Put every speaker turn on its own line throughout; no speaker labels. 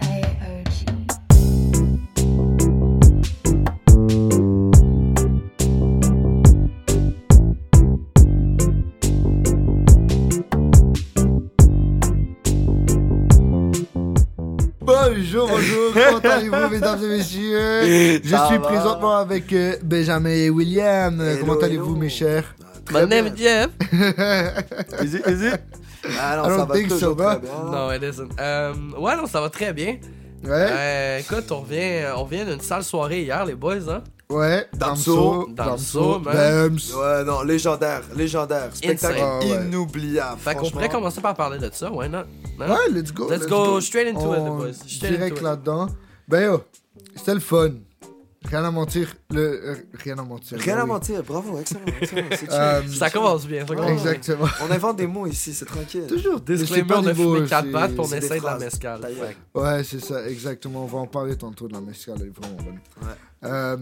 SAOG.
Bonjour, bonjour, comment allez-vous, mesdames et messieurs Je
Ça
suis
va.
présentement avec euh, Benjamin et William.
Hello,
comment allez-vous,
hello.
mes chers
Très
My
bien.
name Jeff.
Is it, is it? Ah non,
I
ça
don't
va
think so, hein.
toujours
bro.
très bien.
Non, it isn't. Euh, ouais, non, ça va très bien.
Ouais,
Euh, écoute, on vient, on vient d'une sale soirée hier, les boys. Hein?
ouais.
Damso,
Damso, man.
Dams.
Ouais, non, légendaire, légendaire. Spectacle
Ah, ouais.
inoubliable.
Fait qu'on
franchement.
pourrait commencer par parler de ça, why not? Non?
Ouais, Oh, let's go.
Let's go straight into it,
On-
the boys. Straight
Direct
into it.
là-dedans. Ben yo, c'était le fun. Rien à mentir. Le... euh, Rien à mentir.
Rien
ben
à
oui.
mentir, bravo, excellent. excellent, c'est chill.
Euh,
Ça commence bien, ça commence
Exactement.
On invente des mots ici, c'est tranquille.
Toujours.
bien. Disclaimer, on a fumé 4 pattes, puis on
c'est des
essaie de la
phrases.
mescale.
Ta gueule.
Fait que-
Ouais, c'est ça, exactement. On va en parler tantôt de la mescale, elle est vraiment bonne.
Ouais.
Euh,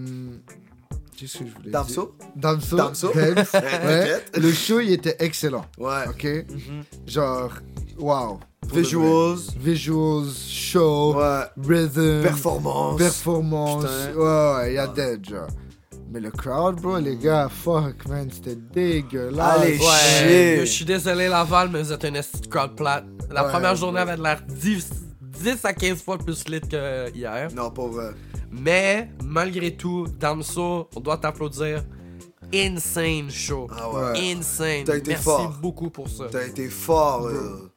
Qu'est-ce que je voulais dire
Damso?
Damso.
Damso.
Dams. ouais.
T'inquiète.
Le show, il était excellent.
Ouais.
Ok
Mhm.
Genre, wow.
Visuals.
Visuals, show,
Ouais.
rhythm,
Performance.
Euh, performance.
Putain.
Ouais, ouais, il y a dead, genre. Mais le crowd, bro, les gars, fuck, man, c'était dégueulasse.
Mhm. Allez,
Ouais,
Shit.
yo, je suis désolé, Laval, mais vous êtes un esti de crowd plate. La
Ouais,
première
ouais.
journée avait l'air 10, 10 à 15 fois plus lit que hier.
Non, pour euh, vrai.
Mais, malgré tout, Damso, on doit t'applaudir. Insane show.
Ah ouais.
Insane.
T'as été
Merci
fort.
beaucoup pour ça.
T'as été fort. euh.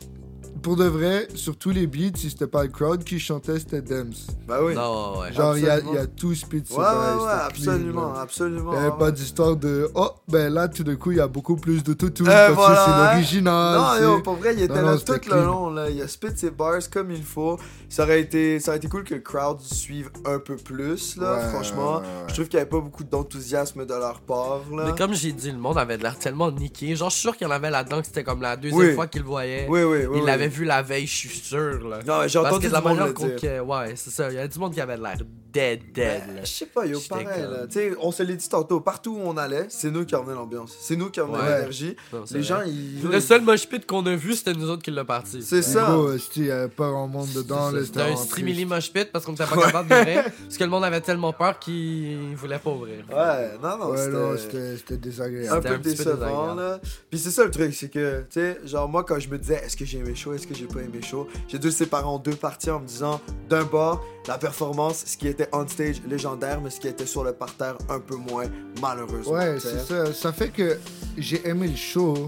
Pour de vrai, sur tous les beats, si c'était pas le crowd qui chantait, c'était Dems.
Bah oui.
Non, ouais.
Genre, il y a,
Absolument.
il y a tout speed
Ouais, ouais, ouais, absolument,
Il
absolument.
n'y avait
ouais.
Eh, pas d'histoire de oh, ben là tout d'un coup il y a beaucoup plus de toutou
Eh,
parce
voilà,
que
hein.
c'est l'original.
Non,
Ah, c'est-
yo, pour vrai, il était
Non, non,
là
c'était
tout
clean.
le long. Là. Il a spit ses bars comme il faut. Ça aurait été, ça aurait été cool que le crowd suive un peu plus, là,
Ouais,
franchement.
ouais, ouais, ouais.
Je trouve qu'il n'y avait pas beaucoup d'enthousiasme de leur part, là.
Mais comme j'ai dit, le monde avait l'air tellement niqué. Genre, je suis sûr qu'il y en avait là-dedans que c'était comme la deuxième
Oui.
fois qu'il le voyait.
Oui, oui, oui.
Il
oui.
l'avait vu la veille, je suis sûr. Là.
Non, mais j'ai
Parce
entendu
que
du
la
monde
manière
le
qu'on-
dire.
que- Ouais, c'est ça. Il y a du monde qui avait l'air dead, dead.
Ben,
là.
Je sais pas, yo,
J'étais
pareil,
comme-
là. Tu sais, on se l'est dit tantôt, partout où on allait, c'est nous qui emmenait l'ambiance. C'est nous qui emmenait
Ouais.
l'énergie.
Non, c'est
Les
vrai.
gens, ils.
Le seul mosh pit qu'on a vu, c'était nous autres qui l'a parti.
C'est
C'est
ça.
beau, il n'y avait pas grand monde dedans. là,
C'était
C'était
un
vraiment
simili
triste.
mosh pit parce qu'on était pas capable d'ouvrir. Parce que le monde avait tellement peur qu'il voulait pas ouvrir.
Ouais, non, non,
Ouais, non,
c'était.
c'était c'était
un
désagréable.
C'était
peu
un petit peu
décevant
désagréable.
là. Puis c'est ça le truc, c'est que, tu sais, genre moi quand je me disais est-ce que j'ai aimé chaud, est-ce que j'ai pas aimé chaud, j'ai dû le séparer en deux parties en me disant d'un bord la performance, ce qui était on stage légendaire, mais ce qui était sur le parterre un peu moins malheureusement.
Ouais,
tu sais.
c'est ça. Ça fait que j'ai aimé le show,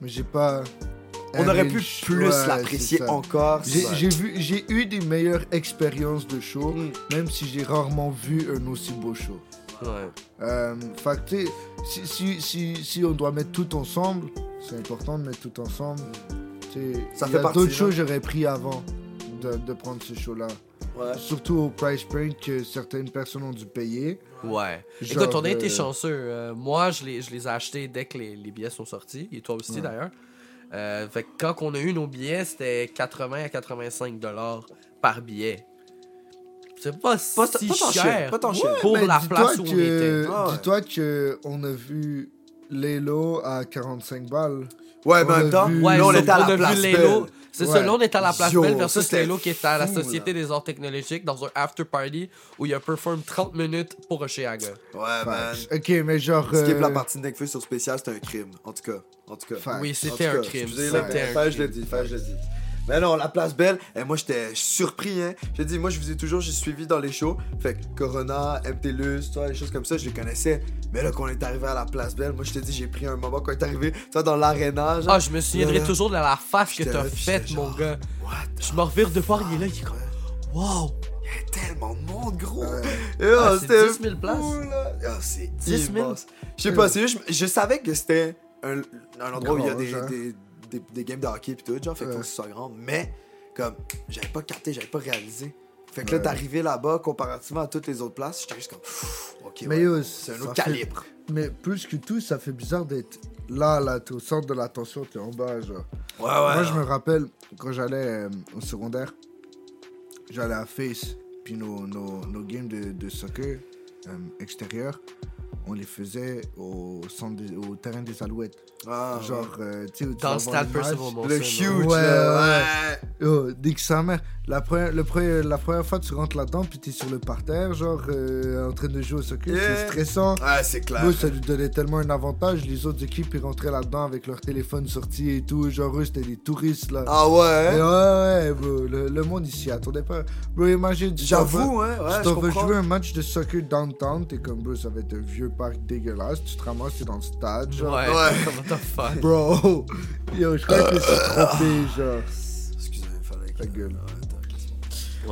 mais j'ai pas.
On
aimé
aurait
le
pu
show.
plus
Ouais,
l'apprécier
c'est ça.
encore.
J'ai
c'est-
j'ai vu- j'ai eu des meilleures expériences de show,
Mm.
même si j'ai rarement vu un aussi beau show.
Ah.
Ouais.
Euh, fait que, tu sais, si, si, si, si on doit mettre tout ensemble, c'est important de mettre tout ensemble. Tu sais,
Ça
il y
fait
a
partie,
d'autres
là.
shows que j'aurais pris avant de, de prendre ce show-là.
Ouais.
Euh, Surtout au price point que certaines personnes ont dû payer.
Ouais.
Genre,
Écoute, on a été
euh,
chanceux. Euh, moi, je les, je les ai achetés dès que les, les billets sont sortis. Et toi aussi,
Ouais.
d'ailleurs. Euh, fait que quand on a eu nos billets, c'était 80 à 85 dollars par billet. C'est pas,
Pas,
si
pas tant
cher.
cher, pas tant cher. Ben,
Pour
Mais
la
ben, dis-toi
place où on
que-
était.
Ah ouais.
Dis-toi que on a vu les lots à 45 balles.
Ouais, mais en
On
même
a
temps,
vu-
Ouais,
là, on
sauf
était à
qu'on
la
a vu
place
les
belle.
lots. C'est ça,
Ouais.
là, on était à la place
Yo,
belle
ça,
versus
c'était
les lots qui étaient à la
fou,
Société
là.
des Arts Technologiques dans un after-party où il a performé 30 minutes pour Oshiaga.
Ouais, man.
Ok, mais genre.
Skip la
euh,
partie de Nekfeu sur spécial, c'était un crime. En tout cas, en tout cas.
Fact. Ouais.
Oui,
En
c'était
tout cas,
un crime.
excusez, là,
C'était un
fallait que je le
crime.
dis, fallait que je le dis. Mais non, la place belle, et moi j'étais surpris, hein. J'ai dit, moi je vous ai toujours j'ai suivi dans les shows. Fait que Corona, MTLUS, toi, les choses comme ça, je les connaissais. Mais là, quand on est arrivé à la place belle, moi je t'ai dit, j'ai pris un moment quand on est arrivé, toi, dans l'aréna, genre.
Ah, je me souviendrai
Là, là.
toujours de la face que
J'étais
t'as
là, puis
faite,
j'étais
mon
genre,
gars.
What?
Je me revire de voir, il est là, il est comme.
Ouais.
Wow!
Il y a tellement de monde, gros.
Ouais.
Et oh,
Ah, c'est
c'était
10 000
fou,
places.
là. Ah, c'est
10 000.
immense. Je sais pas, c'est juste, je, je savais que c'était un, un endroit où il y a des,
Garage, hein.
des, des- des games de hockey pis tout, genre, fait que
Ouais.
faut que ce soit grand. Mais, comme, j'avais pas capté, j'avais pas réalisé. Fait que
Ouais.
là, t'arrivais là-bas, comparativement à toutes les autres places, j'étais juste comme, pff, ok,
Mais
ouais,
yo,
c'est un
ça
autre
fait-
calibre.
Mais plus que tout, ça fait bizarre d'être là, là, t'es au centre de l'attention, t'es en bas, genre.
Ouais, ouais.
Moi, je me rappelle quand j'allais euh, au secondaire, j'allais à Face, puis nos, nos, nos games de, de soccer euh, extérieur, on les faisait au, centre des- au terrain des Alouettes.
Ah,
Genre, euh, tu sais, où tu vas
Dans
voir
le stade
le match.
Percival Molson.
le
là.
huge,
Ouais,
là, ouais.
Oh, dès que sa mère, la première, le pre- la première fois tu rentres là-dedans, puis t'es sur le parterre, genre euh, en train de jouer au soccer,
Yeah.
c'est stressant.
Ah, c'est clair.
Nous, ça nous donnait tellement un avantage. Les autres équipes, ils rentraient là-dedans avec leur téléphone sorti et tout. Genre, eux, c'était des touristes, là.
Ah
Et
ouais. hein?
ouais, ouais, bro, le, le monde ici attendait pas. Bro, imagine, tu t'en vas-
J'avoue, hein. Ouais,
tu
je
t'en vas
comprends.
jouer un match de soccer downtown, t'es comme, bro, ça va être un vieux parc dégueulasse. Tu te ramasses, t'es dans le stade, genre.
Ouais,
Ouais.
what the fuck.
Bro, yo, je crois que c'est
Ah.
trompé, genre.
Excusez, il fallait que
Ta gueule.
Ouais, attends, laisse-moi.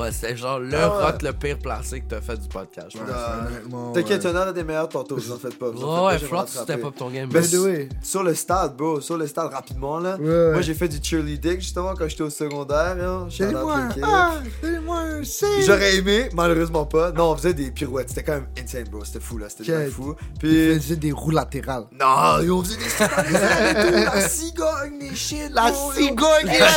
Ouais, c'était genre le
Ah ouais.
rock le pire placé que t'as fait du podcast. je
Ouais,
pense.
Euh,
honnêtement,
T'inquiète,
ouais.
y'en a des meilleurs tantôt, vous en faites pas. vous en faites
Ouais,
pas,
ouais,
je vais
Flore, tu
rattraper.
step up ton game.
Ben,
bro.
By the way,
Sur le stade, bro, sur le stade, rapidement là.
ouais,
Moi
ouais.
j'ai fait du cheerleading justement quand j'étais au secondaire. hein. Shout out
Donnez-moi un
l'équipe.
A, donnez-moi un C.
J'aurais aimé, malheureusement pas. Non, on faisait des pirouettes, c'était quand même insane, bro. C'était fou là, c'était bien
Quête.
fou.
Il
Puis.
faisait des roues latérales.
Non, yo, on faisait des stades, la cigogne, les shit,
La
bro, yo.
cigogne,
La
la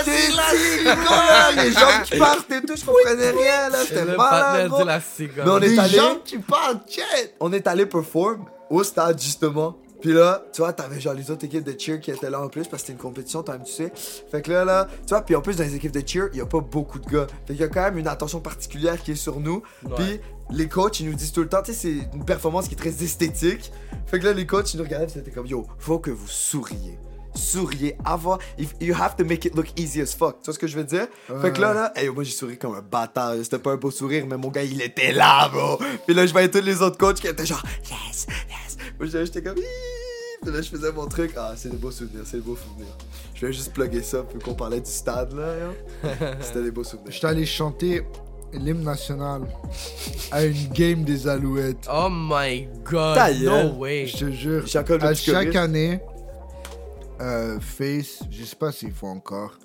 cigogne, les gens qui partent et tout, je comprenais rien là,
Et
c'était malade.
le partenaire
bro.
dit la cigogne.
Mais on est
Des
allé-
gens qui parlent,
Shit! On est allé perform au stade justement. Puis là, tu vois, t'avais genre les autres équipes de cheer qui étaient là en plus parce que c'était une compétition, toi-même, tu sais. Fait que là, là, tu vois, puis en plus, dans les équipes de cheer, il y a pas beaucoup de gars. Fait qu'il y a quand même une attention particulière qui est sur nous.
Ouais.
Puis les coachs, ils nous disent tout le temps, tu sais, c'est une performance qui est très esthétique. Fait que là, les coachs, ils nous regardaient, puis c'était comme, yo, faut que vous souriez. Souriez, avoir. if- You have to make it look easy as fuck. Tu vois ce que je veux dire? Fait que là, là, hey, moi j'ai souri comme un bâtard. C'était pas un beau sourire, mais mon gars, il était là, bro. Puis là, je voyais tous les autres coachs qui étaient genre, yes, yes. Moi, j'étais- j'étais comme, Hii. Puis là, je faisais mon truc. Ah, c'est des beaux souvenirs, c'est des beaux souvenirs. Je vais juste plugger ça, puis qu'on parlait du stade, là. hein. C'était des beaux souvenirs.
J'étais allé chanter l'hymne national à une game des Alouettes.
Oh my god.
Ta gueule.
No way.
Je te jure,
J'ai encore le
à
petit
chaque
chorus.
année, euh, Face, je sais pas s'ils font encore,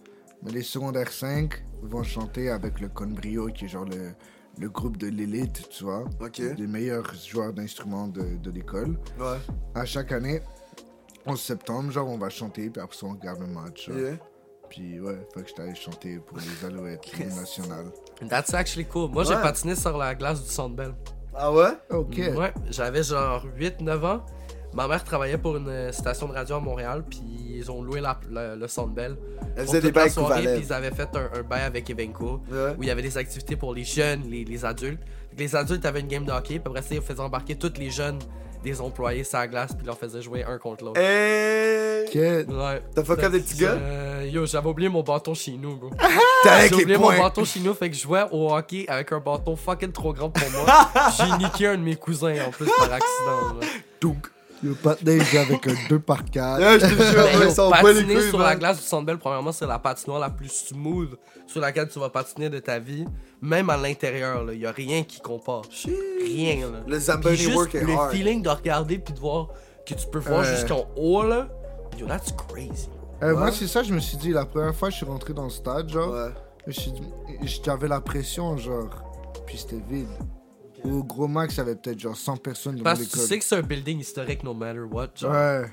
mais les secondaires 5 vont chanter avec le Conbrio, qui est genre le, le groupe de l'élite, tu vois,
Ok,
les meilleurs joueurs d'instruments de- de l'école.
ouais.
à chaque année, 11 septembre, genre on va chanter, puis après ça on regarde le match. genre.
Yeah.
Puis ouais, faut que je t'aille chanter pour les Alouettes, l'hymne national.
That's actually cool. Moi, j'ai
Ouais.
patiné sur la glace du Sandbell.
Ah ouais?
Ok.
Ouais, j'avais genre 8-9 ans. Ma mère travaillait pour une euh, station de radio à Montréal, puis ils ont loué la- le, le Sandbell.
Elle
Pour
faisait des
toute la
bails
soirée,
couvalets.
Puis ils avaient fait un, un bail avec Evenco.
Ouais.
où il y avait des activités pour les jeunes, les, les adultes. Fait que Les adultes avaient une game de hockey, puis après ça, ils faisaient embarquer tous les jeunes des employés sur la glace, puis ils leur faisaient jouer un contre l'autre.
Hey!
Ok.
Ouais.
Eh, T'as fuck up des petits gars?
Euh, yo, j'avais oublié mon bâton chez nous, gros.
T'es avec
J'ai
les
oublié mon
points.
bâton chez nous, fait que je jouais au hockey avec un bâton fucking trop grand pour moi. J'ai niqué un de mes cousins en plus par accident. là.
Donc.
Le patin il joue avec un 2 par 4.
Ah, je te jure, ouais,
Mais Ben, yo,
ils sont pas les
patiner
couilles,
sur la
man.
glace du Sandbell, premièrement, c'est la patinoire la plus smooth sur laquelle tu vas patiner de ta vie. Même à l'intérieur, il y a rien qui compare. Rien, là.
Le
Puis
Zamboni
juste
work
le
hard. Euh.
feeling de regarder puis de voir que tu peux voir
Ouais.
jusqu'en haut là, yo that's crazy.
Euh, Moi,
Ouais.
c'est ça, je me suis dit, la première fois, je suis rentré dans le stade, genre,
Ouais.
je me suis dit- j- j'avais la pression, genre, puis c'était vide. Au gros max, il y avait peut-être genre 100 personnes dans
Parce que tu sais
l'école.
que c'est un building historique no matter what. Genre.
Ouais.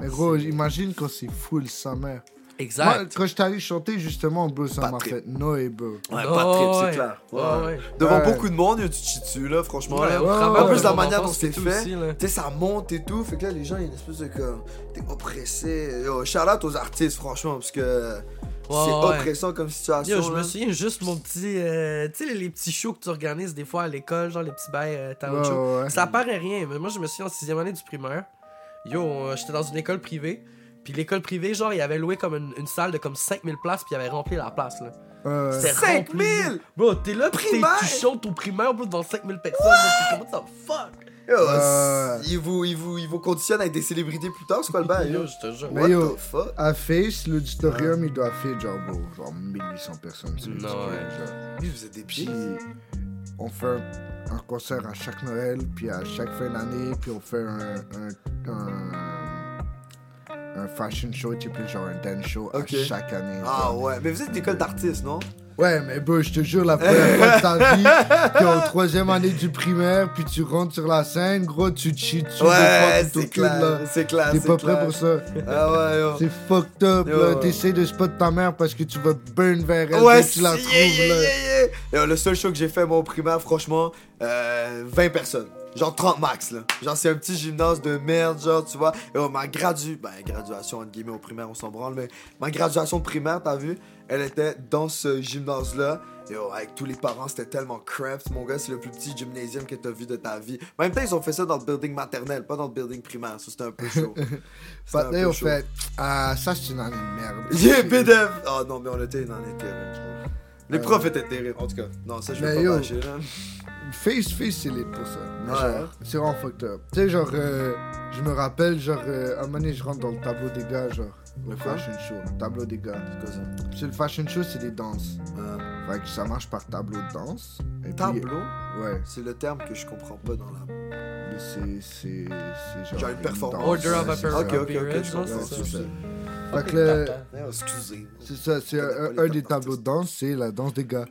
Mais gros, imagine quand c'est full sa mère. Moi,
Exact.
quand je t'allais chanter, justement, bro, ça m'a
Patrick.
fait noé, bro.
Ouais,
Oh,
pas de trip, c'est
ouais.
clair.
Ouais, ouais.
Devant
Ouais.
beaucoup de monde, il y a du chitu, là, franchement.
Ouais,
là.
au
ouais,
travers
ouais.
En plus,
de
la
mon
manière dont
enfance,
c'est
tout
fait,
aussi, là.
Tu sais, ça monte et tout. Fait que là, les gens, il y a une espèce de comme. T'es oppressé. Yo, shout out aux artistes, franchement, parce que. c'est
ouais.
oppressant comme situation.
Yo, je me
là.
souviens juste mon petit. euh, tu sais, les, les petits shows que tu organises des fois à l'école, genre les petits bails euh, talent
Ouais,
show.
ouais, ouais.
Ça paraît rien, mais moi je me suis en sixième année du primaire. Yo, euh, j'étais dans une école privée. Puis l'école privée, genre, il avait loué comme une, une salle de comme 5000 places, puis il avait rempli la place, là.
Ouais.
C'est
5000
Bro, t'es là, pis t'es-
Primaire?
tu chantes au primaire, bro, devant 5000 personnes. là, t'es comment ça fuck?
Yo,
Euh.
Ils, vous, ils, vous, ils vous conditionnent avec des célébrités plus tard, c'est quoi le bail? yo?
Yo, je te jure.
Mais
What
yo.
the fuck?
À Face, l'auditorium, il doit faire genre, bon, genre 1800 personnes. c'est
Non,
l'auditorium,
ouais.
genre.
Lui, vous êtes des
Puis,
pieds.
on fait un- un concert à chaque Noël, puis à chaque fin d'année, puis on fait un, un, un, un fashion show, tu sais, puis genre un dance show
Ok.
à chaque année.
Ah
genre.
ouais, mais vous êtes une école d'artistes, non?
Ouais, mais bro, je te jure, la première fois de ta vie, t'es en troisième année du primaire, puis tu rentres sur la scène, gros, tu te chies dessus,
ouais,
des fois, tu
c'est
t'occules, là.
clair. C'est clair.
T'es
c'est
pas
clair.
prêt pour ça.
Ah ouais, yo.
C'est fucked up,
Yo.
là. T'essayes de spot ta mère parce que tu vas te burn vers elle
Ouais,
dès que tu la
c'est-
trouves,
yeah, yeah,
là.
yeah, yeah, Euh, le seul show que j'ai fait, mon primaire, franchement, euh, 20 personnes. Genre 30 max, là. Genre, c'est un petit gymnase de merde, genre, tu vois. Et, oh, ma gradu... ben, graduation, entre guillemets, au primaire, on s'en branle, mais ma graduation de primaire, t'as vu, elle était dans ce gymnase-là. Et, oh, avec tous les parents, c'était tellement cramped, mon gars. C'est le plus petit gymnasium que t'as vu de ta vie. En même temps, ils ont fait ça dans le building maternel, pas dans le building primaire. Ça, c'était un peu chaud. C'était un
Maintenant,
peu
au
chaud.
fait, ah, ça c'est une année de merde.
Yeah, BDF! Oh non, mais on était dans les terribles. Les
Euh,
profs étaient terribles, en tout cas. Non, ça, je vais
mais
pas
yo.
bâcher, là.
Face, face, c'est les pour ça. Mais
Ouais.
genre, C'est vraiment fucked up. Tu sais, genre, euh, je me rappelle, genre, euh, un moment donné, je rentre dans le tableau des gars, genre, le
Le quoi?
fashion show, le tableau des gars.
C'est quoi ça?
Sur le fashion show, c'est des danses.
Euh,
Fait que ça marche par tableau de danse. Et puis-
tableau,
Ouais,
c'est le terme que je comprends pas dans la.
mais c'est, c'est, c'est genre.
Genre une performance.
danse,
Order of
ouais, c'est ça.
appearance.
Ok, ok, ok,
Appearance,
je
non,
comprends.
c'est
c'est
ça.
ça.
Fait que le-
Eh, Excusez.
C'est ça, c'est
T'as pas
un, un
les top
des
artistes.
tableaux de danse, c'est la danse des gars.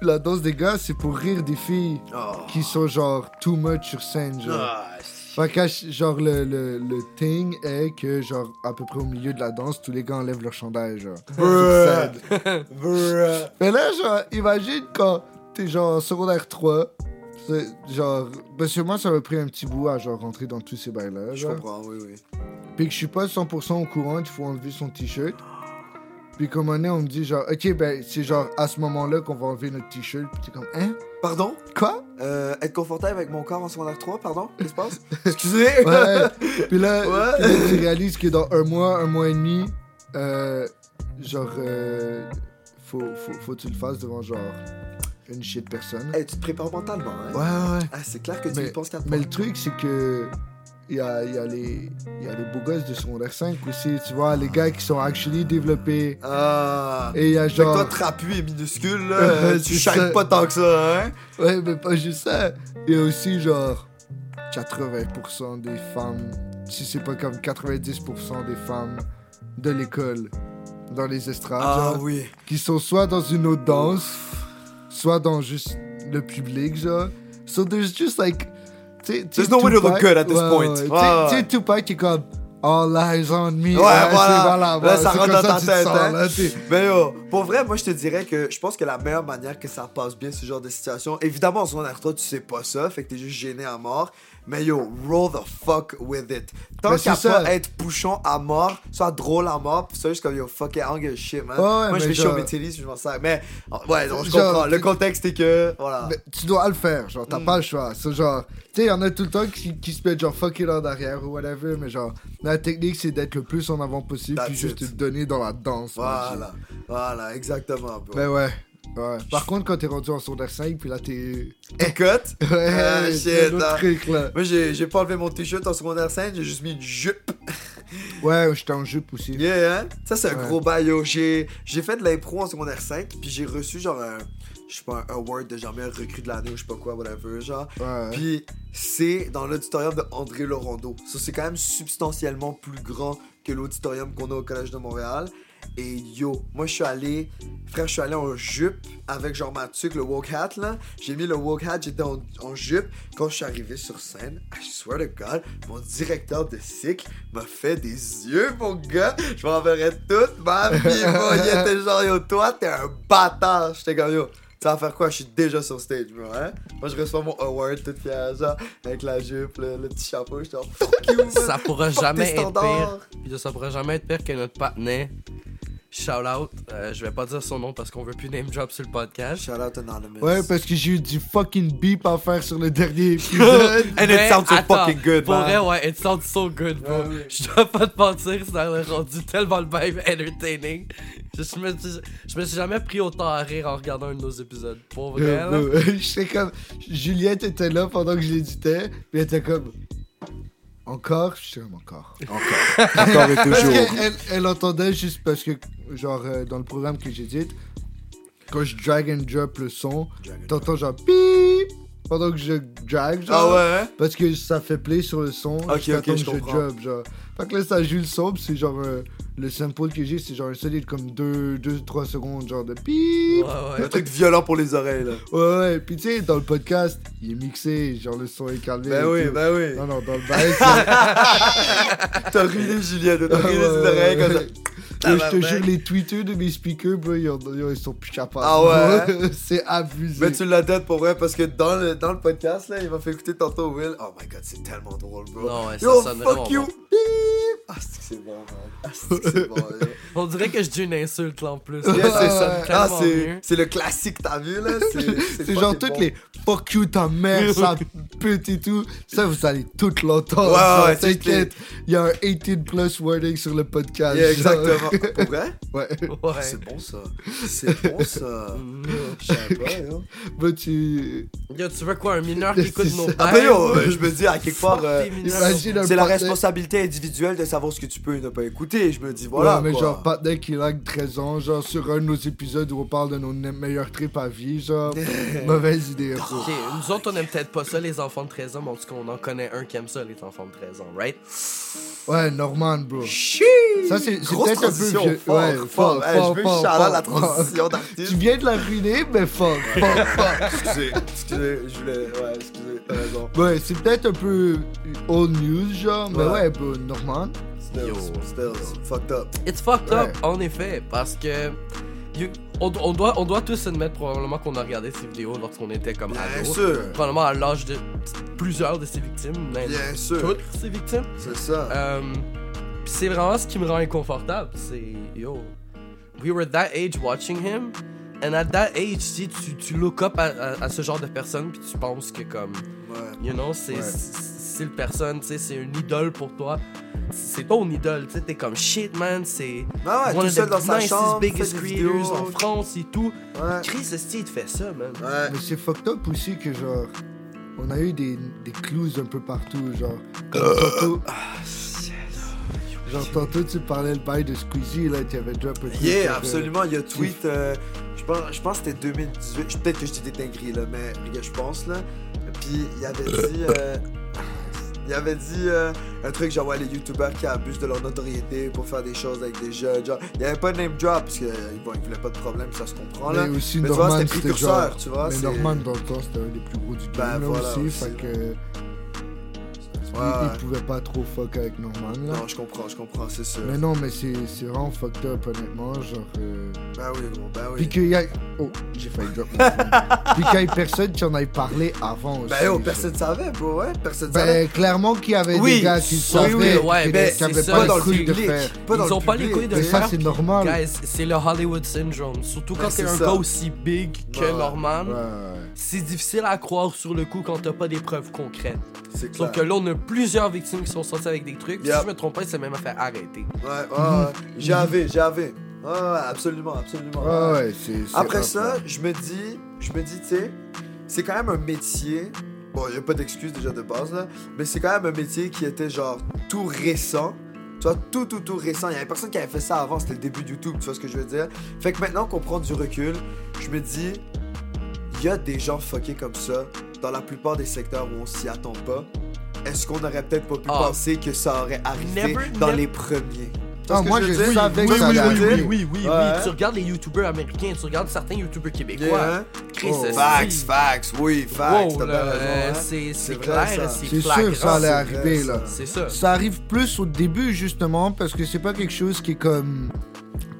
La danse des gars, c'est pour rire des filles
Oh.
qui sont genre too much sur scène, genre.
Ah, si.
Fait que, genre, le, le, le thing est que, genre, à peu près au milieu de la danse, tous les gars enlèvent leur chandail, genre.
Bruh. Bruh.
Mais là, genre, imagine quand t'es, genre, en secondaire 3, c'est, genre, parce que moi, ça m'a pris un petit bout à, genre, rentrer dans tous ces bails-là,
Je
genre.
comprends, oui, oui.
Puis que je suis pas 100% au courant, il faut enlever son t-shirt. Puis comme on est, on me dit, genre, OK, ben, c'est genre à ce moment-là qu'on va enlever notre t-shirt. Puis t'es comme, hein?
Pardon?
Quoi?
Euh, être confortable avec mon corps en secondaire 3, pardon? Qu'est-ce qui se passe? Excusez!
Ouais. Puis là,
Ouais.
puis là, tu réalises que dans un mois, un mois et demi, euh, genre, euh, faut, faut, faut que tu le fasses devant genre une shit personne.
Eh, tu te prépares mentalement, hein?
Ouais, ouais. ouais.
Ah, c'est clair que tu
Mais-
y penses qu'à
Mais le truc, c'est que il y a, y a les y a les beaux gosses de secondaire 5 aussi, tu vois, les gars qui sont actually développés.
Ah!
Et il y a
Fait que toi,
genre.
trapu et minuscule, là,
Ouais,
euh, tu
c'est ça.
shines pas tant que ça, hein?
Ouais, mais pas juste ça. Il y a aussi genre 80% des femmes, si c'est pas comme 90% des femmes de l'école dans les estrades.
Ah
genre.
oui.
qui sont soit dans une autre danse, soit dans juste le public, genre. So there's just like. t'sais- t'sais,
There's no way to look
Tupac-
good at this
ouais,
point.
ouais,
Ouais,
t'sais-
ouais.
t'sais, Tupac est comme. All eyes on me.
Ouais,
c'est-
voilà. Là, ça
c'est
rentre
comme
dans ta
tu te
tête,
sens,
hein.
là, t'sais.
Mais yo, pour vrai, moi je te dirais que je pense que la meilleure manière que ça passe bien ce genre de situation, évidemment en secondaire 3 tu sais pas ça, fait que t'es juste gêné à mort, mais yo, roll the fuck with it. Tant
Ben,
qu'à
c'est ça.
pas être bouchon à mort, soit drôle à mort, pis ça juste comme yo, fuck it, I don't give a shit man.
Ouais, ouais,
moi je
mais
vais
genre-
chier au métériste, je m'en sers. Mais oh, ouais, donc je
Genre,
comprends, le
tu-
contexte est que, voilà.
Mais tu dois le faire, genre, t'as
Mm.
pas le choix. C'est genre, tu sais, y'en a tout le temps qui, qui se mettent genre fuck it en arrière ou whatever, mais genre, la technique c'est d'être le plus en avant possible,
That's
puis juste te
it.
donner dans la danse.
Voilà, voilà, exactement. bro.
Mais ouais, ouais. Par contre, quand t'es rendu en secondaire 5, puis là t'es.
T'es cut? Ah,
Ouais, c'est
shit,
un autre
hein.
truc là.
Moi j'ai j'ai pas enlevé mon t-shirt en secondaire 5, j'ai juste mis une jupe.
Ouais, j'étais en jupe aussi.
Yeah, hein? Ça, c'est un
Ouais.
gros bail. yo. J'ai j'ai fait de l'impro en secondaire 5, puis j'ai reçu, genre, un, je sais pas, un award de genre meilleur recrue de l'année ou je sais pas quoi, whatever, genre.
Ouais.
Puis c'est dans l'auditorium de André Lorondo. Ça, c'est quand même substantiellement plus grand que l'auditorium qu'on a au Collège de Montréal. Et yo, moi je suis allé, frère, je suis allé en jupe avec genre ma tuque, le woke hat là. J'ai mis le woke hat, j'étais en, en jupe. Quand je suis arrivé sur scène, I swear to God, mon directeur de cycle m'a fait des yeux, mon gars. Je m'en verrai toute ma vie, bro. Il était genre, yo, toi, t'es un bâtard. J'étais comme, yo, tu vas faire quoi? Je suis déjà sur stage, bro, hein? Moi, je reçois mon award tout fier, genre, avec la jupe, le, le petit chapeau. J'étais genre, fuck you, man.
Ça pourra
Fuck tes
jamais être pire.
standards.
Puis ça pourrait jamais être pire que notre partenaire. Shout out. Euh, je vais pas dire son nom parce qu'on veut plus name drop sur le podcast.
Shout out Anonymous.
Ouais, parce que j'ai eu du fucking beep à faire sur le dernier épisode.
And it
Mais
sounds so
Ben, attends,
fucking good,
Pour
man.
vrai, ouais, it sounds so good, bro.
Ouais, ouais.
Je dois pas te mentir, ça a rendu tellement le vibe entertaining. Je, je me, suis- je me suis jamais pris autant à rire en regardant un de nos épisodes.
Oh,
Pour vrai, là.
J'étais comme. Juliette était là pendant que je l'éditais, puis elle était comme. Encore J'étais comme encore.
Encore, encore et
Parce qu'elle elle entendait juste parce que, genre, euh, dans le programme que j'édite, quand je drag and drop le son, t'entends genre beep pendant que je drag, genre.
Ah ouais, hein?
Parce que ça fait play sur le son.
Ok,
jusqu'à
ok,
temps
je
que
comprends.
job, genre. Fait que là, ça joue le son, puis c'est genre. euh, le sample que j'ai, c'est genre un solide comme 2-3 deux, deux, trois secondes, genre de
Ouais,
pip.
ouais.
Un truc violent pour les oreilles, là.
Ouais, ouais. Puis tu sais, dans le podcast, il est mixé, genre le son est calmé.
Ben
et
oui,
tout.
ben oui.
Non, non, dans le bail, c'est.
T'as ruiné Juliette, t'as
Ouais,
ruiné
ouais,
ses
Ah, ouais,
oreilles comme ça.
ouais. Ouais, je te
Tabarnak.
jure, les tweeters de mes speakers, bro, ils, ont- ils ont- ils sont plus capables.
Ah ouais?
c'est abusé.
Mais tu l'as dead pour vrai parce que dans le, dans le podcast, là, il m'a fait écouter tantôt Will. Oh my god, c'est tellement drôle, bro.
Non, ouais, ça
yo,
sonne vraiment
fuck you! Beep. Ah, c'est que c'est bon, man. Ah, c'est que c'est bon, yo.
On dirait que je dis une insulte là en plus.
Yeah, c'est ça.
sonne
Ah,
tellement
c'est
mieux.
c'est le classique, t'as vu, là?
C'est genre toutes les fuck you ta mère, sa pute et tout. Ça, vous allez tout l'entendre.
Ouais,
genre,
ouais, toutes
T'inquiète, il y a un 18 plus warning sur le podcast.
Yeah,
genre.
exactement. Pour vrai?
Ouais.
Ouais.
Ah, C'est bon, ça. C'est bon, ça.
Mm.
Je sais pas, yo.
Mais tu.
Yo, tu veux quoi, un mineur qui Ah, écoute
C'est
nos
ça.
pères?
Après, yo, euh, je me dis, à quelque part... euh,
Imagine un
C'est la
partenaire-
responsabilité individuelle de savoir ce que tu peux et ne pas écouter. Je me dis,
Voilà,
voilà.
mais
quoi.
genre, partenaire qui lag 13 ans, genre, sur un de nos épisodes où on parle de nos ne- meilleurs trips à vie, genre, mauvaise idée. bro.
Ok, nous autres, on aime peut-être pas ça, les enfants de 13 ans, mais en tout cas, on en connaît un qui aime ça, les enfants de 13 ans, right?
Ouais, Norman, bro.
Chiii!
Ça, c'est c'est
Grosse
peut-être un peu
transition.
vieux.
Fort,
ouais,
fort,
fort,
Hey,
fort,
je veux
fort,
shout-out
fort,
la
fort.
transition
Tu
d'artiste.
viens de la ruiner, mais fort, fort, fort.
excusez, excusez, je voulais. Ouais, excusez, Euh, t'as raison.
Ouais, c'est peut-être un peu old news, genre, mais
Ouais.
ouais, bro, Norman.
Yo.
Stills, Stills, fucked up.
It's fucked up,
Ouais.
en effet, parce que. you- on, do- on doit, on doit tous admettre probablement qu'on a regardé ces vidéos lorsqu'on était comme
Bien
ados.
sûr,
Probablement à l'âge de plusieurs de ces victimes, même
bien sûr.
toutes ces victimes.
C'est ça.
Euh, pis c'est vraiment ce qui me rend inconfortable. C'est yo, we were that age watching him, and at that age, si tu, tu look up à, à- à ce genre de personne, puis tu penses que comme,
Ouais.
you know, c'est
Ouais.
c'est le personne, tu sais, c'est une idole pour toi. C'est ton idole, tu sais, t'es comme shit man, c'est
Ah ouais,
one
tout
of
seul
the
dans sa
nicest,
chambre.
biggest
fait des
creators
vidéos. euh, Ah.
en France et tout.
Ouais.
Chris, est il te fait ça, man?
Ouais.
Mais c'est fucked up aussi que, genre, on a eu des, des clues un peu partout, genre.
Euh.
Comme tantôt,
Ah,
genre, tantôt, tu parlais le bail de Squeezie, là, tu avais déjà un peu de truc,
Yeah,
genre,
absolument. Il y a tweet. euh, je pense, je pense que c'était 2018. Je- Peut-être que je t'ai dinguerie, là, mais regarde, je pense, là. Puis il avait dit. euh, il avait dit euh, un truc genre, ouais, les youtubeurs qui abusent de leur notoriété pour faire des choses avec des jeunes. Genre, il n'y avait pas de name drop, parce euh, qu'ils voulaient pas de problème, ça se comprend, là.
Mais aussi,
Mais tu vois,
Norman,
c'était
c'était genre.
précurseur, tu vois.
mais
c'est-
Norman, dans le temps, c'était un des plus gros du game,
Ben,
là,
voilà,
aussi,
aussi,
fait
là.
que. il-
Ouais.
Il pouvait pas trop fuck avec Norman, là.
Non, je comprends, je comprends, c'est sûr.
Mais non, mais c'est c'est vraiment fucked up, honnêtement, genre. euh,
Ben oui, gros, ben oui.
Puis qu'il y a. Oh, j'ai failli drop mon phone. Puis qu'il y a personne qui en avait parlé avant aussi.
oh,
Ben yo, personne savait, bro, ouais. Personne savait.
Ben, clairement qu'il y avait
Oui,
des gars qui
oui,
savaient.
oui, ouais,
qui-
ben,
qui
c'est
avaient
ça,
pas
pas dans
le
le
couilles de
public.
faire.
Pas dans
Ils ont
le
pas les
public.
couilles de
Ah, Mais
le
ça,
faire,
c'est
puis-
normal. Ouais,
Guys, c'est le Hollywood syndrome. Surtout
Ben,
quand t'es
c'est
un
ça.
gars aussi big que
Ouais.
Norman.
ouais.
C'est difficile à croire sur le coup quand t'as pas des preuves concrètes.
C'est clair.
Sauf que là, on a plusieurs victimes qui sont sorties avec des trucs.
Yep.
Si je me trompe pas, c'est même à faire arrêter.
Ouais, ouais, ouais. J'avais, j'avais. Ouais, ouais, absolument, absolument.
Ouais, ouais, c'est. c'est
Après
rough,
ça,
ouais.
je me dis, je me dis, tu sais, c'est quand même un métier. Bon, il a pas d'excuse déjà de base, là. Mais c'est quand même un métier qui était genre tout récent. Tu vois, tout, tout, tout récent. Il y avait personne qui avait fait ça avant. C'était le début de YouTube, tu vois ce que je veux dire. Fait que maintenant qu'on prend du recul, je me dis, il y a des gens fuckés comme ça dans la plupart des secteurs où on s'y attend pas. Est-ce qu'on aurait peut-être pas pu
Ah.
penser que ça aurait arrivé
Never,
dans
never.
les premiers?
Ah, moi, je
sais
savais que ça allait
oui,
arriver.
oui,
oui, oui,
Ouais.
Tu regardes les youtubeurs américains, tu regardes certains youtubeurs québécois.
Yeah.
Chris,
Oh.
c'est-
Facts, facts, oui, facts.
Wow,
t'as bien
là,
raison,
euh,
hein.
c'est,
C'est
c'est
vrai, ça.
clair, c'est,
C'est
flagrant.
sûr, ça allait
c'est
arriver,
vrai,
là.
ça.
C'est ça.
Ça arrive plus au début, justement, parce que c'est pas quelque chose qui est comme.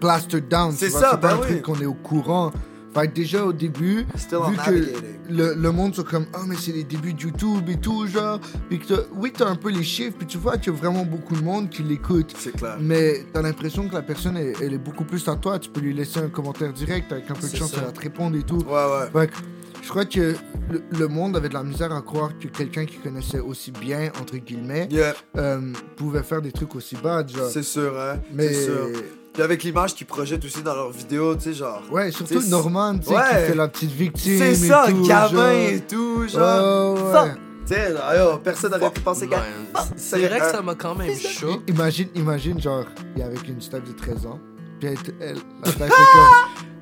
plastered down. tu
C'est
vois,
ça,
C'est pas
ben
un
oui.
truc qu'on est au courant. Fait que déjà, au début.
Still
vu
on
que-
navigating.
le, le monde sont comme oh mais c'est les débuts de YouTube et tout genre puis que t'as- oui t'as un peu les chiffres puis tu vois qu'il y a vraiment beaucoup de monde qui l'écoute
C'est clair.
mais t'as l'impression que la personne elle, elle est beaucoup plus à toi tu peux lui laisser un commentaire direct avec un peu de
C'est
chance
ça.
elle va te répondre et tout
Ouais, ouais.
Fait que je crois que le, le monde avait de la misère à croire que quelqu'un qui connaissait aussi bien entre guillemets
Yeah,
euh, pouvait faire des trucs aussi bad genre
c'est sûr, hein.
mais
C'est sûr. Puis avec l'image qu'ils projettent aussi dans leurs vidéos, tu sais, genre.
ouais surtout
C'est-
Norman tu sais
Ouais.
qui fait la petite victime
C'est
et
ça,
tout,
gamin
genre.
et tout, genre.
Ouais, ouais, ouais.
Fuck. Tu sais, genre, yo, personne n'aurait pu penser qu'à. Ah,
Ouais. Ben, C'est vrai que ça m'a
euh,
quand même chaud.
I- Imagine, imagine, genre, il y avait une staff de 13 ans, puis elle, était- elle la staff est comme,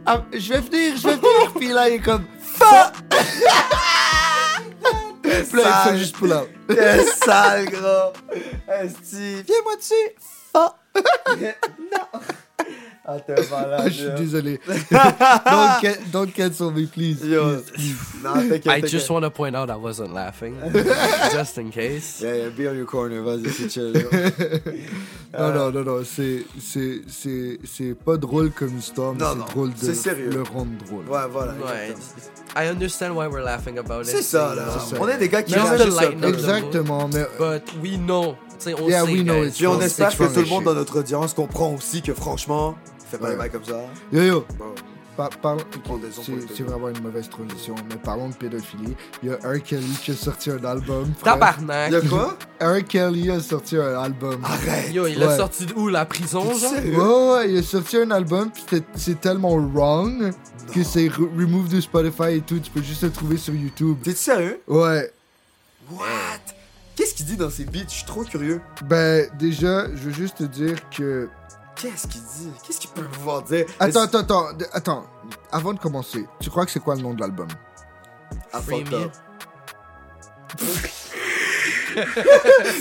ah, je vais venir, je vais venir, puis là, il est comme,
T'es
puis là, il fait
sale,
juste pull out.
t'es sale, gros. Esti, viens-moi dessus. Fuck. non. Ah, t'es malade.
Ah, je suis
yo.
désolé. don't, ca- don't cancel me, please.
Yo,
please.
non, t'inquiète.
I
t'inquiète.
just want to point out I wasn't laughing, just in case.
Yeah, yeah, be on your corner, vas-y, c'est chill. yo. Ah.
Non, non, non, non, c'est, c'est, c'est, c'est pas drôle comme histoire, mais
Non, non,
c'est drôle de
c'est sérieux.
le rendre drôle.
Ouais, voilà.
Ouais,
exactement.
I understand why we're laughing about it.
C'est ça, là.
C'est ça.
On est des gars qui
Just
réagissent
the
un peu.
lightning.
Exactement, mais
But we know. T'sais, on
Yeah,
sait,
we know
guys.
it's
Puis on
It's
espère que
wrong
tout le
as
monde
shit.
dans notre audience comprend aussi que franchement, fais pas
Ouais.
les bails comme ça.
yo yo,
Bon.
par- parle-
Prends des ondes pour les
c'est, c'est vraiment une mauvaise transition, mais parlons de pédophilie. Il y a R. Kelly qui a sorti un album. frère.
Tabarnak.
Il y a quoi
R. Kelly a sorti un album.
Arrête
Yo, il a
Ouais.
sorti de où la prison,
T'es
genre?
Ouais,
sérieux
ouais, il a sorti un album, puis c'était- c'est tellement wrong que c'est re- remove de Spotify et tout, tu peux juste le trouver sur YouTube.
T'es sérieux
Ouais,
What Qu'est-ce qu'il dit dans ses beats Je suis trop curieux.
ben déjà, je veux juste te dire que
Qu'est-ce qu'il dit Qu'est-ce qu'il peut pouvoir dire
Attends, attends, attends, de- attends. Avant de commencer, tu crois que c'est quoi le nom de l'album
Ah,
Free
fuck
me.
up.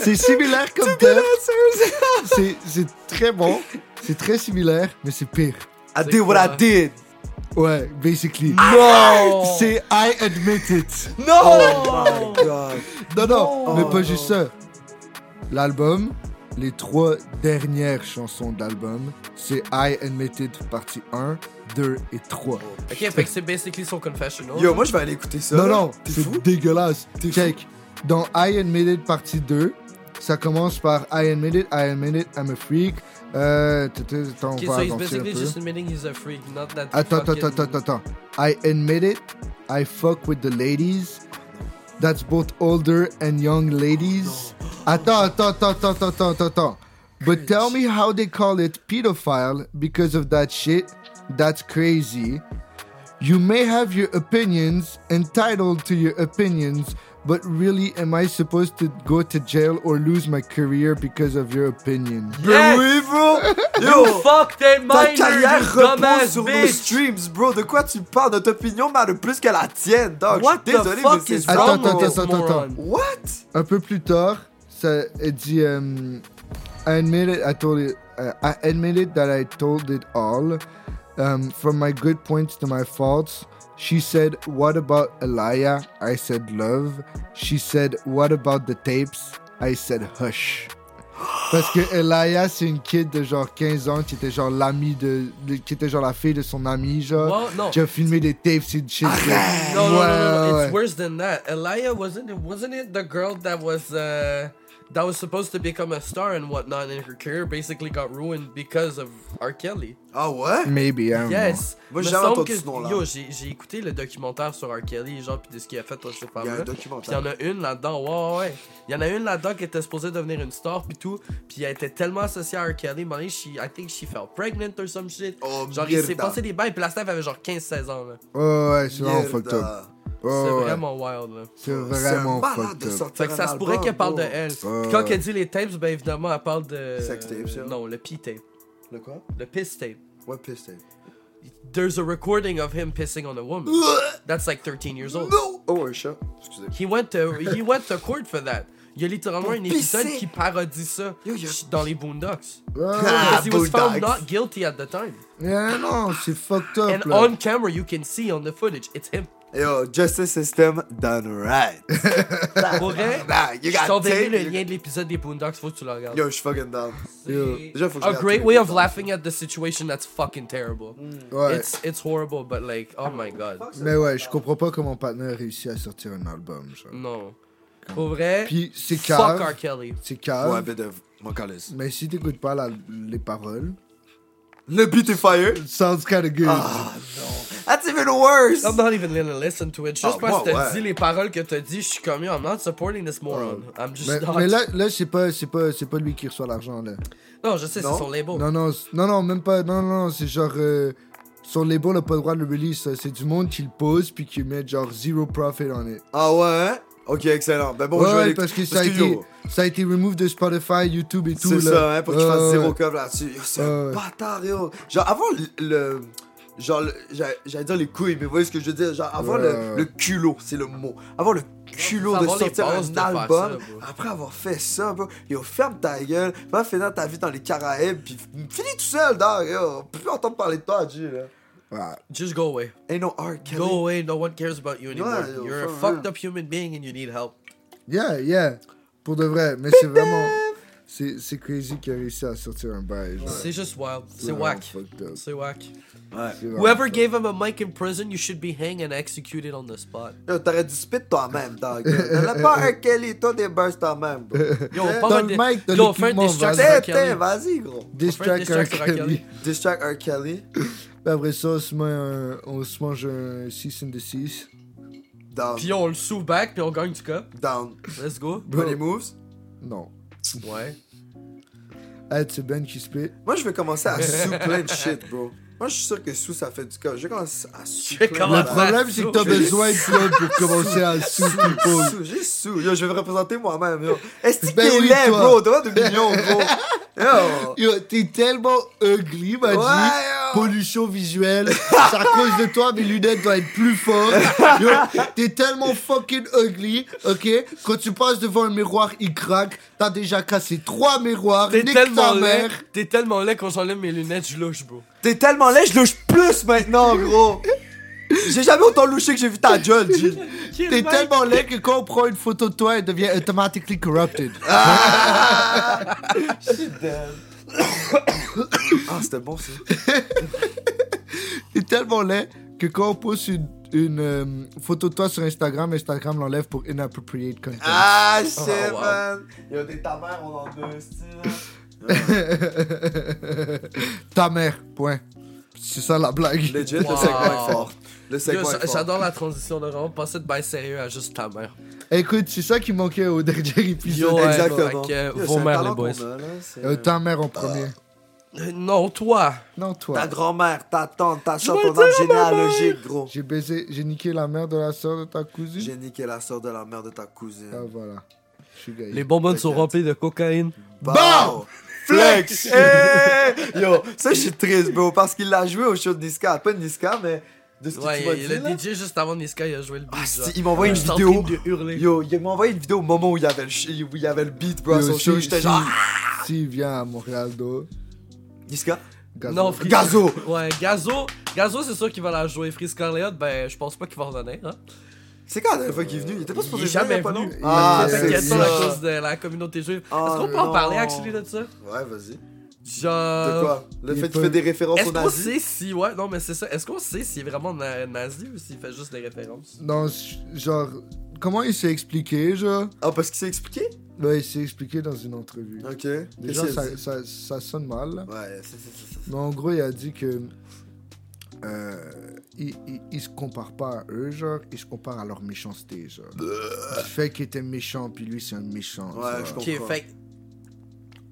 C'est similaire comme thème. C'est c'est très bon. C'est très similaire, mais c'est pire.
I
C'est
did what
quoi
I did
Ouais, basically.
Ah,
Non!
C'est I admit it.
Oh my god
Non, non,
Oh, Non.
mais pas juste ça. L'album, les trois dernières chansons de l'album, c'est I admit it partie 1, 2 et 3.
Ok, fait que c'est basically son confessional.
Yo, moi je vais aller écouter ça.
Non,
là.
non,
T'es fou
c'est dégueulasse. Check. Dans I Admit It partie 2, ça commence par I Admit It, I Admit It, I'm a freak. Euh, t- t- attends,
ok,
on va
so he's
avancer un
basically
peu.
just admitting he's a freak, not that
Attends, attends,
fucking-
attends, attends, attends. I admit it, I fuck with the ladies. That's both older and young ladies. Attends, attends, attends, attends, attends, attends, attends, attends. But tell me how they call it pedophile because of that shit. That's crazy. You may have your opinions, entitled to your opinions, but really, am I supposed to go to jail or lose my career because of your opinion?
Ben
Yes.
oui, bro
You
Yo
fuck tes
Ta
minors,
carrière
you
repose
dumbass
sur nos
bitch!
streams, bro. De quoi tu parles Notre opinion matter plus que la tienne, dog.
What
je suis
the
désolé, mais
fuck
c'est
is
ça.
Attends,
wrong
attends,
with this
attends, attends.
moron?
What
un peu plus tard, ça elle dit euh, I admitted I told it, uh, I admitted that I told it all, um, from my good points to my faults. She said, "What about Elia?" I said, "Love." She said, "What about the tapes?" I said, "Hush." Parce que Elia, c'est une kid de genre 15 ans qui était genre l'ami de, de- qui était genre la fille de son ami genre.
Well, non.
Qui a filmé des tapes et du shit.
Arrête!
No,
Ouais,
no, no, no, no.
ouais,
It's
ouais.
worse than that. Elia wasn't it wasn't it the girl that was uh that was supposed to become a star and whatnot and her career basically got ruined because of R. Kelly.
Ah ouais
Maybe, I don't know.
Yes.
Moi,
Me
j'ai
semble
entendu
que-
ce nom-là.
Yo, j'ai j'ai écouté le documentaire sur R. Kelly, genre, puis de ce qu'il a fait dans cette
Il y a un
femme-là. Puis il y
documentaire.
en a une là-dedans, ouais, ouais, ouais. Il y en a une là-dedans qui était supposée devenir une star, puis tout. Puis elle était tellement associée à R. Kelly, man, she, I think she fell pregnant or some shit.
Oh,
genre, il s'est
merde.
passé des bails, puis la Steph avait genre 15-16 ans, là.
Ouais, ouais, c'est vraiment
Merde.
fucked up. Ouais,
C'est
ouais.
vraiment wild, là.
C'est
C'est
vraiment
un malade
fucked
de
up.
sortir
Fait que
un
ça se pourrait
album,
qu'elle parle de
bro.
elle. Puis
Ouais,
quand
ouais.
elle dit les tapes, ben évidemment, elle parle de.
Sex tapes, ça.
Non, le P-tape.
Le quoi
Le piss tape.
Ouais, piss tape.
There's a recording of him pissing on a woman. That's like 13 years old.
No Oh, un chat. Excusez.
He went to, he went to court for that. Il y a littéralement
Pour
un épisode
pisser.
qui parodie ça
Yo, yo.
dans les Boondocks.
Ouais,
Ah,
Because he was found
Boondocks.
not guilty at the time.
ouais, non, c'est fucked up.
And
Là.
on camera, you can see on the footage, it's him.
Yo, justice system done right.
Pour vrai,
Nah, you
je
got
t'enverrai
tape,
le
you-
lien de l'épisode des Boondocks, faut que tu le regardes.
Yo, je suis fucking down.
C'est
yo.
Déjà, faut que je
a
regarde
great
tous les Mm.
way of
Boondocks.
laughing at the situation that's fucking terrible.
Ouais.
It's, it's horrible, but like, oh my god.
Mais ouais, je comprends pas comment Partner a réussi à sortir un album. genre.
Non. Pour vrai,
Puis c'est
fuck
cave.
R. Kelly.
C'est
Ouais,
cave.
ben-
bit of. Mon calice.
Mais si t'écoutes pas la- les paroles,
Le beat est fire.
it sounds kinda good.
Ah non. That's even worse.
Ah, bah.
I'm not even gonna listen to it. Juste
Ah,
parce que
moi,
t'as
ouais.
dit les paroles que t'as dit, je suis comme yo, I'm not supporting this moron.
Ah.
I'm just
mais,
not.
mais là, là c'est pas, c'est pas, c'est pas lui qui reçoit l'argent là.
non, je sais, c'est
Non.
son label.
Non, non, c'est- non, non, même pas. Non, non, c'est genre. Euh, son label a pas le droit de le release. ça. C'est du monde qui le pose puis qui met genre zero profit on it.
Ah ouais hein? Ok, excellent. Ben bon,
ouais,
je vais
ouais,
aller-
parce que ça a été,
yo,
ça a été removed de Spotify, YouTube et tout.
C'est
là.
ça, hein, pour qu'il
Ouais,
fasse
ouais.
zéro cover là-dessus. Yo, c'est un
Ouais.
bâtard, yo. Genre, avant le- le. genre, le- j'allais j'allais dire les couilles, mais vous voyez ce que je veux dire? Genre, avoir
Ouais, ouais,
le,
ouais.
le culot, c'est le mot. Avoir le culot
Faut
de
avoir les
sortir
bases
un
de faire
album.
ça, bro.
Après avoir fait ça, bro, yo, ferme ta gueule, va finir ta vie dans les Caraïbes, puis finis tout seul, dog, yo. On peut plus entendre parler de toi, G, là.
Ouais.
Just go away.
Ain't no R. Kelly.
Go away. No one cares about you anymore.
yo,
You're a
for
fucked
real.
up human being and you need help.
Yeah, yeah. Pour de vrai, mais c'est vraiment. C'est c'est crazy qu'il a réussi à sortir un bail. genre.
C'est juste wild. C'est
vraiment
whack.
fucked up.
C'est whack.
Ouais.
C'est vraiment
Whoever
fucked
gave him a mic in prison, you should be hanged and executed on the spot.
Yo, t'aurais dû spit toi-même, dog. T'en as pas un Kelly, toi, des bursts toi-même, bro.
Yo,
Dans
on parle
le
de-
mic, dans
Yo, on fait un
l'équipement,
distract
vas-y.
R.
T'es,
Kelly.
t'es, vas-y, gros.
Diss
On fait un
track R.
diss track sur R.
Kelly.
Distract R. Kelly,
Après ça, on se, met un- on se mange un 6 and the 6.
down,
Puis on le sous back, puis on gagne du cup.
down.
Let's go.
Bro.
Money moves.
Non.
Ouais.
Hey, c'est Ben qui spit.
Moi, je vais commencer à sous plein de shit, bro. Moi, je suis sûr que sous, ça fait du cas. Je vais commencer à sous
Je vais
plein de-
commencer
Le
à-
problème, c'est que t'as
Je vais
besoin de toi pour commencer à sous people.
Sous, j'ai sous. Yo, je vais me représenter moi-même, yo. Est-ce
Ben
qu'il
oui,
est,
toi.
bro? Devant de millions, gros. Yo.
Yo, t'es tellement ugly, m'a
Ouais,
dit.
yo.
Pollution visuelle. C'est à cause de toi, mes lunettes doivent être plus fortes. Yo, t'es tellement fucking ugly, ok? Quand tu passes devant un miroir, il craque. T'as déjà cassé trois miroirs.
T'es
nique
tellement
ta
laid.
mère.
T'es tellement laid qu'on s'enlève mes lunettes, je louche, bro.
T'es tellement laid, je louche plus maintenant, gros. J'ai jamais autant louché que j'ai vu ta gueule, G.
T'es tellement laid que quand on prend une photo de toi, elle devient automatically corrupted.
Ah, c'était bon, ça.
T'es tellement laid que quand on poste une, une, euh, photo de toi sur Instagram, Instagram l'enlève pour inappropriate content.
Ah, shit,
Oh, wow.
man. Yo, t'es ta mère, on en deux, style.
Ta mère, point. C'est ça la blague.
Legit,
Wow.
le segment est fort. Le segment
Yo,
est fort.
J'adore la transition de vraiment passer de bail sérieux à juste ta mère.
Écoute, c'est ça qui manquait au dernier épisode.
Yo, ouais,
Exactement.
bon, fait que,
Yo,
vos
c'est un
mères,
talent
les boys.
qu'on a, là, c'est-
Euh, ta mère en premier.
Euh, Non, toi.
Non,
Ta
toi.
grand-mère, ta tante, ta soeur,
vais
ton
le dire
arbre
à ma
généalogique, gros.
J'ai baisé, j'ai niqué la mère de la soeur de ta cousine.
J'ai niqué la soeur de la mère de ta cousine.
Ah, voilà. Je suis gay.
Les bonbonnes sont remplies de cocaïne.
Bam! Bah! Flex! Hey! Yo, ça, je suis triste, bro, parce qu'il l'a joué au show de Niska. Pas de Niska, mais de ce que
Ouais,
tu m'as dit,
il-
là.
le DJ juste avant Niska, il a joué le beat.
Ah,
genre.
si, il m'a envoyé une
Je suis en
vidéo.
train de hurler.
Yo, il m'a envoyé une vidéo au moment où il y avait le, ch- où il y avait le beat, bro, à
Yo,
son
si-
show. J'étais
si-
genre, ah,
S'il vient à Montréal, d'eau.
Niska?
gaz-
Non, Fris-
Gazo!
Ouais, Gazo, Gazo c'est sûr qu'il va la jouer. Freeze Corleone, ben je pense pas qu'il va revenir. Hein.
C'est quand la dernière fois qu'il est venu? Il était pas
Il
supposé
est
venir, il
jamais
a pas
venu.
venu.
Il
Ah,
est-
c'est
T'inquiète pas
ça.
à cause de la communauté juive.
Oh
Est-ce qu'on peut en
non.
parler actually de ça?
Ouais, vas-y. De
Genre.
quoi? Le
il est
fait qu'il
pas-
fait des références
Euh, Est-ce
aux
qu'on
nazis?
sait si. Ouais, non, mais c'est ça. Est-ce qu'on sait s'il est vraiment na- nazi ou s'il fait juste des références?
Non, je- genre, comment il s'est expliqué, genre
Ah, parce qu'il s'est expliqué?
Ben, il s'est expliqué dans une entrevue.
Ok. Qu'est-ce
Déjà,
qu'il a
ça,
dit?
ça, ça sonne mal. là.
Ouais, c'est ça, c'est ça.
Mais en gros, il a dit que. Euh, il, il- il se compare pas à eux, genre, il se compare à leur méchanceté, genre. Le fait qu'il était méchant, puis lui, c'est un méchant.
Ouais,
genre.
je comprends.
Ok, fait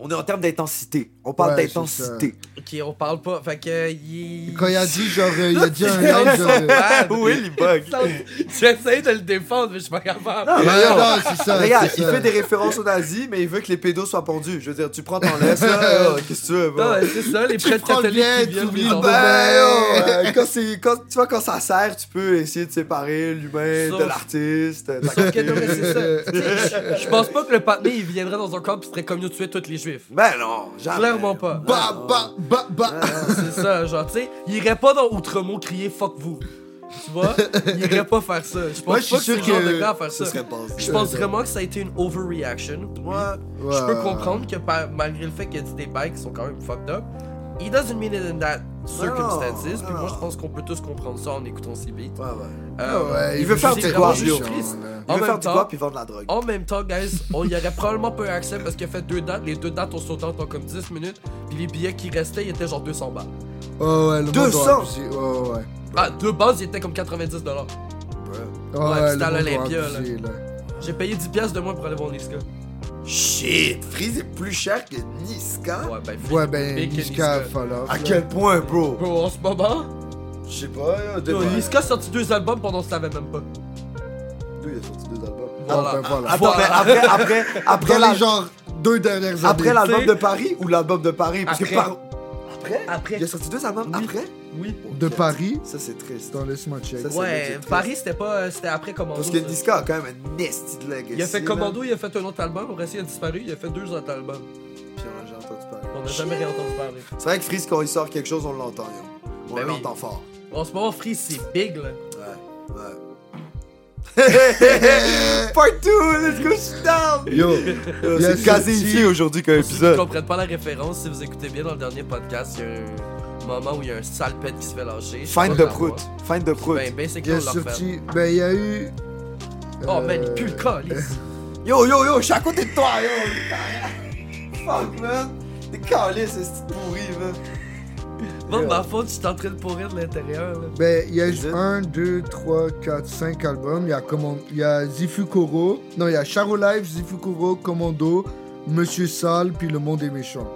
On est en termes d'intensité. On parle
Ouais,
d'intensité.
Ok, on parle pas. Fait que. euh, il-
Quand il a dit, genre, euh, il a dit un live, genre. euh,
Bad.
Ah, Oui, il bug.
J'essaie de le défendre, mais je suis pas capable.
Non, non, non, c'est ça.
Ah, Regarde,
c'est
il
ça.
fait des références aux nazis, mais il veut que les pédos soient pendus. Je veux dire, tu prends ton laisse, là, euh, qu'est-ce que tu veux, bro?
Non, mais c'est ça, les prêtres
prends
catholiques
bien,
qui
tu
viennent
oublies
les
le
enfants.
bail.
Ben, yo, euh, quand c'est- quand- tu vois, quand ça sert, tu peux essayer de séparer l'humain
Sauf-
de l'artiste. euh, de la
Sauf que non, mais
copine.
c'est ça. Tu sais, Je je pense pas que le patiné, il viendrait dans un camp et serait comme nous tuer tous les juifs.
Ben non, jamais.
Clairement pas.
Bah, bah, bah, bah.
C'est ça, genre, tu sais, il irait pas dans Outremont crier fuck vous. Tu vois? Il irait pas faire ça. Je pense
Moi,
pas
je
que
suis
c'est
sûr
le genre
que Euh,
de gars à faire
Ce
ça.
serait pas
Je pense vraiment que ça a été une overreaction.
Moi,
Ouais.
Je peux comprendre que par- malgré le fait qu'il y a dit des bails qui sont quand même fucked up, he doesn't mean it in that circumstances.
Non,
Puis
non.
moi, je pense qu'on peut tous comprendre ça en écoutant ces beats.
ouais, ouais.
Ah
Euh,
ouais,
il veut faire
dit
des
vraiment
droits,
méchant,
juste triste.
là.
Il
En
veut faire
même
du
temps-
quoi puis vendre de la drogue.
En même temps, guys, on y aurait probablement pas eu accès parce qu'il a fait deux dates. Les deux dates, on s'entend en comme 10 minutes. Puis les billets qui restaient, ils étaient genre 200 balles.
Oh, ouais, le monde
200.
aura abusé. Oh, ouais.
Ah, de base, ils étaient comme 90 dollars.
Oh,
Ouais,
ouais,
puis
le
c'était à
monde aura
l'Olympia, là.
abusé, là.
J'ai payé 10 pièces de moins pour aller voir Niska.
Hein? Shit, Freeze est plus cher que Niska.
Ouais, ben,
Ouais,
Philippe
ben,
Big et
Niska, Falloff.
À
là.
quel point, bro?
Bro, en ce moment,
Je sais pas, euh, de
yo,
vrai.
Niska a sorti deux albums pendant qu'on ne savait même pas.
Lui, il a sorti deux albums.
Voilà.
Ah, ben, voilà.
Attends, mais
Voilà.
après, après, après,
Dans
la-
les genre deux dernières années.
après l'album
tu
de
sais-
Paris ou l'album de Paris? Parce que
Après.
par... Après
Après.
Il a sorti deux albums
Oui.
après
Oui.
De
Ok.
Paris.
Ça, c'est triste.
Attends, laisse-moi check.
Ça, c'est
Ouais,
legit
Paris, c'était pas. euh, C'était après Commando.
Parce que
ça.
Niska a quand même un nasty de legacy.
Il a fait
là.
Commando, il a fait un autre album, après ça, il a disparu, il a fait deux autres albums.
Puis on a jamais entendu parler.
On n'a jamais rien entendu parler.
C'est vrai que Freeze, quand il sort quelque chose, on l'entend, yo. On
Ben oui.
l'entend fort.
On se pas Free, c'est big là.
Ouais, ouais. Part 2, let's go, je suis down!
Yo,
Euh,
Il a
C'est gasifié
sorti-
aujourd'hui comme
Pour ceux qui
épisode.
comprennent pas la référence, si vous écoutez bien dans le dernier podcast, il y a un moment où il y a un sale pet qui se fait lâcher.
Fin
Find
de prout. Fin de prout.
Ben, ben, c'est
il
que
a
on l'a fait.
sorti. Ben, il y a eu.
Oh,
euh,
ben, il pue le calice.
Yo, yo, yo, je suis à côté de toi, yo! Fuck, man! T'es calé, ce petit pourri, man!
Moi, de
Yo.
ma faute, je suis en train de pourrir de l'intérieur. là.
Ben, il y a
Is it?
1, 2, 3, 4, 5 albums. Il y a, Command- il y a Zifu Koro. Non, il y a Charo Life, Zifu Koro, Commando, Monsieur Sale, puis Le Monde est méchant.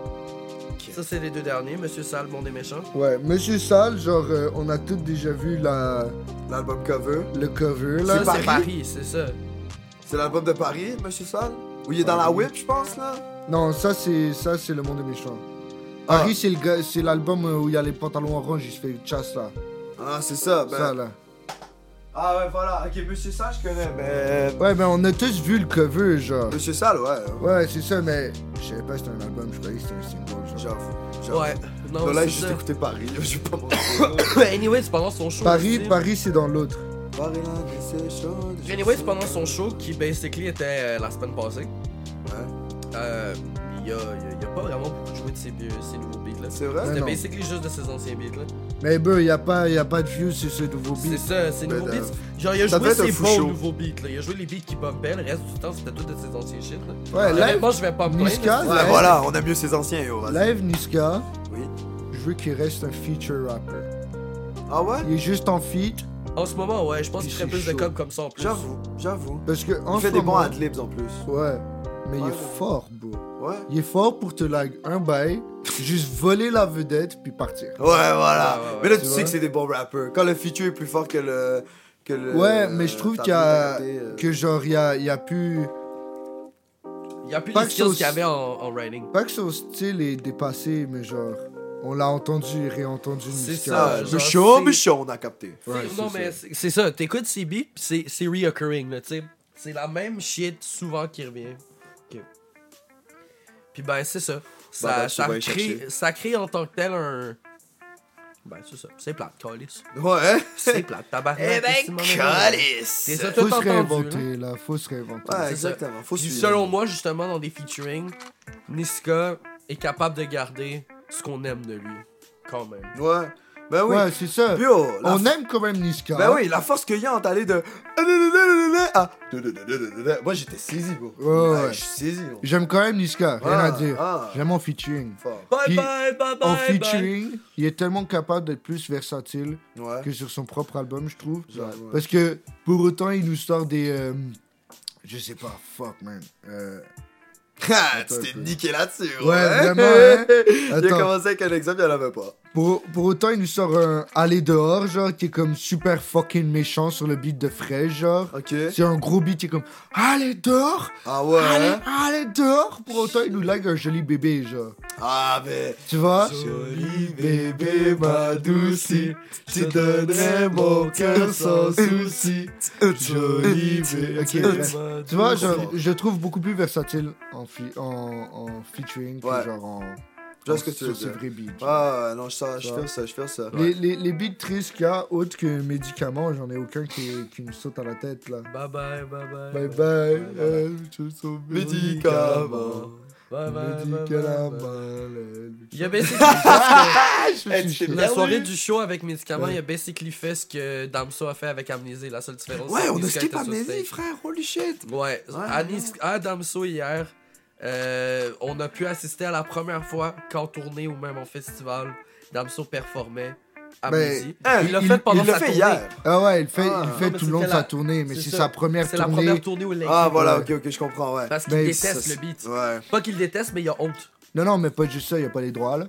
Ça, c'est les deux derniers, Monsieur Sale, Monde et Méchant.
Ouais, Monsieur Sale, genre, euh, on a tous déjà vu la,
L'album cover.
le cover,
Ça,
là.
Paris?
c'est Paris, c'est ça.
C'est l'album de Paris, Monsieur Sall? Où il est dans la whip, je pense, là?
Non, ça, c'est ça c'est Le Monde est méchant.
Ah.
Harry, c'est le gars- c'est l'album euh, où il y a les pantalons orange, il se fait chasse, là.
Ah, c'est ça, ben.
Ça, là.
Ah, ouais, voilà. Ok, Monsieur Sall, je connais, ben.
Ouais, ben, on a tous vu le cover, genre.
Monsieur Sall, ouais.
Ouais, c'est ça, mais je savais pas si c'était un album, je croyais que c'était un single, genre.
J'avoue. j'avoue.
Ouais. Non,
Là,
c'est
j'ai juste
ça.
écouté Paris, là, j'ai pas mon
Anyway, c'est pendant son show.
Paris,
aussi.
Paris, c'est dans l'autre.
Paris, là, mais c'est chaud.
Anyway, c'est pendant son show qui, basically, était euh, la semaine passée. Euh, il y a, il y a- il y a pas vraiment beaucoup joué de ces, vieux- ces nouveaux beats là.
C'est vrai?
C'était
non.
basically juste de ces anciens beats là.
Mais ben, il n'y a, pas- y a pas de view sur ce nouveau
C'est
beat.
ça, ces nouveaux
Ben,
beats. Genre, il a
ça
joué
devait
ses
être un
bons
fou show.
nouveaux beats là. Il a joué les beats qui bumpaient. Le reste du temps, c'était tout de ces anciens shit là.
Ouais, live,
Honnêtement, je vais pas me plaindre.
Niska,
Ouais,
Ouais.
voilà, on a mieux ses anciens, yo. vas-y.
live Niska,
Oui.
je veux qu'il reste un feature rapper.
Ah ouais?
Il est juste en feat,
En ce moment, ouais, je pense qu'il
Puis
ferait
c'est
plus de
chaud.
com comme ça en plus.
J'avoue, j'avoue.
parce que en
Il fait
ce
des bons
moment...
adlibs en plus.
Ouais, mais il
Ouais.
est fort, bro.
Ouais.
Il est fort pour te lag un bail, juste voler la vedette, puis partir.
Ouais, voilà.
Ouais, ouais, ouais,
mais là, tu
tu
sais
vois.
que c'est des bons rappeurs. Quand le feature est plus fort que le. Que le
Ouais, mais je trouve
Euh, t'as
qu'il y a...
raté, euh,
Que genre, il y a, il y a plus...
Il y a plus
Pas
les
que
skills
ça-
qu'il y avait en, en writing.
Pas que son style est dépassé, mais genre... On l'a entendu et réentendu,
C'est
Niska.
Ah,
genre.
ça, genre,
le show,
c'est-
mais show, on a capté.
Ouais,
non,
c'est
mais
ça.
c'est- c'est ça. T'écoutes ces beats, pis c'est- c'est reoccurring là, tu sais. C'est la même shit souvent qui revient. Ok. Puis ben, c'est ça. Ça,
Bah, bah, tu
ça,
vas y
crée,
chercher.
ça crée en tant que tel un. Ben, c'est ça. C'est plate, calice.
Ouais.
C'est plate, tabarnak.
Eh
qu'est-ce que tu
ben,
m'en as dit? C'est
calice!
ça,
Faut
tout
se
entendu.
réinventer, Ah, là. Faut se réinventer.
Ouais,
C'est ça.
exactement. Faut
Puis
suivre.
selon moi, justement, dans des featuring, Niska est capable de garder ce qu'on aime de lui. Quand même.
Ouais. Ben oui.
Ouais, c'est ça.
Yo, la
On aime quand même Niska.
Ben oui, la force qu'il y a en t'aller de. Ah. Moi j'étais saisi, bro.
Ouais,
Ah,
ouais.
Je suis saisi, bro.
J'aime quand même Niska, rien
Ah,
à dire.
ah.
J'aime en featuring.
Fort.
Bye
Puis,
bye, bye bye.
en
bye.
featuring, il est tellement capable d'être plus versatile
Ouais.
que sur son propre album, je trouve.
Genre, ouais.
Parce que pour autant, il nous sort des. euh, je sais pas, fuck man. Euh,
Ah,
Attends
tu t'es
un peu.
niqué là-dessus,
Ouais, vraiment, hein.
Il a
Attends.
commencé avec un exemple, il y en avait pas.
pour, pour autant, il nous sort un Aller dehors, genre, qui est comme super fucking méchant sur le beat de Frey, genre.
Ok.
C'est un gros beat qui est comme Allez dehors,
Ah ouais.
allez,
hein?
allez dehors. Pour autant, il nous lag un joli bébé, genre.
Ah, mais.
Tu vois
Joli bébé, ma douce, tu donnerais mon cœur sans souci. Joli bébé.
Ok, bref. Tu vois, je, je trouve beaucoup plus versatile en, fi- en, en featuring que
Ouais.
genre en.
Je vois ce
en-
que tu
sur
veux
ses
dire.
vrais beats.
Ah, non, je sens- je
Ouais.
fais ça, je fais ça.
Les, les, les beats tristes qu'il y a, autres que médicaments, j'en ai aucun qui, qui me saute à la tête là.
Bye bye, bye bye.
Bye euh, bye, elle, je sens
Médicaments.
Bye bye, bye bye, bye.
Médicaments.
bah, Il y a basically fait
Ah, je
Eh, tu t'es
suis
ce que-
bien
la
perdu.
soirée du show avec Médicaments,
Ouais.
il a basically fait ce que Damso a fait avec Amnésie. La seule différence, c'est
Ouais,
que
on a
Niska
skip
était sur
Amnésie,
stage.
frère, holy shit.
Ouais,
Ouais,
à,
ouais.
Nis- à Damso hier, euh, on a pu assister à la première fois qu'en tournée ou même en festival, Damso performait Amnésie.
Hein,
il l'a fait pendant
il l'a
sa
fait
tournée.
hier.
Ah ouais, il fait,
Ah,
il fait
non, mais
tout le long de
c'était
sa
la-
tournée, mais
c'est
c'est
ça.
sa première
C'est la
tournée.
première tournée où il l'a
Ah,
écrit,
voilà,
Ouais.
ok, ok, je comprends, ouais.
Parce qu'il
Mais
déteste
Ça,
le beat.
Ouais.
Pas qu'il déteste, mais il a honte.
Non, non, mais pas juste ça, il n'y a pas les droits là.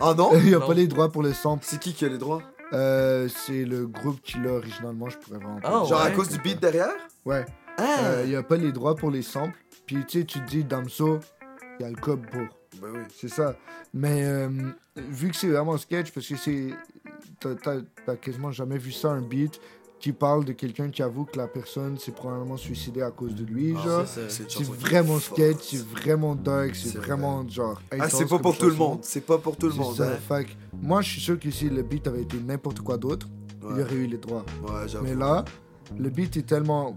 Ah non?
Il n'y a
Oh, Non.
pas les droits pour le sample.
C'est qui qui a les droits?
Euh, c'est le groupe qui l'a originalement, je pourrais vraiment. pas
Ah,
dire. Euh,
Genre à
ouais.
cause du beat derrière?
Ouais.
Ah!
Il n'y a pas les droits pour les samples. Puis tu sais, tu te dis, Damso, il y a le cob pour.
Bah
Ben oui.
C'est ça. Mais euh, vu que c'est vraiment sketch, parce que c'est. t'as- T'as t'as quasiment jamais vu ça, un beat qui parle de quelqu'un qui avoue que la personne s'est probablement suicidée à cause de lui,
Ah,
genre.
c'est ça.
une
C'est
chanson qui
vraiment
est
sketch,
forte.
c'est vraiment dark, c'est
C'est
vraiment genre.
Ah, c'est
intense
pas
comme
pour tout le
chanson.
monde. C'est pas pour tout le
C'est
monde.
ça.
hein.
Fait que moi, je suis sûr que si le beat avait été n'importe quoi d'autre, il
Ouais,
aurait eu les droits.
ouais, j'avoue.
Mais là, le beat est tellement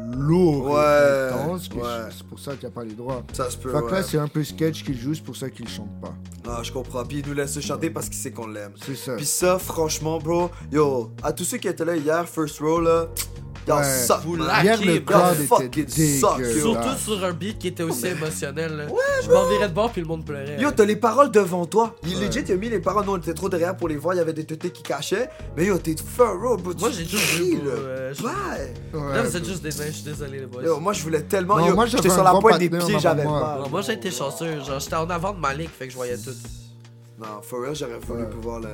lourd et
Ouais,
intense que
ouais.
c'est pour ça qu'il n'y a pas les droits.
Ça se peut.
Fait que là,
ouais.
c'est un peu sketch qu'il joue, c'est pour ça qu'il chante pas.
Ah, je comprends. Puis il nous laisse chanter parce qu'il sait qu'on l'aime.
C'est ça.
Puis ça, franchement, bro, yo, à tous ceux qui étaient là hier, first row, là, y'all
Ouais.
suck,
Vous
man.
Hier,
laquez,
le
bro.
crowd était
Fucking suck, yo.
dégueulasse.
Surtout sur un beat qui était aussi émotionnel. là. je m'en virais de bord puis le monde pleurait.
Yo, t'as les paroles devant toi. Il
Ouais.
legit, il a mis les paroles. Nous, on était trop derrière pour les voir. Il y avait des teutés qui cachaient. Mais yo, t'es first row, bro.
Moi
tu
j'ai
cries,
juste vu. bro,
là.
euh, je-
Bye.
Ouais,
Là vous êtes
bro.
juste des nains, je suis désolé les boys.
Yo, moi, je voulais tellement.
Non,
yo,
moi, j'avais
j'étais sur
un
la
bon
pointe des
partenaire
pieds,
en
j'avais
avant de moi.
mal.
Bon, moi j'ai été chanceux, genre j'étais en avant de ma ligue, fait que je voyais tout.
Non, for real, j'aurais voulu
Ouais.
pouvoir le,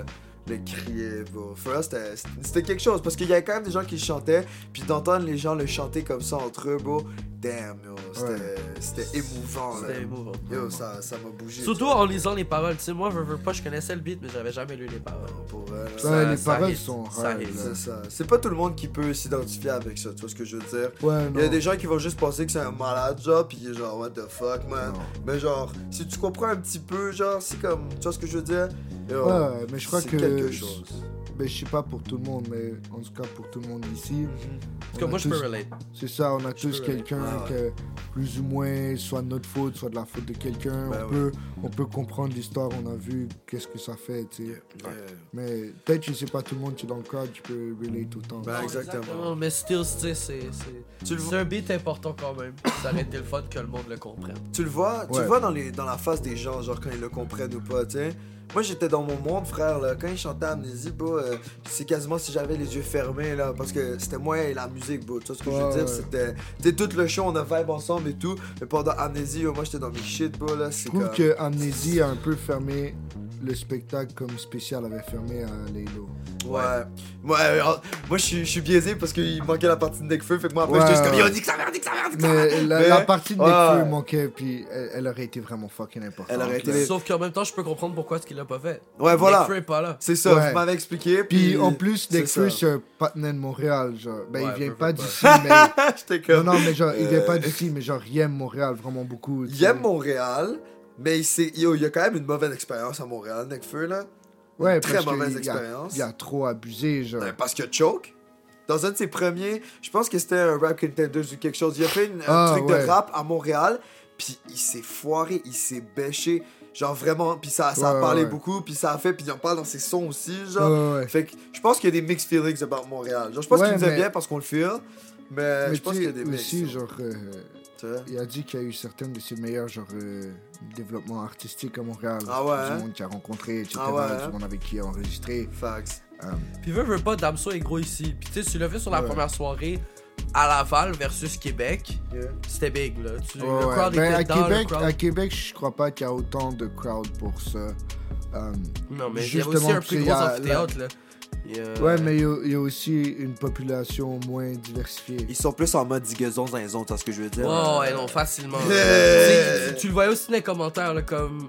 le crier, bro. For real, c'était- c'était quelque chose. Parce qu'il y avait quand même des gens qui chantaient. Puis d'entendre les gens le chanter comme ça entre eux, bro. Damn, yo. C'était
Ouais.
c'était émouvant, là.
C'était émouvant.
Oh, Yo, ça ça m'a bougé.
Surtout en lisant les paroles, tu sais, moi, veux, veux pas, je connaissais le beat, mais j'avais jamais lu les paroles.
Euh, Pour elle,
Ouais,
Ça-
les
ça
paroles
hit,
sont
ça
hard,
hit.
là.
C'est ça. C'est pas tout le monde qui peut s'identifier avec ça, tu vois ce que je veux dire?
Ouais, non.
Il y a des gens qui vont juste penser que c'est un malade, genre, pis il est genre, what the fuck, man.
Non.
Mais genre, si tu comprends un petit peu, genre, c'est comme, tu vois ce que je veux dire? Yo,
Ouais, mais je crois
c'est
que.
quelque chose.
Ben, je sais pas pour tout le monde, mais en tout cas pour tout le monde ici.
En
on
tout cas,
a
moi, je peux
tous-
relate.
C'est ça, on a tous
peux-
quelqu'un
ouais,
que, plus ou moins, soit de notre faute, soit de la faute de quelqu'un.
Ben
on,
ouais.
peut, on peut comprendre l'histoire, on a vu qu'est-ce que ça fait, tu sais. Mais peut-être, je sais pas, tout le monde qui est dans le cadre, tu peux relate autant.
Ben, exactement.
mais still, tu sais, c'est- c'est
Tu le vois?
c'est un beat important quand même. Ça aurait été le fun que le monde le comprenne.
Tu le vois, tu
Ouais.
le vois dans, les, dans la face des gens, genre quand ils le comprennent ou pas, tu sais. Moi j'étais dans mon monde, frère, là. Quand ils chantaient Amnésie, bro, euh, c'est quasiment si j'avais les yeux fermés, là. Parce que c'était moi et la musique, bro. Tu vois ce que je
Ouais,
veux dire?
ouais.
C'était. Tu sais, tout le show, on a vibe ensemble et tout. Mais pendant Amnésie, yo, moi j'étais dans mes shit, bro, là.
Je
C'est
trouve
comme-
que Amnésie a un peu fermé le spectacle comme spécial avait fermé à Laylo.
Ouais. Ouais, alors, moi je suis- je suis biaisé parce qu'il manquait la partie de Necfeu. Fait que moi après,
Ouais,
j'étais juste comme,
ouais.
yo, nique sa mère, nique sa mère, nique sa mère.
Mais la,
Mais-
la partie de
ouais.
Nekfeu manquait, puis elle, elle aurait été vraiment fucking importante.
Elle aurait été-
là.
Sauf qu'en même temps, je peux comprendre pourquoi est-ce qu'il l'a pas fait.
Ouais, Ben, voilà.
Nick Fury est pas là.
C'est ça,
Ouais.
vous m'avez expliqué.
Puis en plus,
c'est
Nekfeu,
ça.
c'est un partenaire de Montréal, genre. Ben,
Ouais,
il vient
peu,
pas
peu,
d'ici, mais.
J'étais
Non,
comme.
non, mais genre, il vient
Euh.
pas d'ici, mais genre, il aime Montréal vraiment beaucoup. tu
Il
sais.
aime Montréal, mais il, s'est- yo, il y a quand même une mauvaise expérience à Montréal, Necfeu, là.
Ouais,
Très
parce que
mauvaise
il y a-
expérience.
Il a trop abusé, genre.
Euh, Parce que Choke, dans un de ses premiers, je pense que c'était un rap contender ou quelque chose. Il a fait une- un
Ah,
truc
ouais.
de rap à Montréal, puis il s'est foiré, il s'est bêché. Genre vraiment, puis ça, ça
Ouais,
a parlé
ouais.
beaucoup, puis ça a fait, puis il en parle dans ses sons aussi,
Ouais,
genre.
ouais, ouais.
Fait que je pense qu'il y a des mixed feelings about Montréal. Genre, je pense
Ouais,
qu'il nous aime
mais-
bien parce qu'on le feel, mais,
Mais
Euh, je pense
tu
qu'il y
sais,
a des
aussi,
mixed.
genre, euh,
tu vois.
il a dit qu'il y a eu certains de ses meilleurs, genre, euh, développements artistiques à Montréal.
Ah ouais, hein?
Du monde qu'il a rencontré, etc.
Ah ouais,
Du
hein?
monde avec qui il a enregistré.
Facts.
Euh,
Puis veux, veux pas, Damso est gros ici. Puis tu sais, tu l'as vu sur la
Ouais.
première soirée à Laval versus Québec.
Yeah.
C'était big, là. Tu,
Ouais,
le
ouais.
crowd
Ben,
était
à,
dans,
Québec,
le crowd...
à Québec, je crois pas qu'il y a autant de crowd pour ça. Euh,
Non, mais il y a
justement,
aussi un
tu sais,
plus
il y
gros
a la-
amphithéâtre, là. Et, euh,
ouais, mais il y a- il y, a aussi une population moins diversifiée.
Ils sont plus en mode digaison dans les autres, c'est ce que je veux dire.
Wow, ouais, non, facilement.
Yeah.
Tu, sais, tu- tu le voyais aussi dans les commentaires, là, comme.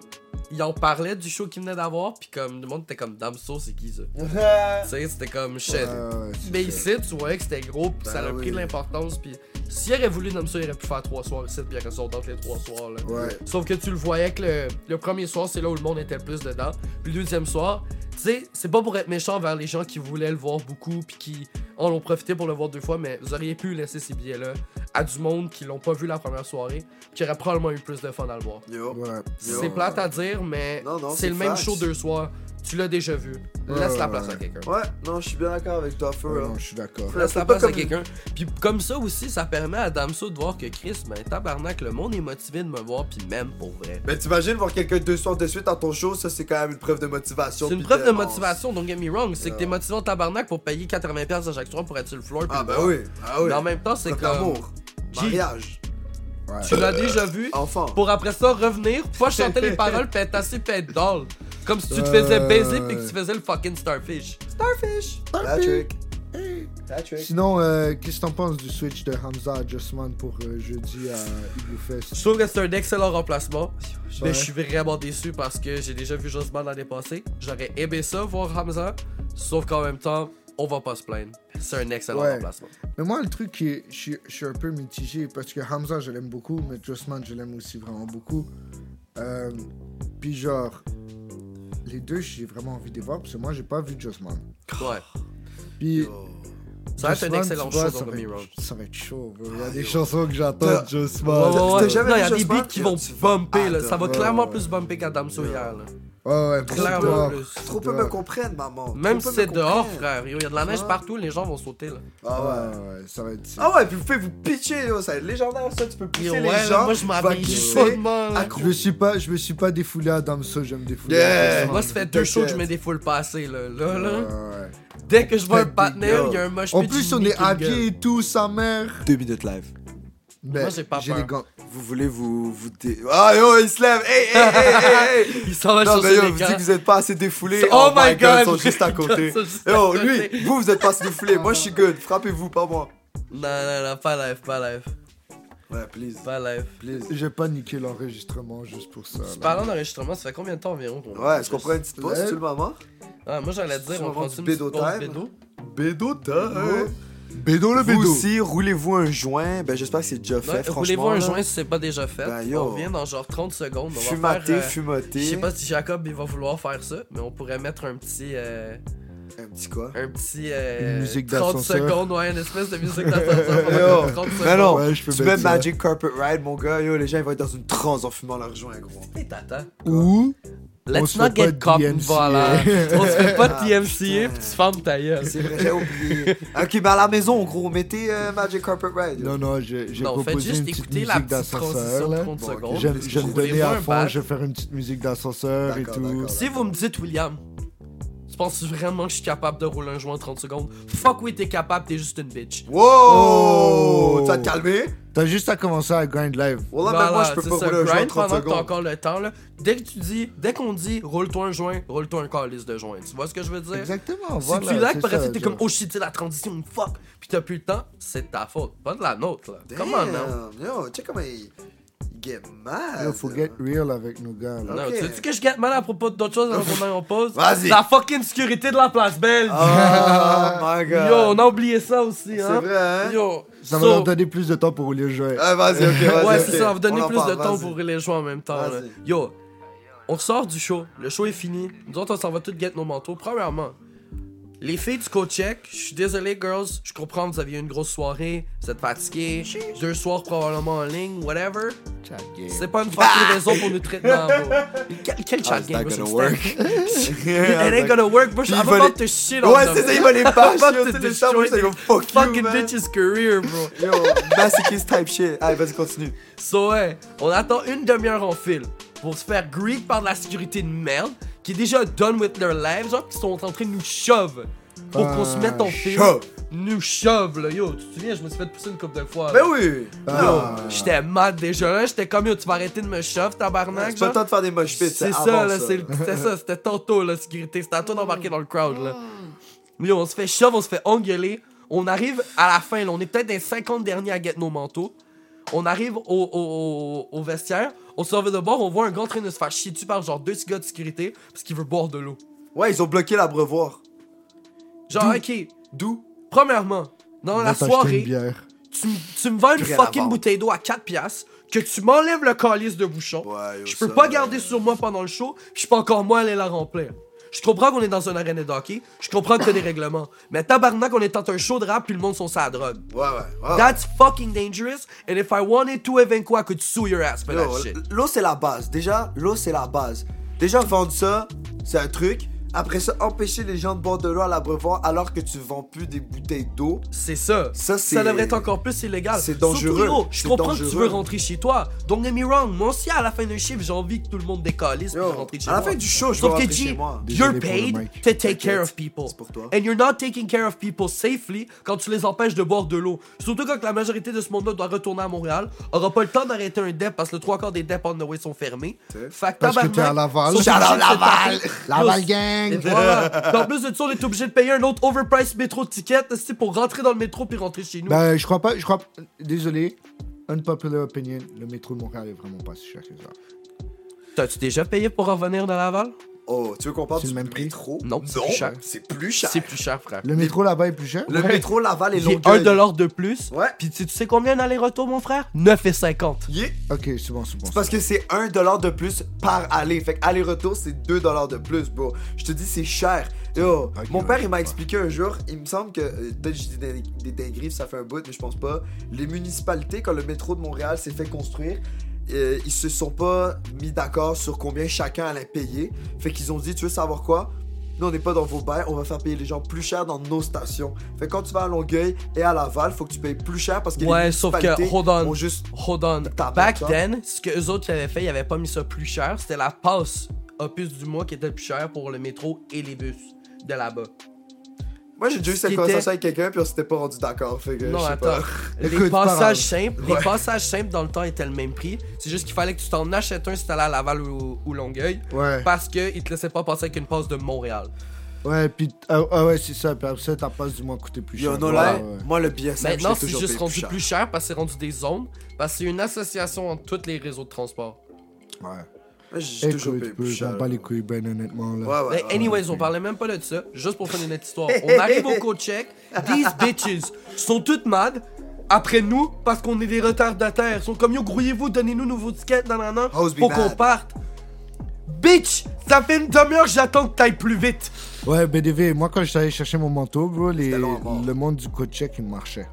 Ils en parlaient du show qu'ils venaient d'avoir, puis comme le monde était comme Damso, c'est qui ça? Tu sais, c'était comme shit.
Euh, c'est
mais
ça.
ici, tu voyais que c'était gros, puis ça
Ben
a
oui.
pris de l'importance, puis s'il aurait voulu Damso, il aurait pu faire trois soirs ici, puis il aurait sauté entre les trois soirs, là.
Ouais.
Sauf que tu le voyais que le, le premier soir, c'est là où le monde était le plus dedans. Puis le deuxième soir, tu sais, c'est pas pour être méchant vers les gens qui voulaient le voir beaucoup puis qui en ont profité pour le voir deux fois, mais vous auriez pu laisser ces billets-là à du monde qui l'ont pas vu la première soirée, qui aurait probablement eu plus de fun à le voir.
Yo.
Ouais.
Yo.
C'est plate à dire, mais
Non, non,
c'est
c'est
le même
facts.
show deux soirs. Tu l'as déjà vu.
Ouais,
Laisse la
ouais,
place
ouais.
à quelqu'un.
Ouais, non, je suis bien d'accord avec toi,
Ouais,
Feu.
non, je suis d'accord.
Laisse la
C'est pas
place à
comme-
quelqu'un. Puis comme ça aussi, ça permet à Damso de voir que Chris, ben tabarnak, le monde est motivé de me voir, puis même pour vrai.
Mais t'imagines voir quelqu'un deux soirs de suite dans ton show, ça c'est quand même une preuve de motivation.
C'est une
puis
preuve de
on-
motivation, don't get me wrong. C'est que t'es
Yeah.
motivé en tabarnak pour payer 80$ à chaque soir pour être sur le floor. puis
Ah
le
bah
voir.
oui, ah oui.
Mais en même temps, c'est
Preuve
comme.
d'amour,
G.
mariage,
Ouais.
Tu l'as déjà vu.
enfant.
Pour après ça revenir, pas chanter les paroles, pis être assez, pis être doll. Comme si tu te faisais
Euh,
baiser, pis
ouais.
que tu faisais le fucking starfish. Starfish!
Patrick. Patrick.
Sinon, euh, qu'est-ce que t'en penses du switch de Hamza à Justman pour euh, jeudi à Hugo
Je
Fest
trouve que c'est un excellent remplacement.
Ouais.
Mais je suis vraiment déçu parce que j'ai déjà vu Josman l'année passée. J'aurais aimé ça voir Hamza. Sauf qu'en même temps, on va pas se plaindre. C'est un excellent
Ouais.
remplacement.
Mais moi, le truc, qui est- je suis- je suis un peu mitigé parce que Hamza, je l'aime beaucoup, mais Justman, je l'aime aussi vraiment beaucoup. Euh, Puis genre, les deux, j'ai vraiment envie de les voir parce que moi, j'ai pas vu Justman.
Ouais.
Puis
Ça va être un
Jossman,
excellent
tu vois,
show,
ça
don't
va
get me
être-
wrong.
Ça va être chaud, bro. Il y a
Ah,
des
yo.
chansons que j'attends
T'as-
de Jossman.
Ouais, ouais, ouais.
T'as jamais
Non, il y a
vu
des
Jossman?
beats qui
Yo,
vont
tu
bumper. Là. Ça va
adorer.
clairement plus bumper qu'à Dame Soya. Là.
Ouais, ouais,
Clairement,
dehors.
plus.
Trop peu me comprennent, maman.
Même si
Trop peu
c'est
me
dehors,
comprennent.
frère. Il y a de la neige
Ouais.
partout, les gens vont sauter. Là.
Ah ouais.
Ouais, ouais, ça va être.
Ah ouais, puis vous pouvez vous pitcher, yo, ça va être légendaire, ça. Tu peux pitcher
Yo,
les
ouais,
gens.
moi, je
tu
m'habille
vas glisser,
chaudement, là.
accro-
Je me suis pas, je me suis pas défoulé à Damso, j'aime défouler.
Yeah.
à Damso.
Moi, ça fait hein. deux shows que je mets des foules passées. Là. Là, là.
Ouais, ouais.
Dès que je vois un
Yo.
partenaire, il y a un moche
En plus, on est à pied et tout, sa mère.
Deux minutes live.
Ben,
Moi, j'ai pas
les
peur.
gants.
Vous voulez vous. vous dé- Ah yo, il se lève! Hey, hey, hey, hey, hey!
Il s'en va
Non, mais
chercher
yo,
les
vous dites
gars.
que vous êtes pas assez défoulé.
Oh my God.
ils sont juste à côté.
Ils sont juste à
Yo,
côté.
lui, vous, vous êtes pas assez défoulé. Moi, je suis good. Frappez-vous, pas moi.
Non, non, non, pas live, pas live,
Ouais, please.
pas live.
Please.
J'ai pas niqué l'enregistrement juste pour ça. là.
Parlant d'enregistrement, ça fait combien de temps environ qu'on
Ouais, est-ce qu'on prend une petite pause,
Ouais.
tu le maman?
Ah, moi j'allais
C'est
dire,
le
on
moment
prend
du
une petite
bédo
pause
time.
bédo.
Bédo time!
Bédo le
Vous
bédo.
aussi, roulez-vous un joint. Ben, j'espère que c'est déjà fait,
Ouais,
franchement.
Roulez-vous un
là.
joint si c'est pas déjà fait.
Ben, yo.
on vient dans genre 30 secondes. On va
Fumaté,
faire, euh,
fumaté.
Je sais pas si Jacob il va vouloir faire ça, mais on pourrait mettre un petit. euh,
Un petit quoi?
un petit. euh,
Une musique
30
d'ascenseur. Ben
secondes, ouais, une espèce de musique d'ascenseur. on va
Yo.
mettre un 30
Mais
secondes.
non,
Ouais, je peux
tu mets
mettre ça.
Magic Carpet Ride, mon gars. Yo, les gens, ils vont être dans une transe en fumant leur joint, gros.
Hey, t'attends.
Ou
Let's
se
not
fait pas
get caught,
DMCA.
voilà. On se fait pas de
Ah,
TMCA,
putain.
puis tu fermes ta gueule.
C'est vrai, j'ai oublié. Ah, ok, mais à la maison, gros, mettez euh, Magic Carpet Ride.
non non, j'ai j'ai
Non, faites
proposé
juste
une petite
écouter la
musique
petite
d'ascenseur.
transition de
là.
30
Bon,
secondes.
ok.
J'aime j'aime
Voulez-vous
donner à
un
fond,
bac?
je vais faire une petite musique d'ascenseur et
D'accord,
tout.
d'accord.
Si vous me dites, William, tu penses vraiment que je suis capable de rouler un joint en 30 secondes? Fuck oui, t'es capable, t'es juste une bitch.
Wow!
Oh!
Tu vas te calmer?
T'as juste à commencer à grind live.
Voilà,
Voilà,
même moi, je peux
c'est
pas
ça,
rouler un joint en
grind
30
pendant que t'as
secondes.
encore le temps, là. Dès que tu dis, dès qu'on dit, roule-toi un joint, roule-toi un calice de joint. Tu vois ce que je veux dire?
Exactement.
Si
voilà,
tu lags,
c'est
par
ça,
après, t'es
genre.
comme, oh shit, c'est la transition, fuck. Puis t'as plus le temps, c'est de ta faute, pas de la nôtre, là.
Damn,
Comment non?
Yo, check comment il, il get
oh,
mad.
Yo, faut get real avec nos gars. là.
Non,
Ok.
tu sais que je garde mal à propos d'autres choses avant qu'on aille en pause?
Vas-y.
La fucking sécurité de la place belle!
Oh my god.
Yo, on a oublié ça aussi,
C'est
hein?
vrai, hein?
Yo,
Ça va
so- Euh,
leur donner plus de temps pour rouler le jeu.
Ah, vas-y, ok, vas-y.
Ouais,
ok.
c'est ça, on va vous donner
en
plus
parle,
de temps
vas-y.
pour les jouer en même temps. là.
Vas-y.
Yo, on sort du show, le show est fini. Nous autres, on s'en va toutes get nos manteaux. Premièrement, les filles du co-check, je suis désolé, girls, je comprends, vous aviez une grosse soirée, vous êtes fatigués, deux soirs probablement en ligne, whatever. C'est pas une
Ah!
fucking raison pour nous traiter dans la boue. Quel, quel chat
How's
game,
that
bro,
Ah, gonna
c'est-
work?
It ain't gonna work, bro.
Puis
I'm
il va
about
les-
to shit on
Ouais,
them.
c'est ça, il va les bâcher,
about
yo,
to
c'est des gens, moi,
destroy
ça, ils vont fuck you,
Fucking
man.
bitch's career, bro.
Yo, masochist type shit. Allez, vas-y, continue.
So, ouais, on attend une demi-heure en file pour se faire greet par de la sécurité de merde qui est déjà done with their lives, genre qui sont en train de nous shove pour qu'on se mette en
Ah,
file.
shove.
Nous shove, là. Yo, tu te souviens, je me suis fait pousser une couple de fois.
Ben
là.
oui!
Yo,
Ah.
j'étais mad déjà là, j'étais comme yo, tu vas arrêter de me shove, tabarnak.
C'est pas
genre.
le temps de faire des mosh pits,
C'est
avant
ça, là, c'est le- c'est ça, c'était tantôt, la sécurité, c'était à toi d'embarquer dans le crowd, là. Yo, on se fait shove, on se fait engueuler, on arrive à la fin, là, on est peut-être des 50 derniers à get nos manteaux, on arrive au, au, au- au vestiaire, on se revient de bord, on voit un gars en train de se faire chier dessus par genre deux petits gars de sécurité, parce qu'il veut boire de l'eau.
Ouais, ils ont bloqué l'abreuvoir.
Genre, ok,
D'où?
premièrement, dans
On
la
va t'acheter Une
soirée,
bière.
tu, m- tu me vends une
Rien à
fucking
vendre.
bouteille d'eau à 4 piastres, que tu m'enlèves le calice de bouchon,
Ouais, yo,
je peux
ça, euh,
pas
ouais.
garder sur moi pendant le show, puis je peux encore moins aller la remplir. Je comprends qu'on est dans une arène de hockey, je comprends que t'as des règlements, mais tabarnak, on est dans un show de rap, puis le monde sont sa drogue.
Ouais, ouais. ouais.
That's fucking dangerous, and if I wanted to, even quoi, could sue your ass for that
Yo,
shit.
L'eau, c'est la base. Déjà, l'eau, c'est la base. Déjà, vendre ça, c'est un truc. Après ça, empêcher les gens de boire de l'eau à l'abreuvoir alors que tu vends plus des bouteilles d'eau.
C'est ça.
Ça,
ça
c'est-
devrait être encore plus illégal.
c'est
Surtout,
dangereux.
yo, je
C'est
comprends que tu
dangereux.
veux rentrer chez toi. Don't get me wrong, moi aussi, à la fin d'un chiffre, j'ai envie que tout le monde décalisse pour
Yo,
rentrer chez
à la
moi.
fin du show, je vais
Sauf que
rentrer
G,
chez moi.
Désolé
you're
pour le
paid
mic.
to take
T'inquiète,
care of people.
c'est pour toi.
And you're not taking care of people safely quand tu les empêches de boire de l'eau. Surtout quand la majorité de ce monde-là doit retourner à Montréal, aura pas le temps d'arrêter un DEP parce que le trois quarts des DEP on the way sont fermés.
C'est-
Fait que
Parce que
tabarnak,
t'es à Laval.
sont
Shout out
obligés de se
Laval.
taper.
Laval
Yo,
gang.
Et
gang.
voilà. Puis en plus de ça, on est obligé de payer un autre overpriced métro ticket c'est pour rentrer dans le métro puis rentrer chez nous.
Ben, je crois pas, je crois. Désolé, unpopular opinion, le métro de Montréal est vraiment pas si cher que ça.
T'as-tu déjà payé pour revenir dans Laval?
Oh, tu veux qu'on parle
C'est
du
le même prix?
métro?
Non, c'est plus cher.
c'est plus cher.
C'est plus cher, frère.
Le métro là-bas est plus cher
Le
Ouais.
métro Laval et
Il est
Longueuil.
1$ de plus.
Ouais.
Puis tu tu sais combien un aller-retour, mon frère? 9,50.
Yeah.
Ok, c'est bon, c'est bon.
C'est parce que c'est 1$ de plus par aller. Fait que aller-retour, c'est 2$ de plus, bro. Je te dis, c'est cher. Yo,
Ok,
mon
ouais,
père,
je
il m'a
vois.
expliqué un jour, il me semble que. euh, Peut-être que je dis des, des dingueries, ça fait un bout, mais je pense pas. Les municipalités, quand le métro de Montréal s'est fait construire, euh, ils se sont pas mis d'accord sur combien chacun allait payer. Fait qu'ils ont dit, tu veux savoir quoi? Nous, on n'est pas dans vos bails, on va faire payer les gens plus cher dans nos stations. Fait que quand tu vas à Longueuil et à Laval, faut que tu payes plus cher parce que les
Ouais, sauf que,
municipalités
hold on.
ont juste.
Hold on.
T'as
Back
pas de
then, ce que eux autres avaient fait, ils avaient pas mis ça plus cher. C'était la passe opus du mois qui était le plus cher pour le métro et les bus de là-bas.
Moi, j'ai déjà eu
qui
cette
était-
conversation avec quelqu'un, puis on s'était pas rendu d'accord. Fait que Euh, je
Non,
sais
attends.
pas.
Les
Écoute, parle.
passages simples, les passages simples dans le temps étaient le même prix. C'est juste qu'il fallait que tu t'en achètes un si t'allais à Laval ou, ou Longueuil.
Ouais,
Parce qu'ils te laissaient pas passer avec une passe de Montréal.
ouais, puis ah, ah ouais, c'est ça. Puis après ça, ta passe du moins coûté plus cher.
Yo,
Ouais,
no lie,
ouais.
moi, le billet simple, je l'ai
Maintenant, Ben, c'est
toujours
juste
payé
rendu plus cher parce que c'est rendu des zones. Parce que c'est une association entre tous les réseaux de transport.
Ouais.
Moi, j'ai toujours payé
Écoute, peu,
plus cher.
j'en bats les couilles, ben honnêtement là.
Ouais, ouais,
Mais
ouais.
anyways, on parlait même pas de ça, juste pour finir notre histoire. On arrive au coach check, these bitches sont toutes mad après nous parce qu'on est des retardataires. Ils sont comme yo, grouillez-vous, donnez-nous nos vos tickets, nanana,
Hoes be
pour qu'on
mad.
parte. Bitch, ça fait une demi-heure que j'attends que t'ailles plus vite.
Ouais, BDV, moi quand je suis allé chercher mon manteau, bro, les-
C'était long à mort.
le monde du coach check il marchait.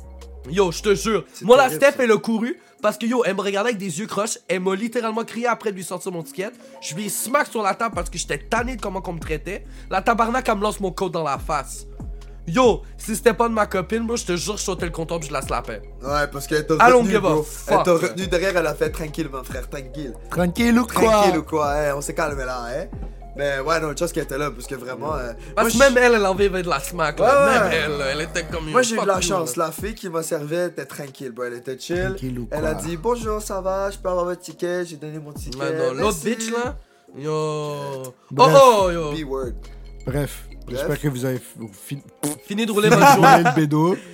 Yo, je te jure, moi la
terrible,
Steph,
ça.
elle a couru parce que yo, elle me regardait avec des yeux croches, elle m'a littéralement crié après de lui sortir mon ticket. Je lui ai smack sur la table parce que j'étais tanné de comment qu'on me traitait. La tabarnak, elle me lance mon code dans la face. Yo, si c'était pas de ma copine, moi je te jure, je sautais le comptoir puis je la slappais.
Ouais, parce qu'elle t'a
I don't
retenu,
give a
bro.
fuck.
Elle t'a retenu derrière, elle a fait tranquille, mon frère, tranquille.
Tranquille ou
Tranquille
quoi
ou quoi, hein, on s'est calmé là, hein. Mais ouais, non, une chose qu'elle était là, parce que vraiment... euh, moi,
Parce
j'ai-
que même elle, elle envie de la smack. là.
Ouais, ouais.
Même elle, là, elle était comme
Moi,
yo,
j'ai eu de
fuck
la
you,
chance.
là.
La fille qui m'a servi elle était tranquille, bro. Elle était chill.
Tranquille ou
Elle
quoi?
a dit bonjour, ça va, je peux avoir votre ticket, j'ai donné mon ticket.
Ouais, non, l'autre
Euh, merci.
bitch là. Yo. Oh
Bref.
oh, yo.
B-word.
Bref, j'espère que vous avez f- fi-
Fini de rouler
fini
votre
de
journée.
rouler le bédo. Puis si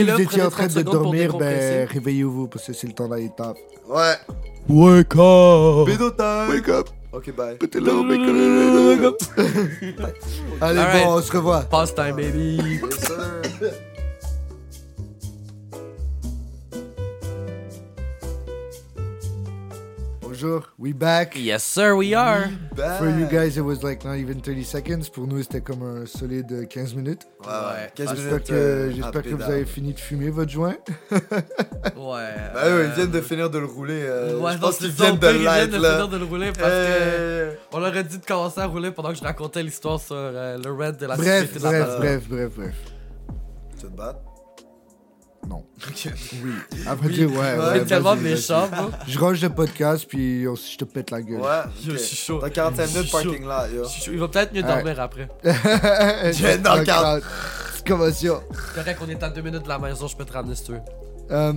Allumez-le.
vous étiez
prenez
en train de
30 secondes pour
dormir,
décompresser.
ben réveillez-vous parce que c'est le temps d'aller taf.
Ouais.
Wake up
Bédo time.
Wake up
Ok, bye.
Put it on, wake up, wake up. Allez,
Alright.
bon, on se revoit.
Pass time, baby.
Yes, sir.
Bonjour, we back.
Yes, sir, we are.
Bye.
For you guys, it was like not even 30 seconds. Pour nous, c'était comme un solide euh, 15 minutes.
Ouais, ouais. 15
J'espère
minutes,
que,
euh,
j'espère que
après,
vous
là.
avez fini de fumer votre joint.
Ouais.
Bah, eux,
euh,
ils viennent de finir de le rouler. euh,
Ouais,
je pense qu'ils
qu'ils
viennent de light, là.
de le rouler parce que.
Euh,
On leur a dit de commencer à rouler pendant que je racontais l'histoire sur euh, le raid de la
Bref,
société de la
bref,
place.
bref, bref, bref.
Tu veux te battre?
Non.
Ok.
Oui. À vrai dire, ouais. ouais,
C'est tellement
vas-y, vas-y.
méchant, bro.
Je range le podcast, puis on- je te pète la gueule.
Ouais. ok.
Yo, je suis chaud.
Dans 45
Je
minutes,
suis chaud.
parking lot, yo.
Je suis chaud. Il va peut-être mieux dormir après.
J'ai
dans le cadre.
Commotion.
Correct, on est à deux minutes de la maison, je peux te ramener si tu veux.
Euh,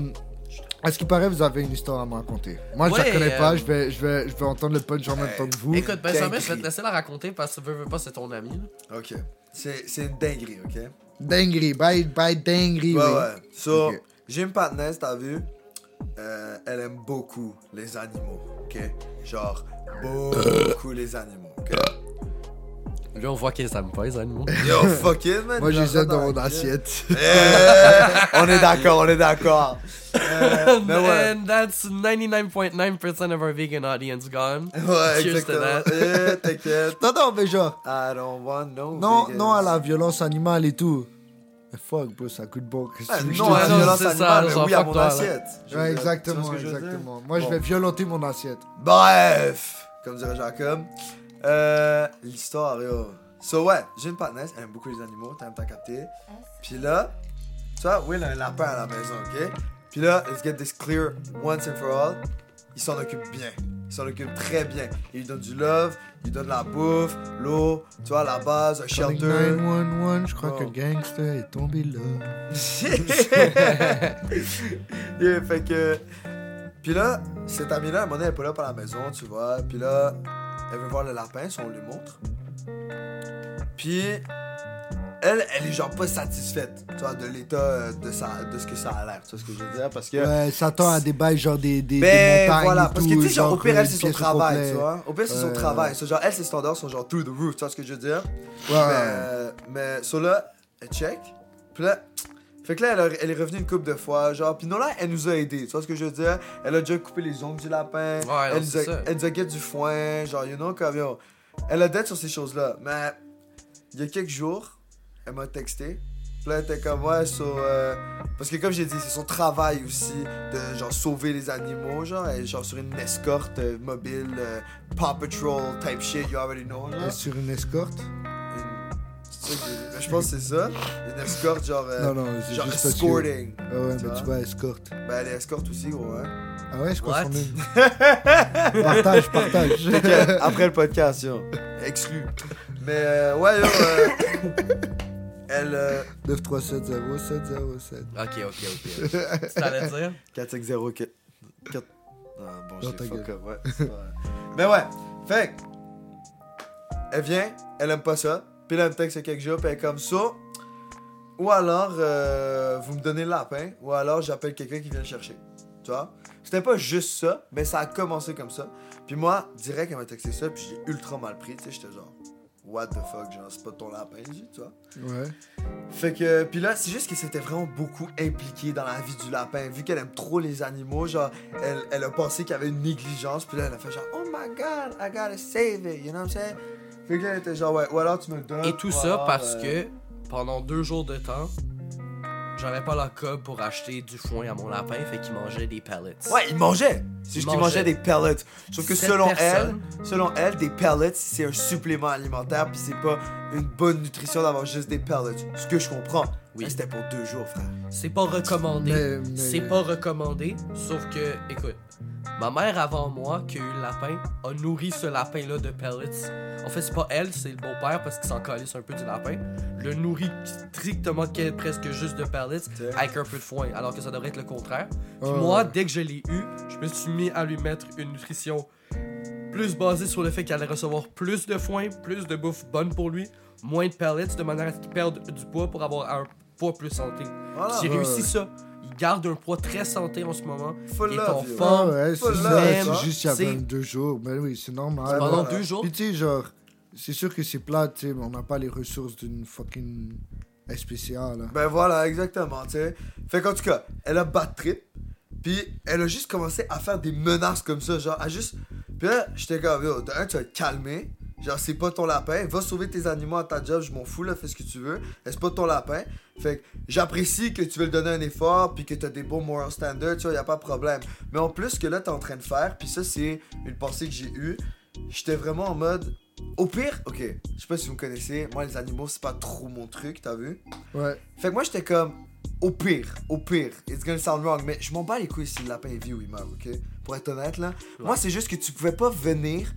à ce qui paraît, vous avez une histoire à me raconter. Moi, je
Ouais,
la connais pas.
euh,
Je vais, je, vais, je vais entendre le punch en même temps que vous.
Écoute, Benjamin, je vais
dinguerie.
te laisser la raconter parce que veux, veux pas, c'est ton ami. là.
Ok. C'est c'est une dinguerie, ok?
Dinguerie. Bye, bye, dinguerie.
Ouais,
oui.
ouais. So,
Ok.
j'ai une partenaire, t'as vu? Euh, elle aime beaucoup les animaux, ok? Genre, beaucoup les animaux, ok?
Lui, on voit qu'il s'aime pas, les animaux.
Yo, fuck it, man!
Moi, je les ai dans mon
la gueule.
assiette.
Eh, on est d'accord, on est d'accord. Euh, mais ouais.
And that's 99.9% of our vegan audience gone.
Ouais,
Cheers to
exactement.
that.
Eh, T'inquiète.
Non, non, mais genre.
I don't want no.
Non,
vegans.
non à la violence animale et tout. Mais fuck, bro, ça coûte bon. Qu'est-ce que
Ah,
tu veux que je
non,
te
à la
non,
dise?
violence
c'est ça,
animale, mais
genre,
oui, à
fuck
mon
toi, là.
assiette. Je veux
Ouais,
dire, tu vois
exactement,
ce que je veux dire?
exactement. Moi, je
Bon.
vais violenter mon assiette.
Bref, comme dirait Jacob. Euh, L'histoire, yo. So, ouais, j'ai une partenaire, elle aime beaucoup les animaux, t'as même pas capté. Puis là, tu vois, Will a un lapin à la maison, ok? Puis là, let's get this clear once and for all. Il s'en occupe bien. Il s'en occupe très bien. Il lui donne du love, il lui donne la bouffe, l'eau, tu vois, la base, un
Calling
shelter.
911, je crois
Oh.
que le gangster est tombé là.
Yeah, fait que. Puis là, cette amie-là, à un moment donné, elle est pas là par la maison, tu vois. Puis là, elle veut voir le lapin, si on lui montre. Puis elle, elle est genre pas satisfaite, tu vois, de l'état euh, de, sa- de ce que ça a l'air, tu vois ce que je veux dire, parce que...
Ouais, Satan a des bails genre des, des, des
Ben
montagnes.
voilà,
et
parce que tu
tout,
sais, genre, au pire, elle, c'est son
une pièce au
travail,
complet.
tu vois. Au pire, c'est son
Ouais.
travail. So, genre, elle, ses standards sont genre through the roof, tu vois ce que je veux dire.
Ouais.
Mais, mais so là, elle check. Puis là, fait que là, elle, a- elle est revenue une couple de fois, genre. Puis Nola, elle nous a aidés, tu vois ce que je veux dire. Elle a déjà coupé les ongles du lapin.
non,
elle, nous
c'est
a,
ça.
elle nous a guette du foin, genre, you know, comme yo. Elle a dette sur ces choses-là. Mais il y a quelques jours, elle m'a texté. Puis là, elle était comme, ouais, so, euh, parce que comme j'ai dit, c'est son travail aussi de genre sauver les animaux, genre, elle est genre sur une escorte euh, mobile, euh, Paw Patrol type shit, you already know, genre.
Elle est Sur une escorte
Une- c'est ça que j'ai dit. Je pense que c'est ça. Une escorte, genre. euh,
Non, non, c'est
genre
juste parce que-
escorting.
Ah ouais,
Tu
mais
vois?
tu vois, escorte.
Ben, elle est escorte aussi, gros, hein.
Ah ouais, escorte
What?
quand même. Partage, partage.
Fait que, après le podcast, yo. Exclu. Mais, euh, ouais, yo. euh, elle. euh,
9370707.
Ok, ok, ok. Tu t'allais dire?
4-5-0. 4... 4... Ah, bon,
Dans
j'ai
ta
fuck
gueule.
up, ouais. c'est pas vrai. Mais ouais, fait que, Elle vient, elle aime pas ça. Puis là, elle me texte quelques jours, puis elle est comme ça. Ou alors, euh, vous me donnez le lapin, ou alors j'appelle quelqu'un qui vient le chercher. Tu vois? C'était pas juste ça, mais ça a commencé comme ça. Puis moi, direct, elle m'a texté ça, puis j'ai ultra mal pris. Tu sais, j'étais genre, what the fuck, genre, c'est pas ton lapin, tu vois?
Ouais.
Fait que, puis là, c'est juste qu'elle s'était vraiment beaucoup impliquée dans la vie du lapin. Vu qu'elle aime trop les animaux, genre, elle, elle a pensé qu'il y avait une négligence, puis là, elle a fait genre, oh my god, I gotta save it, you know what I'm saying? Fait que là, elle était genre, ouais, ou alors tu me le donnes.
Et tout
ou
ça
alors,
parce
euh,
que pendant deux jours de temps, j'avais pas la cob pour acheter du foin à mon lapin, fait qu'il mangeait des pellets.
Ouais, il mangeait! C'est
Il
juste qu'il mangeait
mangeait.
des pellets. Sauf que
Cette
selon
personne-
elle, selon elle, des pellets, c'est un supplément alimentaire, puis c'est pas une bonne nutrition d'avoir juste des pellets. Ce que je comprends.
Oui.
Mais c'était pour deux jours, frère.
C'est pas recommandé.
Mais- mais- euh.
C'est pas recommandé. Sauf que, écoute, ma mère avant moi, qui a eu le lapin, a nourri ce lapin-là de pellets. En fait, c'est pas elle, c'est le beau-père parce qu'il s'en calisse un peu du lapin. Le nourrit strictement que- presque juste de pellets
Damn.
avec un peu de foin, alors que ça devrait être le contraire. Puis
Ouais,
moi,
ouais.
dès que je l'ai eu, je me suis mis à lui mettre une nutrition plus basée sur le fait qu'elle allait recevoir plus de foin, plus de bouffe bonne pour lui, moins de pellets, de manière à ce qu'il perde du poids pour avoir un poids plus santé.
Voilà.
J'ai
ouais, ouais.
réussi ça. Il garde un poids très santé en ce moment.
Full
il est
love,
en
yo.
Ah
forme.
ouais, c'est
Faut
ça,
l'aimer,
c'est juste il y a
c'est-
22 jours. Mais oui, c'est normal.
Pendant
Voilà.
Pendant deux jours,
Puis tu sais, genre, c'est sûr que c'est plate, tu sais, mais on n'a pas les ressources d'une fucking hein. SPCA, là.
Ben voilà, exactement, tu sais. Fait qu'en tout cas, elle a bad trip. Puis elle a juste commencé à faire des menaces comme ça, genre à juste. Puis là, j'étais comme, yo, de un, tu vas te calmer. Genre, c'est pas ton lapin. Va sauver tes animaux à ta job, je m'en fous, là, fais ce que tu veux. Mais C'est pas ton lapin. Fait que j'apprécie que tu veux le donner un effort, puis que t'as des beaux moral standards, tu vois, y a pas de problème. Mais en plus, ce que là, t'es en train de faire, puis ça, c'est une pensée que j'ai eue. J'étais vraiment en mode. Au pire, ok, je sais pas si vous me connaissez, moi, les animaux, c'est pas trop mon truc, t'as vu?
Ouais.
Fait que moi, j'étais comme, au pire, au pire, it's gonna sound wrong, mais je m'en bats les couilles si le lapin est vieux ou il meurt, ok? Pour être honnête, là. Moi, c'est juste que tu pouvais pas venir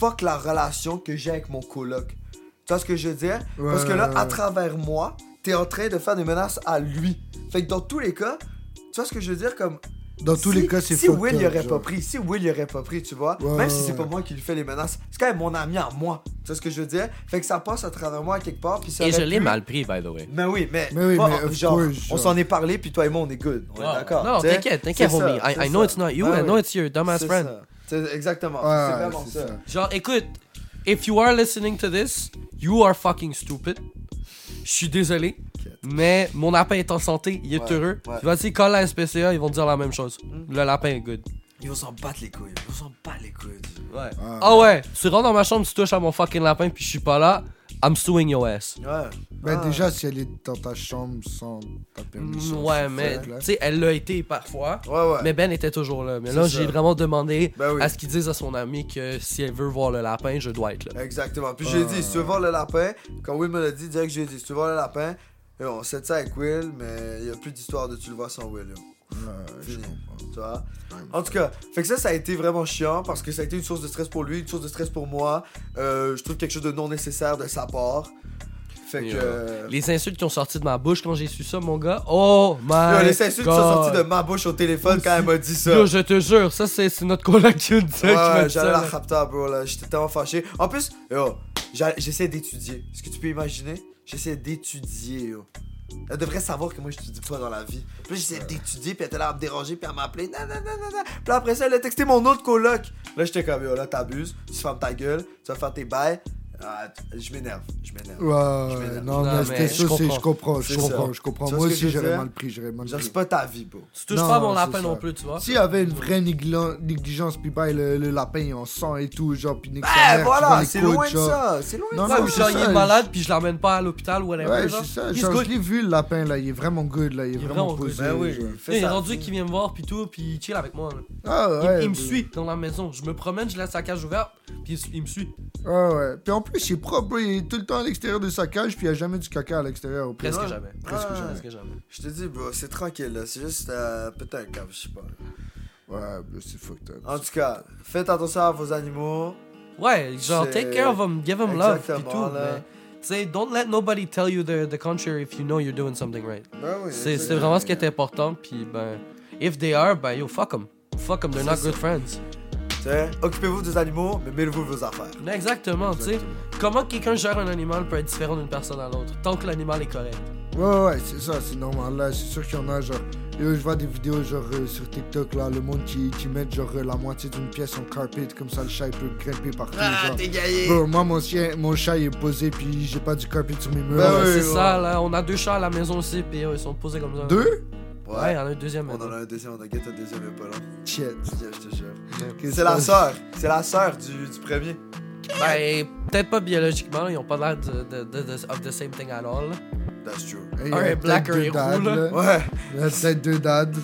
fuck la relation que j'ai avec mon coloc. Tu vois ce que je veux dire?
Ouais,
Parce que là,
ouais,
à
ouais.
travers moi, t'es en train de faire des menaces à lui. Fait que dans tous les cas, tu vois ce que je veux dire? Comme,
Dans tous
si-
les cas, c'est
Si
fucked
Will y
up,
aurait
genre.
pas pris, si Will y aurait pas pris, tu vois,
Ouais,
même
ouais,
si c'est pas
ouais.
moi qui lui fais les menaces, c'est quand même mon ami à moi. Tu vois ce que je veux dire? Fait que ça passe à travers moi quelque part, puis ça
et je
aurait
l'ai
pu-
mal pris, by the way.
mais oui, mais,
Mais oui,
pas-
mais of
genre,
course,
on
genre.
s'en est parlé, puis toi et moi, on est good. On est d'accord.
Non,
tu sais?
t'inquiète,
C'est
t'inquiète,
ça,
homie. I,
c'est
I know
ça.
it's not you,
Ah
I know
oui,
it's your dumbass
c'est
friend.
ça. C'est exactement.
Ouais,
Ah, c'est vraiment
c'est
ça.
ça.
Genre, écoute, if you are listening to this, you are fucking stupid. Je suis désolé, mais mon lapin est en santé, il est
Ouais,
heureux.
ouais. Hmm.
Tu vas dire, call la SPCA, ils vont te dire la même chose. Le lapin est good.
Ils vont s'en battre les couilles. Ils vont s'en battre les couilles.
Ouais.
Ah.
Ah, ouais, tu rentres dans ma chambre, tu touches à mon fucking lapin, puis je suis pas là, I'm suing your ass.
Ouais.
Ben
Ah.
déjà, si elle est dans ta chambre sans ta permission.
Mm, ouais,
c'est
mais
fait, là.
tu sais, elle l'a été parfois.
Ouais, ouais.
Mais Ben était toujours là. Mais
C'est
là,
ça.
j'ai vraiment demandé
Ben oui.
à ce qu'ils disent à son ami que si elle veut voir le lapin, je dois être là.
Exactement. Puis j'ai dit, si tu veux voir le lapin, quand Will me l'a dit, direct, j'ai dit, si tu veux voir le lapin, et on sait ça avec Will, mais il n'y a plus d'histoire de tu le vois sans Will. yo.
Ouais, je
Fini.
comprends.
Tu vois? En tout cas, fait que ça, ça a été vraiment chiant parce que ça a été une source de stress pour lui, une source de stress pour moi. Euh, je trouve quelque chose de non nécessaire de sa part. Fait que.
Yeah.
euh,
Les insultes qui ont sorti de ma bouche quand j'ai su ça, mon gars. Oh
Yo,
my
les insultes sont
God.
sorties de ma bouche au téléphone quand elle m'a dit ça.
Yo, je te jure, ça c'est c'est notre collègue qui nous dit
Ouais,
qui m'a dit
j'allais la
ça. là.
rapta, bro, là. J'étais tellement fâché. En plus, yo, j'a- j'essaie d'étudier. Est-ce que tu peux imaginer? J'essaie d'étudier, yo. Elle devrait savoir que moi, je t'étudie pas dans la vie. Puis là, j'essaie d'étudier, puis elle était là à me déranger, puis elle m'appelait. Nan, nan, nan, nan, nan. Puis là, après ça, elle a texté mon autre coloc. Là, j'étais comme, yo, là, t'abuses, tu fermes ta gueule, tu vas faire tes bails. Ah, t- je m'énerve, je m'énerve.
Ouais, ouais,
m'énerve.
non,
Non,
mais
mais
c'était
je
ça, c'est je
comprends.
comprends, je
C'est
comprends,
ça.
je comprends.
Tu
Moi
vois ce que
aussi,
je veux
j'aurais
dire?
mal pris, j'aurais mal
Genre,
pris.
c'est pas ta vie, bro.
Tu touches
Non,
pas à mon
c'est
lapin
ça.
non plus, tu vois.
ah,
S'il y avait une vraie néglan- négligence, puis bah, le, le lapin en sang et tout, genre, puis nique sa mère,
Eh,
tu vois,
voilà,
les
c'est
côtes,
loin de
genre.
ça, c'est loin de
Non,
ça.
Ouais, ou
c'est
genre, il
ça,
est malade, puis je l'amène pas à l'hôpital ou whatever.
Ouais,
genre.
c'est ça.
Il se
Genre,
good.
je l'ai vu, le lapin, là, il est vraiment good, là, il est
Il est
vraiment
vraiment good.
posé.
Ben oui,
genre.
il fait
Il est
ça.
rendu qu'il vient me voir, puis tout, puis il chill avec moi. là.
Ah
Il-
ouais.
il me
ben-
suit dans la maison. Je me promène, je laisse la cage ouverte, puis il- il me suit.
Ah ouais. Puis en plus, c'est propre, bro, il est tout le temps à l'extérieur de sa cage, puis il n'y a jamais du caca à l'extérieur. au pire.
Presque
Ouais.
jamais.
Presque
Ah,
jamais.
Presque jamais.
Je te dis, bro, c'est tranquille, là. C'est juste, euh, peut-être un câble, je sais pas.
Ouais, ben, c'est fucked up.
En tout cas, faites attention à vos animaux.
Ouais, genre,
C'est-
take care of them, give them love, puis
Exactement,
tout.
là.
mais, Tu sais, don't let nobody tell you the, the contrary if you know you're doing something right.
Ben oui.
C'est c'est vraiment ce qui est important, puis ben, if they are, ben yo, fuck them. Fuck them, they're
C'est
not
ça.
good friends.
Tu sais, Occupez-vous des animaux, mais mêlez-vous de vos affaires.
Exactement, tu sais. Comment quelqu'un gère un animal peut être différent d'une personne à l'autre, tant que l'animal est correct.
Ouais, ouais, c'est ça, c'est normal. Là, c'est sûr qu'il y en a, genre. Yo, je vois des vidéos, genre, euh, sur TikTok, là, le monde qui, qui met, genre, euh, la moitié d'une pièce en carpet, comme ça, le chat, il peut grimper partout.
Ah,
genre.
gaillé.
Bro, moi, mon chien, mon chat, il est posé, puis j'ai pas du carpet sur mes murs.
Ben
là.
oui.
c'est
ouais.
ça, là, on a deux chats à la maison aussi, puis yo, ils sont posés comme ça.
Deux
Ouais, il y
Ouais.
en a un deuxième.
On en
maintenant.
a un deuxième, on a guette un deuxième, mais pas long.
Shit.
Je te jure, je te jure.
Qu'est-ce
C'est la
que-
sœur. C'est la sœur du, du premier.
Ben, peut-être pas biologiquement, là, ils ont pas l'air de, de, de, de- of the same thing at all. là.
That's true.
Hey,
Un
la
est black,
tête
un
de
est
dad,
roux, là.
là.
Ouais.
La tête de dad.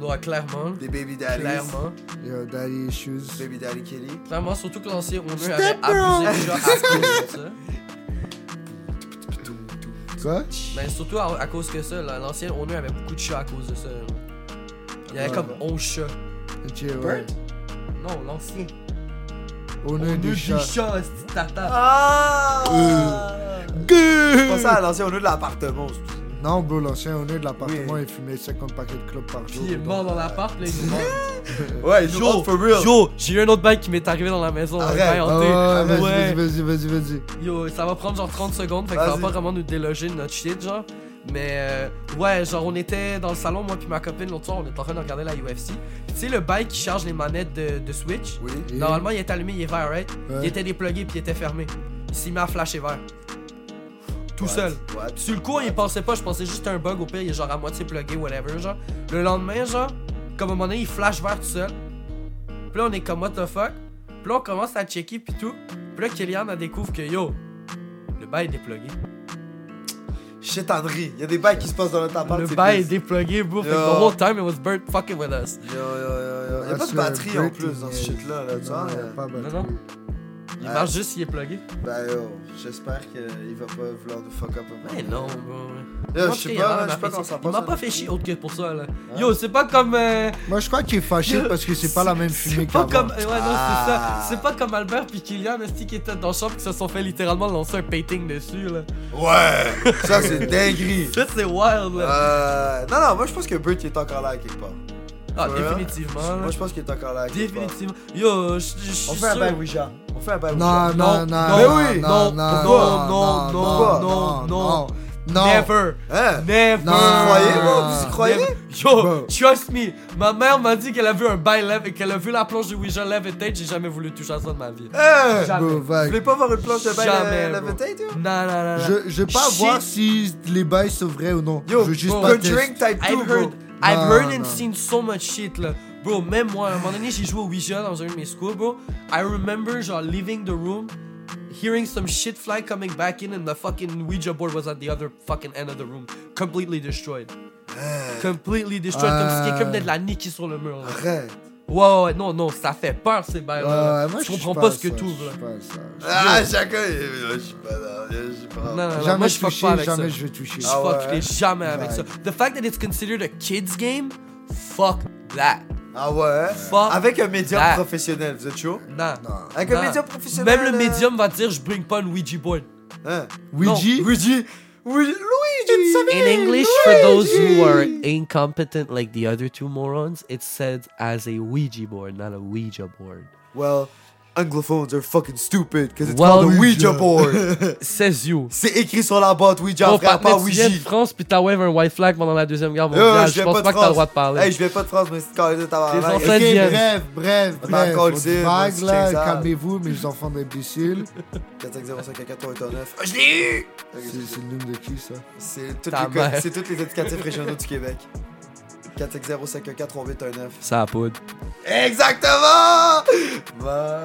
Ouais, clairement.
Des baby daddies.
Clairement.
Yo, daddy issues.
Baby daddy Kelly.
Clairement, surtout que l'ancien owner
Step
avait abusé déjà à cause de ça.
Quoi?
Ben, surtout à, à cause que ça, là, l'ancien owner avait beaucoup de chats à cause de ça. là. Il y avait
Ouais.
comme 11 chats.
Ok, ouais.
Bird? Non, l'ancien.
On a des chats.
c'est tata.
Ah!
Euh.
Je pensais à l'ancien honneur de l'appartement. c'est tout.
Non, bro, l'ancien honneur de l'appartement, il fumait 50 paquets de clopes par
Puis
jour. Euh,
il est mort dans l'appart, là, il est mort.
Ouais,
Yo,
yo, for real.
Yo, j'ai eu un autre bail qui m'est arrivé dans la maison. un
Arrête.
bail
Ah
hanté.
ouais, vas-y,
Ouais.
vas-y, vas-y, vas-y, vas-y.
Yo, ça va prendre genre 30 secondes, fait que ça va
Vas-y.
pas vraiment nous déloger de notre shit, genre. Mais euh, ouais, genre on était dans le salon, moi puis ma copine l'autre soir, on était en train de regarder la UFC. Puis tu sais, le bail qui charge les manettes de, de Switch,
Oui.
Et-
normalement il est allumé, il est vert, right?
Ouais.
Il était déplugué puis il était fermé. Il s'est mis à flasher vert. Tout
What?
seul.
What?
Sur le coup, il pensait pas, je pensais juste un bug au pire, il est genre à moitié plugué, whatever, genre. Le lendemain, genre, comme à un moment donné, il flash vert tout seul. Puis là, on est comme, what the fuck? Puis là, on commence à checker, puis tout. Puis là, Kylian, elle découvre que yo, le bail est déplugué.
Chétanerie. Il y a des bails qui se passent dans notre appart.
Le
c'est
bail est
pisse.
déplugué, bro. Fait que
Yo.
the whole time, it was burnt fucking with us.
Yo, yo, yo, yo. Il y a pas
That's
de batterie
a
en plus dans ce
great
shit-là. Là, tu
Non,
vois.
y a
euh,
pas de
Non,
batterie.
non. Il
Ouais.
marche juste s'il est plugué.
Ben yo, j'espère qu'il va pas vouloir nous fuck up.
Mais non, bro.
Yo, je sais pas, je sais pas comment ça
Il
passe. hein.
m'a pas
là.
fait chier autre que pour ça, là. Yo, c'est pas comme. euh,
Moi, je crois qu'il est fâché parce que c'est pas la même
C'est
fumée
pas
qu'avant.
comme. Ouais, non, c'est ça.
Ah.
C'est pas comme Albert puis Kylian, esti, qui étaient dans le champ qui se sont fait littéralement lancer un painting dessus, là.
Ouais, ça c'est dinguerie.
Ça, c'est wild, là.
Euh, non, non, moi je pense que Bert il est encore là à quelque part.
Ah,
ouais.
définitivement, là.
Moi je pense qu'il est encore là à quelque part.
Définitivement. Yo, je je- je suis
On fait un bail
sûr.
Ouija. On fait un bail
Non,
Ouija.
non, non,
Non, non,
non,
oui,
non,
non,
non,
pourquoi?
non,
Non,
non,
non,
non,
non,
non.
Never.
Hein?
Never.
Non. Vous
croyez, bro? Vous y croyez?
Never. Yo,
Bro.
trust me. Ma mère m'a dit qu'elle a vu un bail lève et qu'elle a vu la planche de Ouija lève et tête. J'ai jamais voulu toucher à ça de ma vie.
Hein?
Jamais.
Bro,
Vous
vague.
voulez pas voir une planche de bail
Jamais,
euh, la
bro.
bouteille, yo?
Non, non, non, non.
Je, je vais pas
Shit.
voir si les bails sont vrais ou non.
Yo,
je veux juste
bro,
pas
Conjuring
test.
type 2,
I've
bro.
heard, I've
Non,
heard and
non.
seen so much shit là. Bro, même moi, à un moment donné, j'ai joué au Ouija dans un de mes schools, bro. I remember, genre, leaving the room, hearing some shit fly coming back in, and the fucking Ouija board was at the other fucking end of the room. Completely destroyed.
Eh.
Completely destroyed. Comme si quelqu'un venait de la niquer sur le mur. là.
Arrête.
Ouais, ouais, ouais, non, non, ça fait peur ces bails là.
Ouais, moi,
je
je
comprends
suis
pas, ce que
ça,
t'ouvres
je
là.
suis pas ça.
Ah, chacun, je suis pas là. Je suis pas
Non, non, non, moi
Jamais
je
je
fuck pas
touché,
avec ça.
jamais je vais toucher.
Je
Ah ouais,
fuckerai
hein?
jamais avec
Ouais.
ça. The fact that it's considered a kids game, fuck that.
Ah ouais?
Fuck.
Avec un médium
Ah.
professionnel, vous êtes chaud?
Non.
Non.
Avec un
Non.
médium professionnel.
Bah. Même le
euh,
médium va dire je bring pas une Ouija board.
Hein?
Ouija?
Luigi. Luigi. Luigi.
In English, for those who are incompetent like the other two morons, it's said as a Ouija board, not a Ouija board.
Well, Anglophones are fucking stupid because it's
Well,
called a Ouija
Ouija.
board.
Says you.
C'est écrit sur la boîte Ouija,
Mon
frère,
partenaire,
pas
tu viens de
Ouija.
France puis t'as wave un white flag pendant la deuxième guerre
Yo,
mondiale.
je
Je
viens
pense
pas de
pas que t'as le
France.
droit de parler.
Hey, je viens pas de France, mais c'est carré de
Les
tabarnak.
enfants
Ok,
Ça devient-
bref, bref,
On
bref.
encore
Votre
le dire,
vague,
on
là,
check ça.
calmez-vous, mes enfants d'imbéciles.
4505489. Ah, je l'ai eu!
C'est c'est le nom de qui, ça
C'est toutes
Ta
les co-
mère.
c'est tous les éducatifs régionaux du Québec. 450543819.
Ça a poudre.
Exactement! Bah,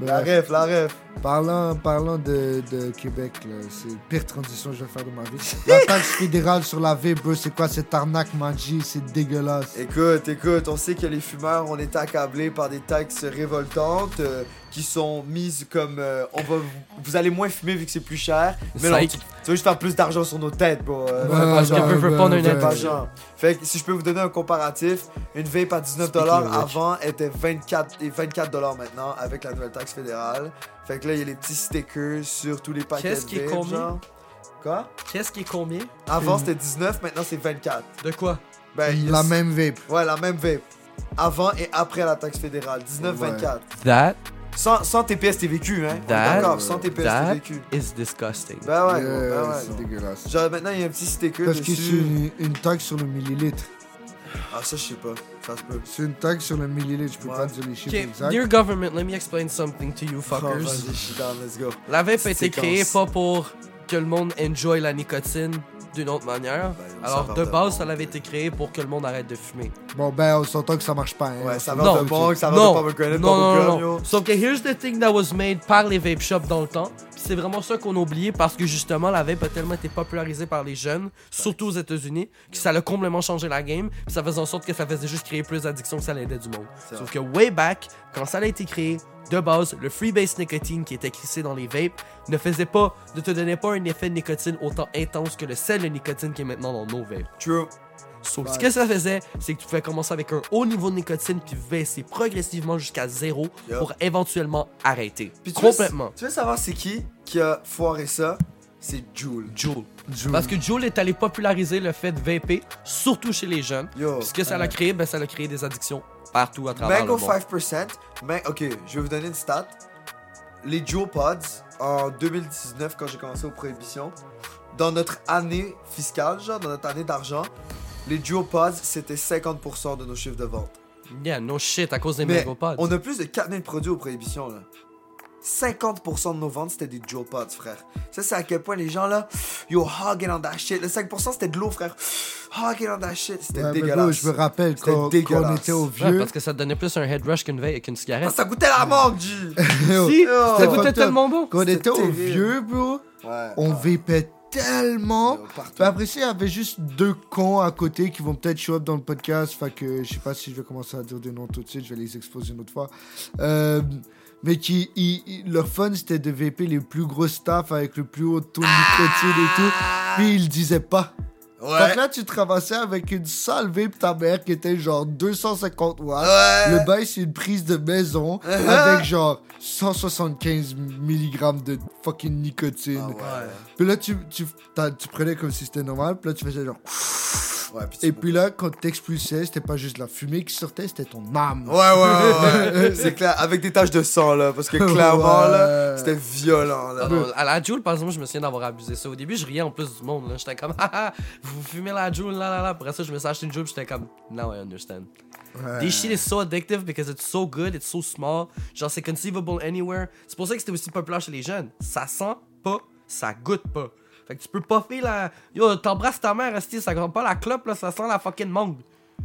la
Bref,
ref, la ref.
parlant, parlant de, de Québec, là, c'est la pire transition que je vais faire de ma vie. La taxe fédérale sur la VBE, c'est quoi cette arnaque, Manji C'est dégueulasse.
Écoute, écoute, on sait que les fumeurs, on est accablés par des taxes révoltantes euh, qui sont mises comme euh, on va vous, vous allez moins fumer vu que c'est plus cher. Mais non,
Psych.
tu, tu veux juste faire plus d'argent sur nos têtes, bro. euh,
Ouais,
fais pas
parce
genre.
qu'on peut- peut pas, on a une
Fais pas
Ouais.
genre. Fait que si je peux vous donner un comparatif, une vape à 19
Speaking of which.
avant était 24 et 24 maintenant avec la nouvelle taxe fédérale. Fait que là, il y a les petits stickers sur tous les paquets
Qu'est-ce
de
qui est
vape,
commis?
genre. Quoi?
Qu'est-ce qui est combien
Avant,
Une-
c'était 19, maintenant c'est 24.
De quoi
Ben, il y a
La même vape.
Ouais, la même vape. Avant et après la taxe fédérale, 19-24.
That
Sans, sans TPS TVQ, hein. On est
That-
D'accord, sans TPS
that-
TVQ.
is disgusting.
Ben ouais,
Yeah,
gros, ben ouais.
euh, c'est
gros.
dégueulasse.
Genre maintenant, il y a un petit sticker
Parce que c'est
dessus.
une, une taxe sur le millilitre.
Ah, ça, je sais pas. Ça se peut.
C'est une taxe sur le millilitre, je peux
Ouais.
pas dire les chiffres
Ok,
exacts.
dear government, let me explain something to you
Oh,
fuckers.
vas-y, je suis down, let's go.
La vape a été
Séquence.
créée pas pour que le monde enjoy la nicotine d'une autre manière.
Ben, on s'en
Alors
va
de
de
base,
monde.
elle avait été créée pour que le monde arrête de fumer.
Bon, ben, on s'entend que ça marche pas. Hein.
Ouais, ça
Non,
va de bon, ça va de
non,
pomegranate,
non, non, non,
pomegranate,
non.
yo.
Sauf que here's the thing that was made par les vape shops dans le temps. Puis C'est vraiment ça qu'on a oublié parce que justement la vape a tellement été popularisée par les jeunes, surtout aux États-Unis, que ça a complètement changé la game. Puis ça faisait en sorte que ça faisait juste créer plus d'addictions que ça l'aidait du monde.
C'est
Sauf que way back, quand ça a été créé, de base, le freebase nicotine qui était crissé dans les vapes ne faisait pas, ne te donnait pas un effet de nicotine autant intense que le sel de nicotine qui est maintenant dans nos vapes.
True.
So,
Ouais.
Ce que ça faisait, c'est que tu pouvais commencer avec un haut niveau de nicotine puis baisser progressivement jusqu'à zéro
Yup.
pour éventuellement arrêter.
Puis tu veux-
Complètement.
Tu veux savoir c'est qui qui a foiré ça? C'est Joule.
Joule.
Joule.
Parce que Joule est allé populariser le fait de vaper, surtout chez les jeunes.
Yo.
Puis Ce que ça l'a créé, ben ça a créé des addictions partout à travers
Mango
le monde.
5%. Mais ok, je vais vous donner une stat. Les Joe Pods, en 2019, quand j'ai commencé aux prohibitions, dans notre année fiscale, genre dans notre année d'argent, les Joe Pods, c'était 50% de nos chiffres de vente.
Yeah, no shit, à cause des
Mais
Mango Pods.
on a plus de 4000 produits aux prohibitions, là. 50% de nos ventes, c'était des Joe Pods, frère. Ça, c'est à quel point les gens, là, yo, hogging on that shit. Le 5%, c'était de l'eau, frère. Hogging on that shit. C'était
Ouais, mais gros,
dégueulasse.
je me rappelle
C'était
quand,
dégueulasse.
quand on était au
Ouais,
vieux.
parce que ça te donnait plus un head rush qu'une vape, qu'une
Ah,
cigarette.
ça goûtait la mangue, G.
si,
Oh,
ça
c'était
goûtait
fucked
tellement bon.
Quand on
C'était
était au
terrible.
vieux, bro,
Ouais.
on
ouais.
vapait tellement.
Yo, Euh, partout.
Puis après ça, il y avait juste deux cons à côté qui vont peut-être show up dans le podcast. Fait que je sais pas si je vais commencer à dire des noms tout de suite, je vais les exposer une autre fois. Euh, mais qui, ils- ils- leur fun, c'était de VP les plus gros staffs avec le plus haut taux de nicotine et tout. Puis ils le disaient pas. Fait
Ah. Ouais.
que là, tu traversais avec une sale vape ta mère qui était genre 250 watts.
Ouais.
Le bail, c'est une prise de maison
Euh.
avec genre 175 mg de fucking nicotine.
Ah ouais.
Puis là, tu, tu, t'as- tu prenais comme si c'était normal. Puis là, tu faisais genre.
Ouais, puis tu-
Et puis là, quand t'expulsais, c'était pas juste la fumée qui sortait, c'était ton âme.
Ouais, ouais, ouais, ouais. c'est clair. Avec des taches de sang, là. Parce que clairement, là,
Ouais.
c'était violent, là.
Ah non, à la Joule, par exemple, je me souviens d'avoir abusé ça. Au début, je riais en plus du monde. là. J'étais comme, haha, vous fumez la Joule, là, là, là. Après ça, je me suis acheté une Joule, puis j'étais comme, now I understand. This shit is so addictive because it's so good, it's so small. Genre, c'est conceivable anywhere. C'est pour ça que c'était aussi populaire chez les jeunes. Ça sent pas, ça goûte pas. Fait que tu peux pas faire la. Yo, t'embrasses ta mère, Asti, ça goûte pas la clope, là, ça sent la fucking mangue.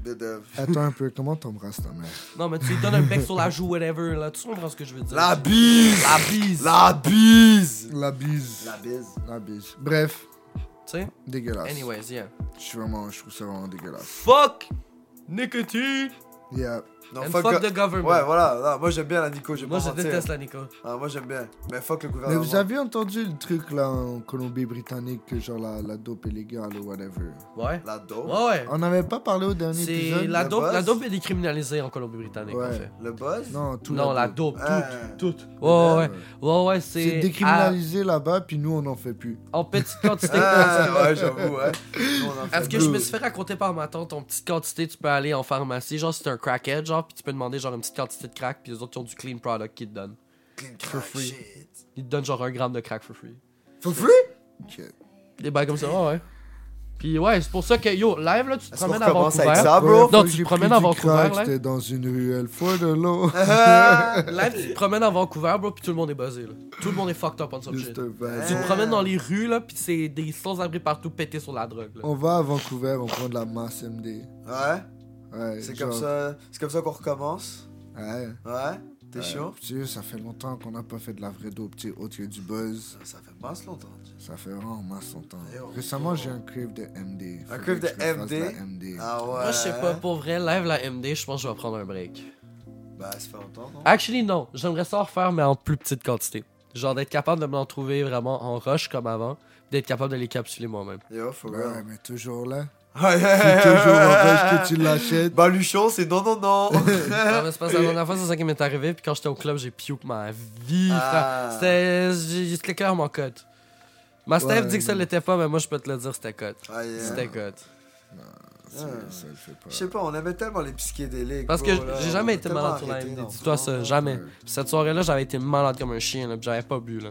De- de-
Attends un peu, comment t'embrasses ta mère
Non, mais tu lui donnes un bec sur la joue, whatever, là. Tu comprends ce que je veux dire?
La bise!
La bise!
La bise!
La bise.
La bise.
La bise. Bref,
Tu sais?
dégueulasse.
Anyways, yeah.
Je suis vraiment, je trouve ça vraiment dégueulasse.
Fuck! Nicotine!
Yeah.
Non,
And fuck
go-
the government.
Ouais, voilà. Non, moi, j'aime bien la Nico. J'ai
Moi,
pas
je
mentir.
déteste la Nico.
Ah, moi, j'aime bien. Mais fuck le
Mais
gouvernement.
vous avez entendu le truc là en Colombie-Britannique que genre la, la dope est légale ou whatever
Ouais.
La dope.
Ouais, ouais.
On n'avait pas parlé au dernier
C'est
épisode
la
le
dope,
buzz.
la dope est décriminalisée en Colombie-Britannique,
Ouais.
en fait.
Le buzz?
Non, tout
non, la dope,
Ah.
tout, tout. Ouais, ouais,
Ouais.
ouais, ouais, c'est.
C'est décriminalisé là-bas, puis nous on n'en fait plus.
à- en petite quantité.
Ah, ouais, j'avoue, ouais. Nous, on en fait
Parce que
deux.
je me suis fait raconter par ma tante, en petite quantité, tu peux aller en pharmacie, genre c'est un crackhead, genre, puis tu peux demander genre une petite quantité de crack, puis les autres ils ont du clean product qu'ils te donnent.
Clean
For
crack,
free.
shit.
Ils te donnent genre un gramme de crack for free.
For free?
Ok.
Des bails comme ça, ah ouais. Puis ouais, c'est pour ça que, yo, live, là, tu te
Est-ce qu'on
promènes à
recommence
Vancouver.
avec
Première
ça, bro?
Hein? Non,
fois
tu
que
te
j'ai
promènes
pris
à
du
Vancouver,
crack,
là.
J'étais dans une ruelle folle de l'eau.
Live, tu te promènes à Vancouver, bro, puis tout le monde est buzzé, là. Tout le monde est fucked up on some shit.
Juste euh, un vas-y.
Tu te promènes dans les rues, là, puis c'est des sans-abri partout pétés sur la drogue, là.
On va à Vancouver, on prend de la masse MD.
Ouais,
Ouais,
c'est
genre-
comme ça, c'est comme ça qu'on recommence.
Ouais.
Ouais, t'es chaud?
Petit, ça fait longtemps qu'on n'a pas fait de la vraie dope, petit, autre que du buzz.
Ça fait masse longtemps. tu-
Ça fait vraiment masse longtemps.
Eh oh,
Récemment,
oh.
j'ai un crave de MD. Faudrait
crave
que
de
je me fasse
MD?
la MD.
Ah ouais.
Moi, je sais pas, pour vrai, live la MD, je pense que je vais prendre un break.
Bah, ça fait longtemps, non?
Actually, non. J'aimerais ça en refaire, mais en plus petite quantité. Genre d'être capable de m'en trouver vraiment en rush comme avant, d'être capable de les capsuler moi-même.
Yo, for
Ouais,
real.
mais toujours là.
Ouais,
C'est toujours en rush que tu l'achètes.
Baluchon, c'est non, non, non. Euh.
Non, mais c'est parce que la dernière fois, c'est ça qui m'est arrivé, puis quand j'étais au club, j'ai puke ma vie,
Ah.
frère. C'était- j'ai- C'était clairement cut. Ma Steph
Ouais,
dit que ça
non.
l'était pas, mais moi, je peux te le dire, c'était cut.
Ah, yeah.
C'était cut.
C'est- Ça le fait pas.
Ah. Je sais pas, on aimait tellement les psychédéliques.
Parce que
bro, là,
j'ai
on
jamais
a
été
tellement
malade sur la
arrêté
MD,
d'en
dis-toi
prendre,
ça,
là.
jamais.
Ouais.
Puis cette soirée-là, j'avais été malade comme un chien, là, puis j'avais pas bu, là.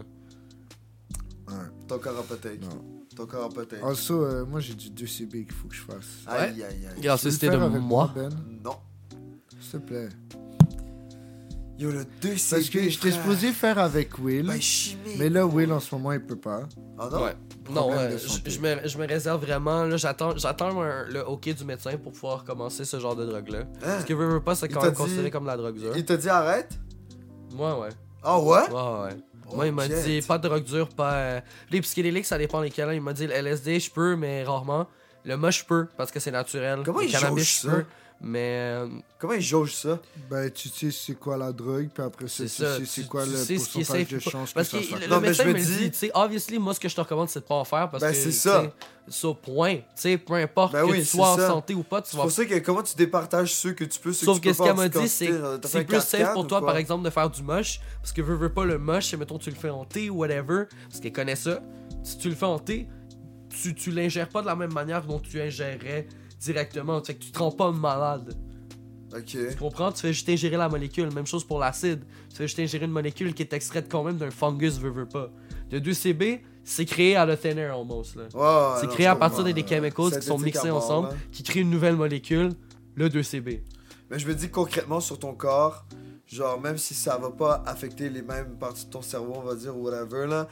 Ouais.
Ton corps a peut-être.
Non.
Ton corps a peut-être.
Also, euh, moi, j'ai du 2 CB qu'il faut que je fasse.
Aïe, aïe, aïe.
Regarde,
Tu veux le
c'était de
faire avec
moi.
Ben,
Non.
s'il te plaît.
Yo, le 2 c'est
Parce que j'étais supposé faire avec Will.
Bah, chimie.
Mais là, Will, en ce moment, il peut pas.
Ah non?
Ouais. Non,
Problème
ouais,
de santé.
je, je me, je me réserve vraiment. là, J'attends j'attends un- le OK du médecin pour pouvoir commencer ce genre de drogue-là. Parce que hein. veut, veut pas, c'est
Il
quand
t'a
même
dit-
considéré comme la drogue dure.
Hein? Il t'a dit arrête?
Moi, ouais.
Ah ouais?
Ouais, ouais. Moi, il m'a
shit.
dit pas de drogue dure, pas. euh, Les psychédéliques, ça dépend lesquels. hein. Il m'a dit le LSD, je peux, mais rarement. Le moche, je peux, parce que c'est naturel.
Comment
le
il jauge
cannabis, je
ça?
peux. Mais euh,
Comment il jauge ça?
Ben, tu sais c'est quoi la drogue, puis après ça,
c'est
tu
ça.
sais c'est quoi le
safe
pourcentage de
ou pas.
chance que
Parce que
ça soit.
le
Non, mais
médecin
je me
me dit,
dis-
tu sais, obviously, moi, ce que je te recommande, c'est de pas en faire. Parce
Ben,
que,
c'est
tu
ça.
sais, Sur point. Tu sais, peu importe
Ben
que
oui,
tu
c'est
sois en
ça.
santé ou pas, tu
C'est
vas
pour ça que comment tu départages ceux que tu peux, ceux
Sauf
que tu
que
peux
ce
pas
qu'elle
en
m'a dit,
quantité,
c'est
genre, t'as fait
c'est
un
plus safe
carcan
pour
ou
toi,
quoi?
par exemple, de faire du moche. Parce que veux, veux pas le moche, c'est mettons, tu le fais en thé ou whatever. Parce qu'elle connaît ça. Si tu le fais en thé, tu, tu l'ingères pas de la même manière dont tu ingérais directement. Fait que tu te rends pas malade. Tu
Ok.
comprends? Tu fais juste ingérer la molécule. Même chose pour l'acide. Tu fais juste ingérer une molécule qui est extraite quand même d'un fungus, veux, veux pas. Le 2CB, c'est créé à le thinner, almost. Là.
Ouais,
c'est
non,
créé
je
à partir
comprends.
des des chemicals qui sont
Synthétique hein.
mixés
à bord,
ensemble,
là.
qui créent une nouvelle molécule, le 2CB.
Mais je me dis concrètement sur ton corps, genre même si ça va pas affecter les mêmes parties de ton cerveau, on va dire, ou whatever, là,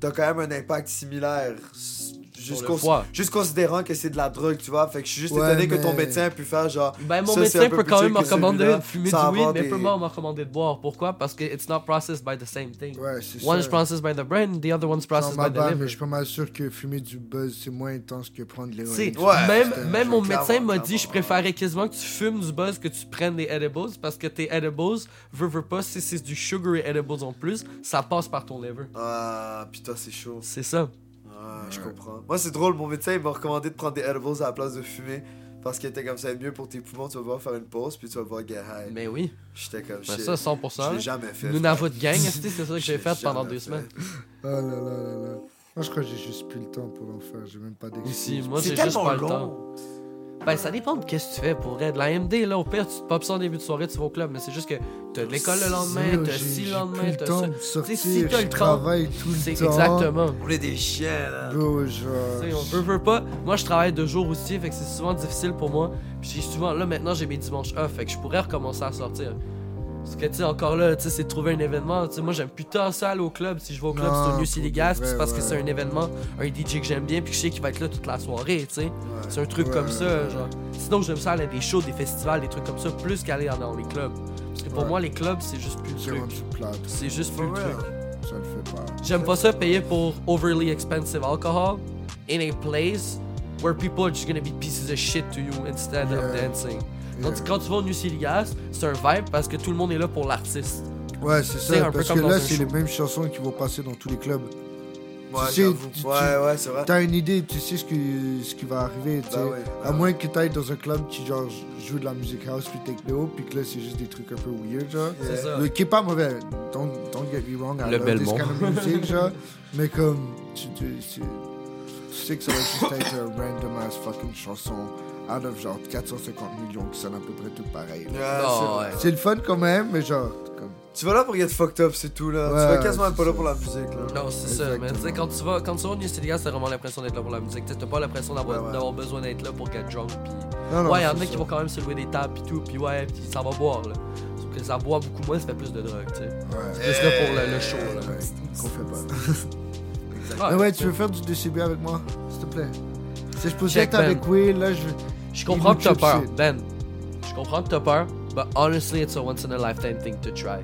t'as quand même un impact similaire. s- Juste,
le
cons-
foie.
juste considérant que c'est de la drogue, tu vois. Fait que je suis juste
Ouais,
étonné que ton
mais-
médecin a pu faire genre.
Ben, mon
Ça, c'est un
médecin
peu
peut
plus
quand même
chill
me
que
recommander
celui-là,
de fumer du
sans
weed,
avoir
mais
des-
peut pas me recommander de boire. Pourquoi Parce que it's not processed by the same thing.
Ouais, c'est ça.
One's processed by the brain, the other one's
Sans
processed
ma
by the
barbe, mais je
liver.
suis pas mal sûr que fumer du buzz, c'est moins intense que prendre de
C'est-
l'héroïne.
Ouais, c'est
même
un
même
jeu,
mon médecin
clairement,
m'a dit je
clairement, ouais.
préférais quasiment que tu fumes du buzz que tu prennes des edibles parce que tes edibles, veux, veux pas, si c'est du sugar et edibles en plus, ça passe par ton liver.
Ah, putain, c'est chaud.
C'est ça.
Ah, je
Ouais.
comprends. Moi, c'est drôle, mon médecin, il m'a recommandé de prendre des edibles à la place de fumer. Parce qu'il était comme ça, mieux pour tes poumons, tu vas voir faire une pause, puis tu vas voir get high.
Mais oui,
J'étais comme
ben
shit.
ça,
je
100%.
l'ai Euh, jamais fait.
Nous
frère.
n'avons de gang, esti, c'est ça que j'ai
Je l'ai
fait pendant
jamais
deux
fait.
semaines.
Oh là là là là. Moi, je crois que j'ai juste plus le temps pour en faire. J'ai même pas
Aussi,
d'excuses.
moi
C'est
j'ai juste
tellement
pas le temps.
long.
Ben, ça dépend de qu'est-ce que tu fais pour être. La MD, là, au pire, tu te popes ça en début de soirée, tu vas au club, mais c'est juste que t'as de l'école le lendemain,
J'ai-
t'as ci
j'ai
le
plus
lendemain,
le
t'as
temps
ça.
de
Tu sais,
sortir,
si t'as
je
le temps,
travaille tout
C'est
le temps.
exactement.
On est des chiens, là.
Bro,
Tu sais,
genre...
on veut, veut pas. Moi, je travaille deux jours aussi, fait que c'est souvent difficile pour moi. Puis j'ai souvent, là, maintenant, j'ai mes dimanches off, fait que je pourrais recommencer à sortir. Parce que, tu sais, encore là, tu sais, c'est de trouver un événement. Tu sais, moi, j'aime putain ça aller au club. Si je vais au club,
Non,
c'est au New
pour
City
de
Gas, puis
vrai,
c'est parce
ouais.
que c'est un événement, un DJ que j'aime bien, puis que je sais qu'il va être là toute la soirée, tu sais. C'est un truc
Ouais,
comme
ouais.
ça, genre. Sinon, j'aime ça aller à des shows, des festivals, des trucs comme ça, plus qu'aller dans les clubs. Parce que pour
Ouais.
moi, les clubs, c'est juste plus
J'ai
le truc.
rendu plate.
C'est juste plus le
Ouais.
truc.
Ça le fait pas.
J'aime pas ça payer pour overly expensive alcohol in a place where people are just gonna be pieces of shit to you instead of
Yeah.
dancing. Tandis que
Yeah.
quand tu vas au New City Gas, c'est un vibe parce que tout le monde est là pour l'artiste.
Ouais, c'est
C'est
ça.
un peu
Parce que
comme dans
là,
un
c'est
show.
les mêmes chansons qui vont passer dans tous les clubs.
Ouais,
Tu sais,
j'avoue.
tu- tu-
ouais, ouais,
Ah.
c'est vrai.
T'as une idée, tu sais ce, que- ce qui va arriver, tu sais. Ah
Bah ouais.
À moins que t'ailles dans un club qui, genre, joue de la musique house puis techno, puis que là, c'est juste des trucs un peu weird, genre.
C'est ça.
Le, qui est pas mauvais, don't, don't get me wrong, I
Le
love
Belmont.
this kind of music, genre. Mais comme, tu, tu, tu- tu sais que ça va juste être un random ass fucking chanson out of genre 450 millions qui sont à peu près tout pareil. là.
Ah, c'est
Non,
vrai.
ouais.
C'est le fun quand même, mais genre. Comme...
Tu vas là pour get fucked up, c'est tout là.
Ouais,
tu vas quasiment
c'est
pas là
ça.
pour la musique là.
Non, c'est ça, man. Tu sais,
Exactement.
quand tu vas, quand tu vas au New City Gas, t'as vraiment l'impression d'être là pour la musique. Tu sais, T'as pas l'impression d'avoir
Ouais, ouais.
d'avoir besoin d'être là pour get drunk. Pis...
Non, non,
ouais, y'en
c'est
a
ça.
qui vont quand même se louer des tables pis tout, pis ouais, pis ça va boire, là. Sauf que ça boit beaucoup moins, ça fait plus de drogue, tu sais.
Ouais.
Plus là pour le, le show, là.
Ouais, qu'on fait pas.
Ah,
Mais ouais, tu veux faire du DCB avec moi, s'il te plaît Si je peux
Check, Ben.
être avec Will, là, je.
Je comprends que t'as
YouTube,
peur,
c'est-
Ben. Je comprends que t'as peur, but honestly, it's a once in a lifetime thing to try.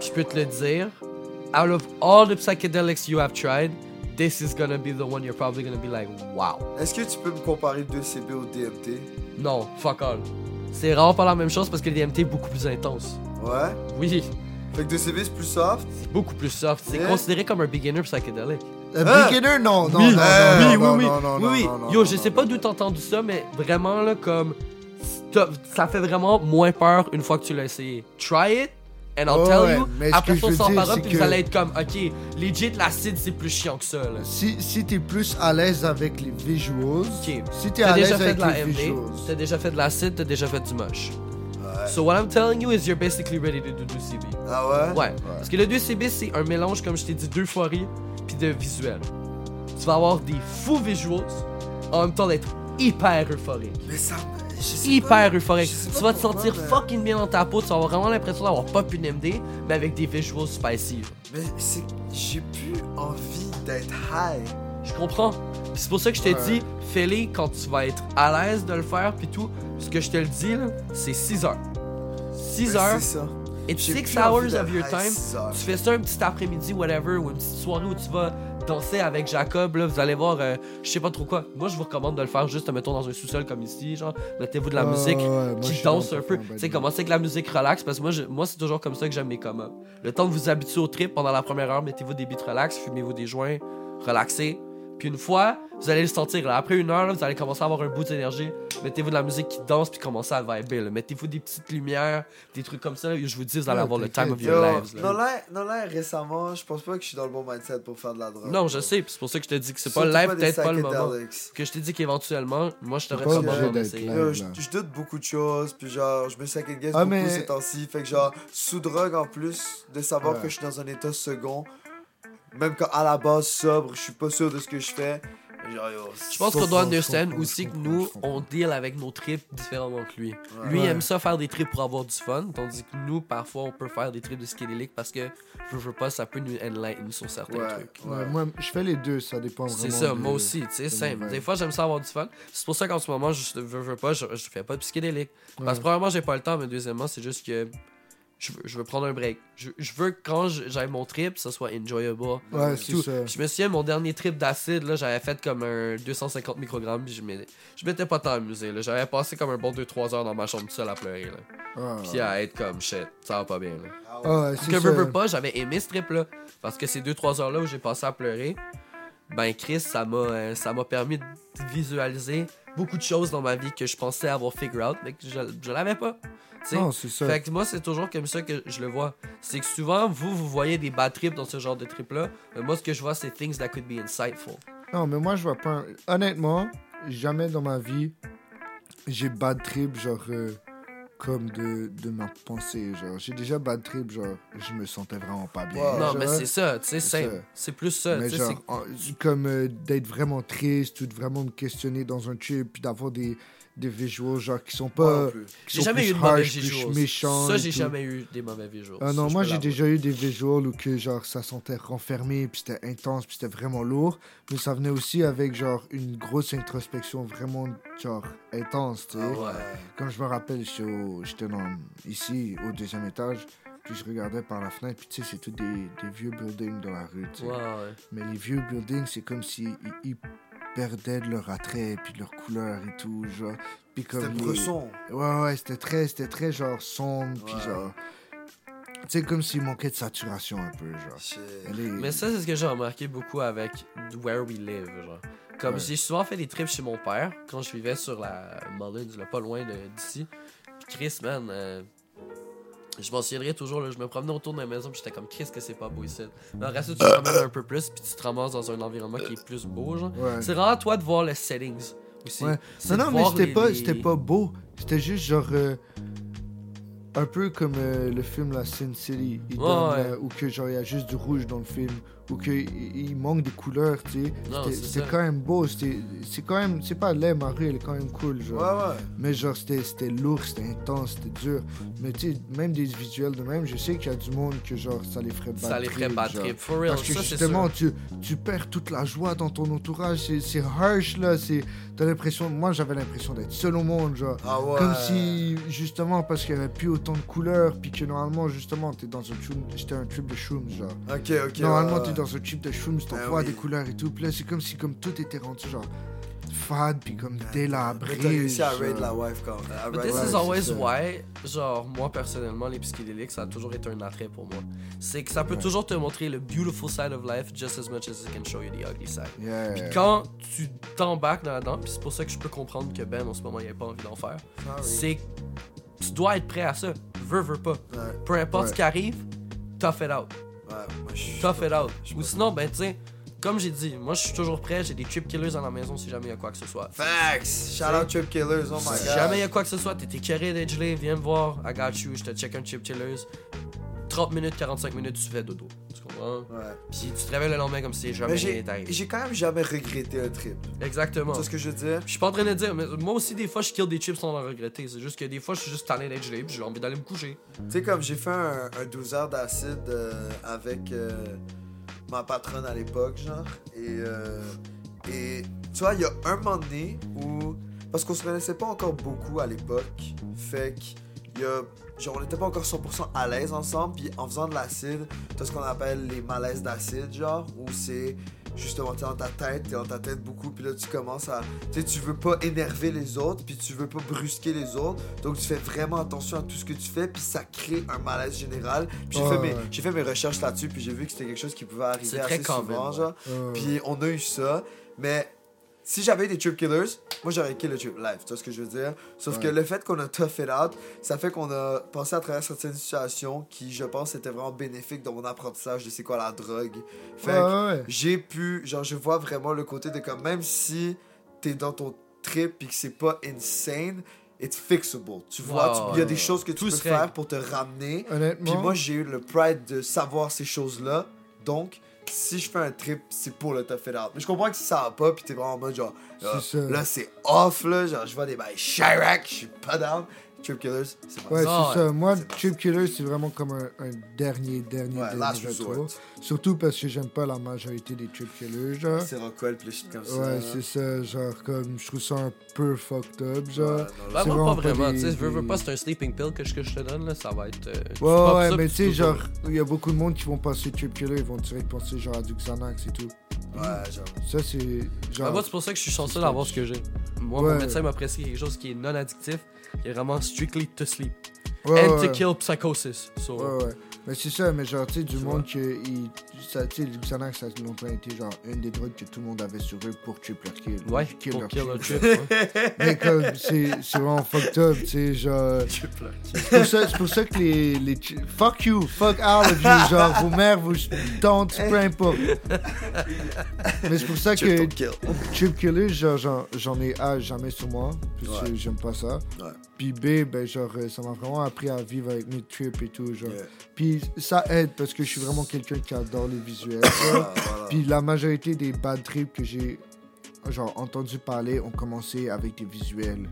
Je peux te le dire, out of all the psychedelics you have tried, this is gonna be the one you're probably gonna be like, wow.
Est-ce que tu peux me comparer 2 CB au DMT
Non, fuck all. C'est rare pas la même chose parce que le DMT est beaucoup plus intense.
Ouais.
Oui,
Fait que 2 CB c'est plus soft.
c'est beaucoup plus soft. C'est
Hein?
considéré comme un beginner psychedélique.
Un
Ah
Euh, beginner Non, non,
oui, Ah,
non,
euh,
non,
oui,
non,
oui,
non, non,
oui,
non,
oui.
non, non,
Yo,
non,
je
non,
sais pas
non.
d'où t'as entendu ça, mais vraiment, là, comme. t'as- Ça fait vraiment moins peur une fois que tu l'as essayé. Try it, and I'll
Ouais,
tell
ouais,
you.
mais ce
Après
que
ça, on
je veux
s'en
dire,
parlera,
c'est
puis
que-
vous allez être comme, ok, legit, l'acide, c'est plus chiant que ça, là.
Si, si t'es plus à l'aise avec les visuals,
Ok.
si t'es
T'as
à l'aise
déjà fait
avec
de
les
la MD,
visuals,
t'as déjà fait de l'acide, t'as déjà fait du moche. So what I'm telling you is you're basically ready to do 2CB.
Ah ouais
Ouais. Parce que le 2CB, c'est un mélange, comme je t'ai dit, d'euphorie puis de visuel. Tu vas avoir des fous visuals en même temps d'être hyper euphorique.
Mais ça. je sais pas.
Hyper euphorique.
je sais pas ben.
Tu vas te
pourquoi,
sentir
mais-
fucking bien dans ta peau. Tu vas avoir vraiment l'impression d'avoir pop une MD, mais avec des visuals spicy.
Mais c'est. J'ai plus envie d'être high.
Je comprends. Puis C'est pour ça que je t'ai
Ouais.
dit, fais-les quand tu vas être à l'aise de le faire puis tout. Parce que je te le dis, là, c'est 6 heures. 6
Mais
heures,
Ben, C'est ça.
it's
J'ai
6
plus envie
hours of
d'être
your
high
time.
six heures.
Tu fais ça un petit après-midi, whatever, ou une petite soirée où tu vas danser avec Jacob, là, vous allez voir, euh, je sais pas trop quoi. Moi, je vous recommande de le faire juste, mettons, dans un sous-sol comme ici, genre, mettez-vous de la
Ouais,
musique
ouais, ouais, Ah, moi, je
qui
suis
danse
dans
un
ton
peu.
fond, ben
Tu sais,
Benny.
commencer avec la musique relax, parce que moi, je- moi c'est toujours comme ça que j'aime mes come up. Le temps de vous habituer au trip, pendant la première heure, mettez-vous des beats relax, fumez-vous des joints, relaxez. Puis une fois, vous allez le sentir. là. Après une heure, là, vous allez commencer à avoir un bout d'énergie. Mettez-vous de la musique qui danse, puis commencez à vibrer. là. Mettez-vous des petites lumières, des trucs comme ça. là. Je vous dis, vous allez
Ouais,
avoir le
t'inquiète.
time of your
Yo,
lives. là.
non, là, non, là, récemment, je pense pas que je suis dans le bon mindset pour faire de la drogue.
Non, je sais, puis c'est pour ça que je te dis que c'est pas
Surtout
live,
des
peut-être pas le moment.
psychedelics.
Que je te dis qu'éventuellement, moi je te
Pas
recommande
obligé
d'en
d'être
essayer.
live.
Yo, je,
là.
je doute beaucoup de choses, puis genre, je me second guess
Ah,
beaucoup
mais-
ces temps-ci. Fait que genre, sous drogue en plus, de savoir
Ouais.
que je suis dans un état second, même quand à la base sobre, je suis pas sûr de ce que je fais. Genre, yo,
Je pense
Je
qu'on doit
comprends, je
understand
comprends,
aussi
je
que
comprends,
nous,
je comprends.
on deal avec nos trips différemment que lui.
Ouais.
Lui
Ouais.
aime ça faire des trips pour avoir du fun, tandis que nous, parfois, on peut faire des trips de skélélique parce que, je veux pas, ça peut nous enlighten sur certains
Ouais.
trucs.
Ouais, Moi, je fais les deux, ça dépend vraiment.
C'est ça,
de-
moi aussi, tu sais,
de
simple.
mon
Des
vibe.
fois, j'aime ça avoir du fun. C'est pour ça qu'en ce moment, je veux, veux pas, je, je fais pas de psychédélique. Parce
Ouais.
que, premièrement, j'ai pas le temps, mais deuxièmement, c'est juste que je veux, je veux prendre un break. Je, je veux que quand je- j'aille mon trip, ça soit enjoyable.
Ouais,
Puis
c'est
tout.
ça.
Puis Je me souviens, mon dernier trip d'acide, là, j'avais fait comme un 250 microgrammes, puis je m'étais, je m'étais pas tant amusé, là. J'avais passé comme un bon 2-3 heures dans ma chambre tout seul à pleurer, là.
Ah,
Puis à être comme shit, ça va pas bien, là.
ah, ouais, c'est
Que
ça.
veux, veux pas, j'avais aimé ce trip là. Parce que ces 2-3 heures là où j'ai passé à pleurer, ben Chris, ça m'a euh, ça m'a permis de visualiser beaucoup de choses dans ma vie que je pensais avoir figure out, mais que je, je l'avais pas. Tu sais?
Non, c'est Ah, ça.
Fait que moi, c'est toujours comme ça que je le vois. C'est que souvent, vous, vous voyez des bad trips dans ce genre de trip là. Mais moi, ce que je vois, c'est things that could be insightful.
Non, mais moi, je vois pas. un- Honnêtement, jamais dans ma vie, j'ai bad trip, genre, euh, comme de, de ma pensée. Genre, j'ai déjà bad trip, genre, je me sentais vraiment pas bien.
Wow.
non,
Ah, genre.
mais c'est ça, tu sais,
C'est
c'est
ça.
c'est plus ça.
Mais
tu sais,
genre,
c'est-
en- comme euh, d'être vraiment triste ou de vraiment me questionner dans un tube, puis d'avoir des, des visuals, genre, qui sont
Moi non
pas.
plus.
qui
J'ai
sont
jamais
plus
eu de mauvais
harsh, plus
visuals.
méchants
Ça,
et
j'ai
tout.
jamais eu des mauvais visuals.
Ah
Ça,
non,
je
moi
peux
j'ai
l'avouer.
déjà eu des visuals où que genre ça sentait renfermé, puis c'était intense, puis c'était vraiment lourd, mais ça venait aussi avec genre une grosse introspection vraiment genre intense, tu sais.
Ouais.
Comme je me rappelle, j'étais au- j'étais dans- ici au deuxième étage, puis je regardais par la fenêtre, puis tu sais, c'est tous des, des vieux buildings dans la rue, tu sais.
Ouais, ouais.
Mais les vieux buildings, c'est comme s'ils ils- ils perdaient de leur attrait, puis de leur couleur et tout, genre. Puis comme
C'était
les-
bresson.
Ouais, ouais, c'était très, c'était très genre sombre, puis
Ouais.
genre. Tu sais, comme s'il manquait de saturation un peu, genre.
Shit.
Elle est-
Mais ça, c'est ce que j'ai remarqué beaucoup avec Where We Live. Genre. Comme
Ouais.
j'ai souvent fait des trips chez mon père quand je vivais sur la Mullins, là, pas loin de- d'ici. Puis Chris, man, euh, je m'en souviendrai toujours. Là, je me promenais autour de la maison puis j'étais comme Chris, que c'est pas beau ici. Mais après ça, tu te promènes un peu plus puis tu te ramasses dans un environnement qui est plus beau. Genre.
Ouais.
C'est rare à toi de voir les settings. aussi.
Ouais.
C'est
Non,
de
non, mais
voir
c'était
les-
pas,
les-
c'était pas beau. C'était juste genre. euh, un peu comme euh, le film La Sin City. Il
Ouais,
donne,
ouais.
euh, ou que genre il y a juste du rouge dans le film. Ou qu'il manque des couleurs, tu sais.
Non,
C'était-
Ah, c'est
C'était
ça.
quand même beau. c'était- C'est quand même. C'est pas laid, Marie, elle est quand même cool. Genre.
Ouais, ouais.
Mais genre, c'était c'était lourd, c'était intense, c'était dur. Mais tu sais, même des visuels de même, je sais qu'il y a du monde que genre, ça les ferait battre.
Ça les ferait pas trip. For real,
Parce que
ça c'est
justement,
sûr.
tu, tu perds toute la joie dans ton entourage. C'est- C'est harsh, là. c'est- T'as l'impression... Moi, j'avais l'impression d'être seul au monde, genre.
Ah ouais.
Comme si, justement, parce qu'il n'y avait plus autant de couleurs, puis que normalement, justement, t'es dans un tune- j'étais un tube de shrooms, genre.
Ok, ok.
normalement,
ouais, ouais.
t'es dans un tube de shrooms, t'en
Ah
vois
oui.
des couleurs et tout. Puis là, c'est comme si, comme tout était rendu, genre, fade, puis comme
Ben, Mais
délabré.
t'as réussi à raid
genre.
la wife quand Ah, à
But
raid
this
la
is
wife.
always
ça.
why, genre, moi personnellement, les psychédéliques, ça a toujours été un attrait pour moi. C'est que ça peut toujours te montrer le beautiful side of life just as much as it can show you the ugly side.
Yeah.
Puis quand tu t'embarques là-dedans, puis c'est pour ça que je peux comprendre que Ben en ce moment il a pas envie d'en faire,
Ah oui.
c'est que tu dois être prêt à ça. Veux, veux pas.
Ouais,
Peu importe
Ouais.
ce qui arrive, tough it out.
ouais, moi, je suis-
Tough it out.
Je suis
Ou
pas-
sinon, ben tu sais, comme j'ai dit, moi je suis toujours prêt, j'ai des trip killers à la maison si jamais il y a quoi que ce soit.
Facts! Shout out Trip Killers, oh my
Si
god.
jamais il y a quoi que ce soit, t'es t'es carré d'être gelé, viens me voir, I got you, je te check un chip chillers. 30 minutes, 45 minutes, tu fais dodo. Tu comprends?
Ouais.
Puis tu te réveilles le lendemain comme si jamais
Mais
rien
j'ai
n'est arrivé.
j'ai quand même jamais regretté un trip.
Exactement.
Tu sais ce que je veux dire?
Je suis pas en train de dire, mais moi aussi, des fois, je kill des chips sans en regretter. C'est juste que des fois, je suis juste tanné d'être gelé, puis j'ai envie d'aller me coucher.
Tu sais, comme j'ai fait un, un 12 heures d'acide euh, avec euh, ma patronne à l'époque, genre. Et, euh, et tu vois, il y a un moment donné où. Parce qu'on se connaissait pas encore beaucoup à l'époque. Fait que, y a- genre, on n'était pas encore 100% à l'aise ensemble. Puis en faisant de l'acide, t'as ce qu'on appelle les malaises d'acide, genre, où c'est. Justement, t'es dans ta tête, t'es dans ta tête beaucoup, puis là tu commences à. Tu sais, tu veux pas énerver les autres, puis tu veux pas brusquer les autres. Donc tu fais vraiment attention à tout ce que tu fais, puis ça crée un malaise général. Puis j'ai
Ouais,
fait, mes-
ouais.
j'ai fait mes recherches là-dessus, puis j'ai vu que c'était quelque chose qui pouvait
C'est
arriver
très
assez
common,
souvent,
ouais.
genre.
Euh,
Puis on a eu ça, mais si j'avais eu des trip killers, moi j'aurais kill le trip live, tu vois ce que je veux dire? Sauf
Ouais.
que le fait qu'on a tough it out, ça fait qu'on a passé à travers certaines situations qui, je pense, étaient vraiment bénéfiques dans mon apprentissage de c'est quoi la drogue. Fait
ouais,
que
ouais, ouais.
j'ai pu, genre, je vois vraiment le côté de comme, même si t'es dans ton trip et que c'est pas insane, it's fixable. Tu vois,
Wow,
tu- il y
ouais,
a des
ouais.
choses que tu
Tout
peux
se règle.
faire pour te ramener. Puis
Honnêtement,
moi, j'ai eu le pride de savoir ces choses-là. Donc, si je fais un trip, c'est pour le tough it out. Mais je comprends que si ça va pas, puis t'es vraiment en mode genre, là,
C'est ça.
là, c'est off, là. Genre, je vois des bails Chirac, je suis pas down. Trip Killers, c'est pas
Ouais,
ça.
Ah,
c'est ça. Moi,
C'est pas
Trip Killer, c'est vraiment comme un, un dernier, dernier,
Ouais,
dernier,
last
je
resort.
trouve. Surtout parce que j'aime pas la majorité des Trip Killers, genre.
C'est Rockwell, puis le shit comme ça.
Ouais,
là.
c'est ça, genre, comme, je trouve ça un peu fucked up,
Ouais,
genre.
non,
Bah,
C'est
moi, pas
vraiment pas
vraiment.
des-
Tu sais, je veux, veux
des-
pas, c'est un sleeping pill que, je- que je te donne, là. Ça va être. euh, tu
Ouais,
pops
ouais,
ça,
mais
puis
tu sais,
tout
genre, il y a beaucoup de monde qui vont passer Trip Killer, ils vont direct penser, genre, à du Xanax et tout.
Ouais, genre.
Ça, c'est,
Bah,
genre.
moi, c'est pour ça que je suis chanceux d'avoir ce que j'ai. Moi,
Ouais.
mon médecin m'a prescrit quelque chose qui est non addictif, qui est vraiment strictly to sleep.
ouais,
And
ouais.
to kill psychosis. So,
Ouais, ouais. Mais c'est ça, mais genre, tu sais, du
Tu
monde que. il- ça- Tu sais, le Xanax, ça a longtemps été, genre, une des drogues que tout le monde avait sur eux pour tuer leur kill.
ouais,
Kill
pour
leur
kill
kill.
le trip. ouais.
Mais comme, c'est c'est vraiment fucked up, tu sais, genre. C'est pour, ça- c'est pour ça que les, les. chi- Fuck you, fuck all of you, genre, vos mères, vos tantes, peu importe. Mais c'est pour ça
Trip
que
ton kill.
Chip Killer, genre, j'en- j'en ai A, jamais sur moi, parce que
Ouais.
j'aime pas ça.
Ouais.
Puis B, ben, genre, euh, ça m'a vraiment appris à vivre avec mes trips et tout, genre.
Yeah.
Puis ça aide parce que je suis vraiment quelqu'un qui adore les visuels. genre.
Voilà, voilà.
Puis la majorité des bad trips que j'ai genre entendu parler ont commencé avec des visuels.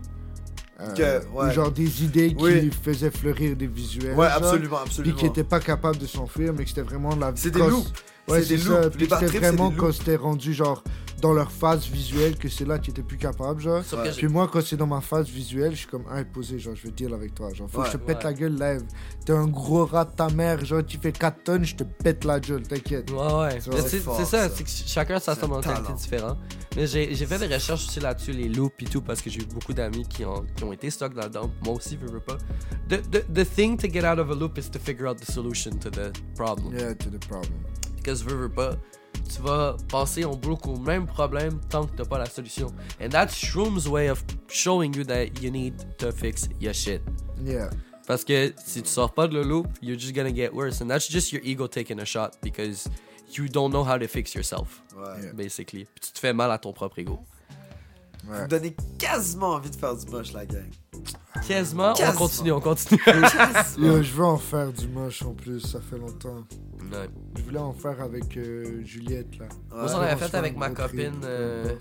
Euh,
Que- ouais.
ou genre des idées
Oui.
qui faisaient fleurir des visuels.
Ouais,
euh, genre,
absolument,
Puis
absolument.
qui n'étaient pas capables de s'enfuir, mais que c'était vraiment la
C'est des
quand-
loops.
Ouais, c'est
C'est des
ça.
loops.
Puis
Les
que
bad
c'était
trips, c'est des
vraiment
loops.
quand c'était rendu genre dans leur phase visuelle que c'est là qu'ils étaient plus capables, genre.
Sauf que
Ouais.
j'ai-
Puis moi, quand c'est dans ma phase visuelle, je suis comme ah, imposé, genre, je veux deal avec toi. Genre, faut que je te
Ouais,
pète
ouais.
la gueule, lève. T'es un gros rat de ta mère, genre, tu fais 4 tonnes, je te pète la gueule, t'inquiète.
Ouais, ouais.
Ça,
Mais
c'est
C'est
fort,
c'est ça,
ça.
c'est que ch- chacun ça a
C'est
sa
un
mentalité
talent.
différente. Mais j'ai j'ai fait des recherches aussi là-dessus, les loops et tout, parce que j'ai eu beaucoup d'amis qui ont, qui ont été stuck là-dedans. Moi aussi, je veux pas. The, the, the thing to get out of a loop is to figure out the solution to the problem.
Yeah, to the problem.
que tu veux, veux pas, tu vas passer en bloc au même problème tant que t'as pas la solution. And that's Shroom's way of showing you that you need to fix your shit.
Yeah.
Parce que si tu sors pas de le loop, you're just gonna get worse. And that's just your ego taking a shot because you don't know how to fix yourself,
Ouais.
Yeah.
basically. Puis tu te fais mal à ton propre ego.
Vous
Ouais.
me donnez quasiment envie de faire du moche, la gang.
Quasiment, on
Quasiment.
continue, on continue.
Quasiment.
Yo, euh, je veux en faire du moche en plus, ça fait longtemps.
Ouais.
Je voulais en faire avec euh, Juliette là.
Moi,
Ouais.
j'en avais
on se
fait
fait
avec
un
ma
gros trip.
copine euh,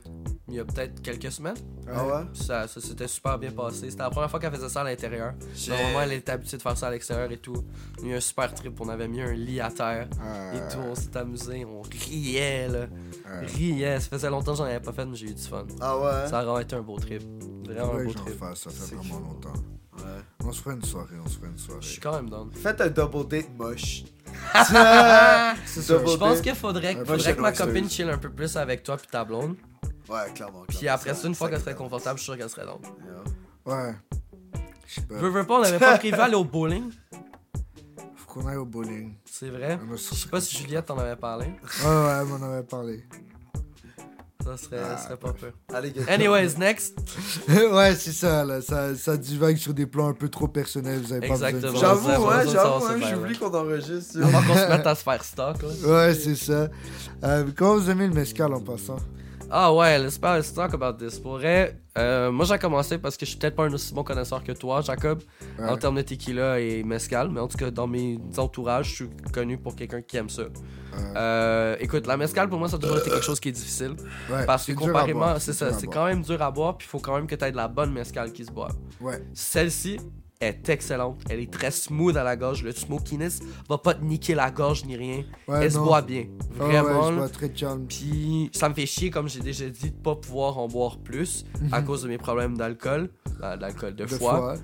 il y a peut-être quelques semaines.
Ah ouais?
Ça, ça s'était super bien passé. C'était la première fois qu'elle faisait ça à l'intérieur.
J'ai-
Normalement, elle était habituée de faire ça à l'extérieur et tout. On a eu un super trip. On avait mis un lit à terre
Ah,
et tout. On s'est amusé. On riait, là.
ah,
Riait. Ça faisait longtemps que j'en avais pas fait, mais j'ai eu du fun.
Ah ouais? hein?
Ça a vraiment été un beau trip. Vraiment
faudrait
un
que
beau
j'en
trip.
fasse, ça fait
C'est
vraiment
cool.
longtemps.
Ouais.
On se fera une soirée, on se fera une soirée.
Je suis quand même down.
Faites un double date moche.
C'est
ça,
Je
Double
pense
date.
qu'il faudrait,
Ouais,
faudrait que ma
prochaine
copine
oyster.
chill un peu plus avec toi puis ta blonde.
Ouais, clairement.
Puis
clairement,
après ça, une fois qu'elle serait
clairement.
confortable, je suis sûr qu'elle serait down.
Yeah.
Ouais. Je sais pas.
Veux, veux pas, on avait pas prévu aller au bowling.
Faut qu'on aille au bowling.
C'est vrai.
On a
Je sais pas si Juliette t'en avait parlé.
Ouais, ouais, elle m'en avait parlé.
Ça serait,
Ah,
serait pas peu.
Allez, gars.
Anyways, next.
ouais, c'est ça, là. Ça, ça divague sur des plans un peu trop personnels. Vous avez pas
Exactement.
besoin de
J'avoue,
Ouais, ouais,
ouais,
ouais,
j'avoue,
ça,
hein,
c'est
j'oublie qu'on enregistre. tu vois.
Avant qu'on se mette à se faire stock, là.
Ouais, c'est ça. Euh, comment vous aimez le mezcal en passant
Ah ouais, let's, parle- let's talk about this. Pour vrai, euh, moi j'ai commencé parce que je suis peut-être pas un aussi bon connaisseur que toi, Jacob,
Ouais.
en termes de tequila et mezcal, mais en tout cas dans mes entourages, je suis connu pour quelqu'un qui aime ça. Euh, écoute, la mezcal pour moi ça a toujours été quelque chose qui est difficile.
Ouais,
Parce que
c'est dur à boire,
comparément, c'est ça,
dur à
c'est quand
boire.
même dur à boire, puis il faut quand même que tu aies de la bonne mezcal qui se boit.
Ouais,
Celle-ci est excellente, elle est très smooth à la gorge, le smokiness va pas te niquer la gorge ni rien.
Ouais,
elle se
non.
boit bien,
Ah ouais,
vraiment.
je
là.
bois très calme.
Puis ça me fait chier, comme j'ai déjà dit, de pas pouvoir en boire plus
Mhm.
à cause de mes problèmes d'alcool, euh, d'alcool de,
Deux
foie.
fois.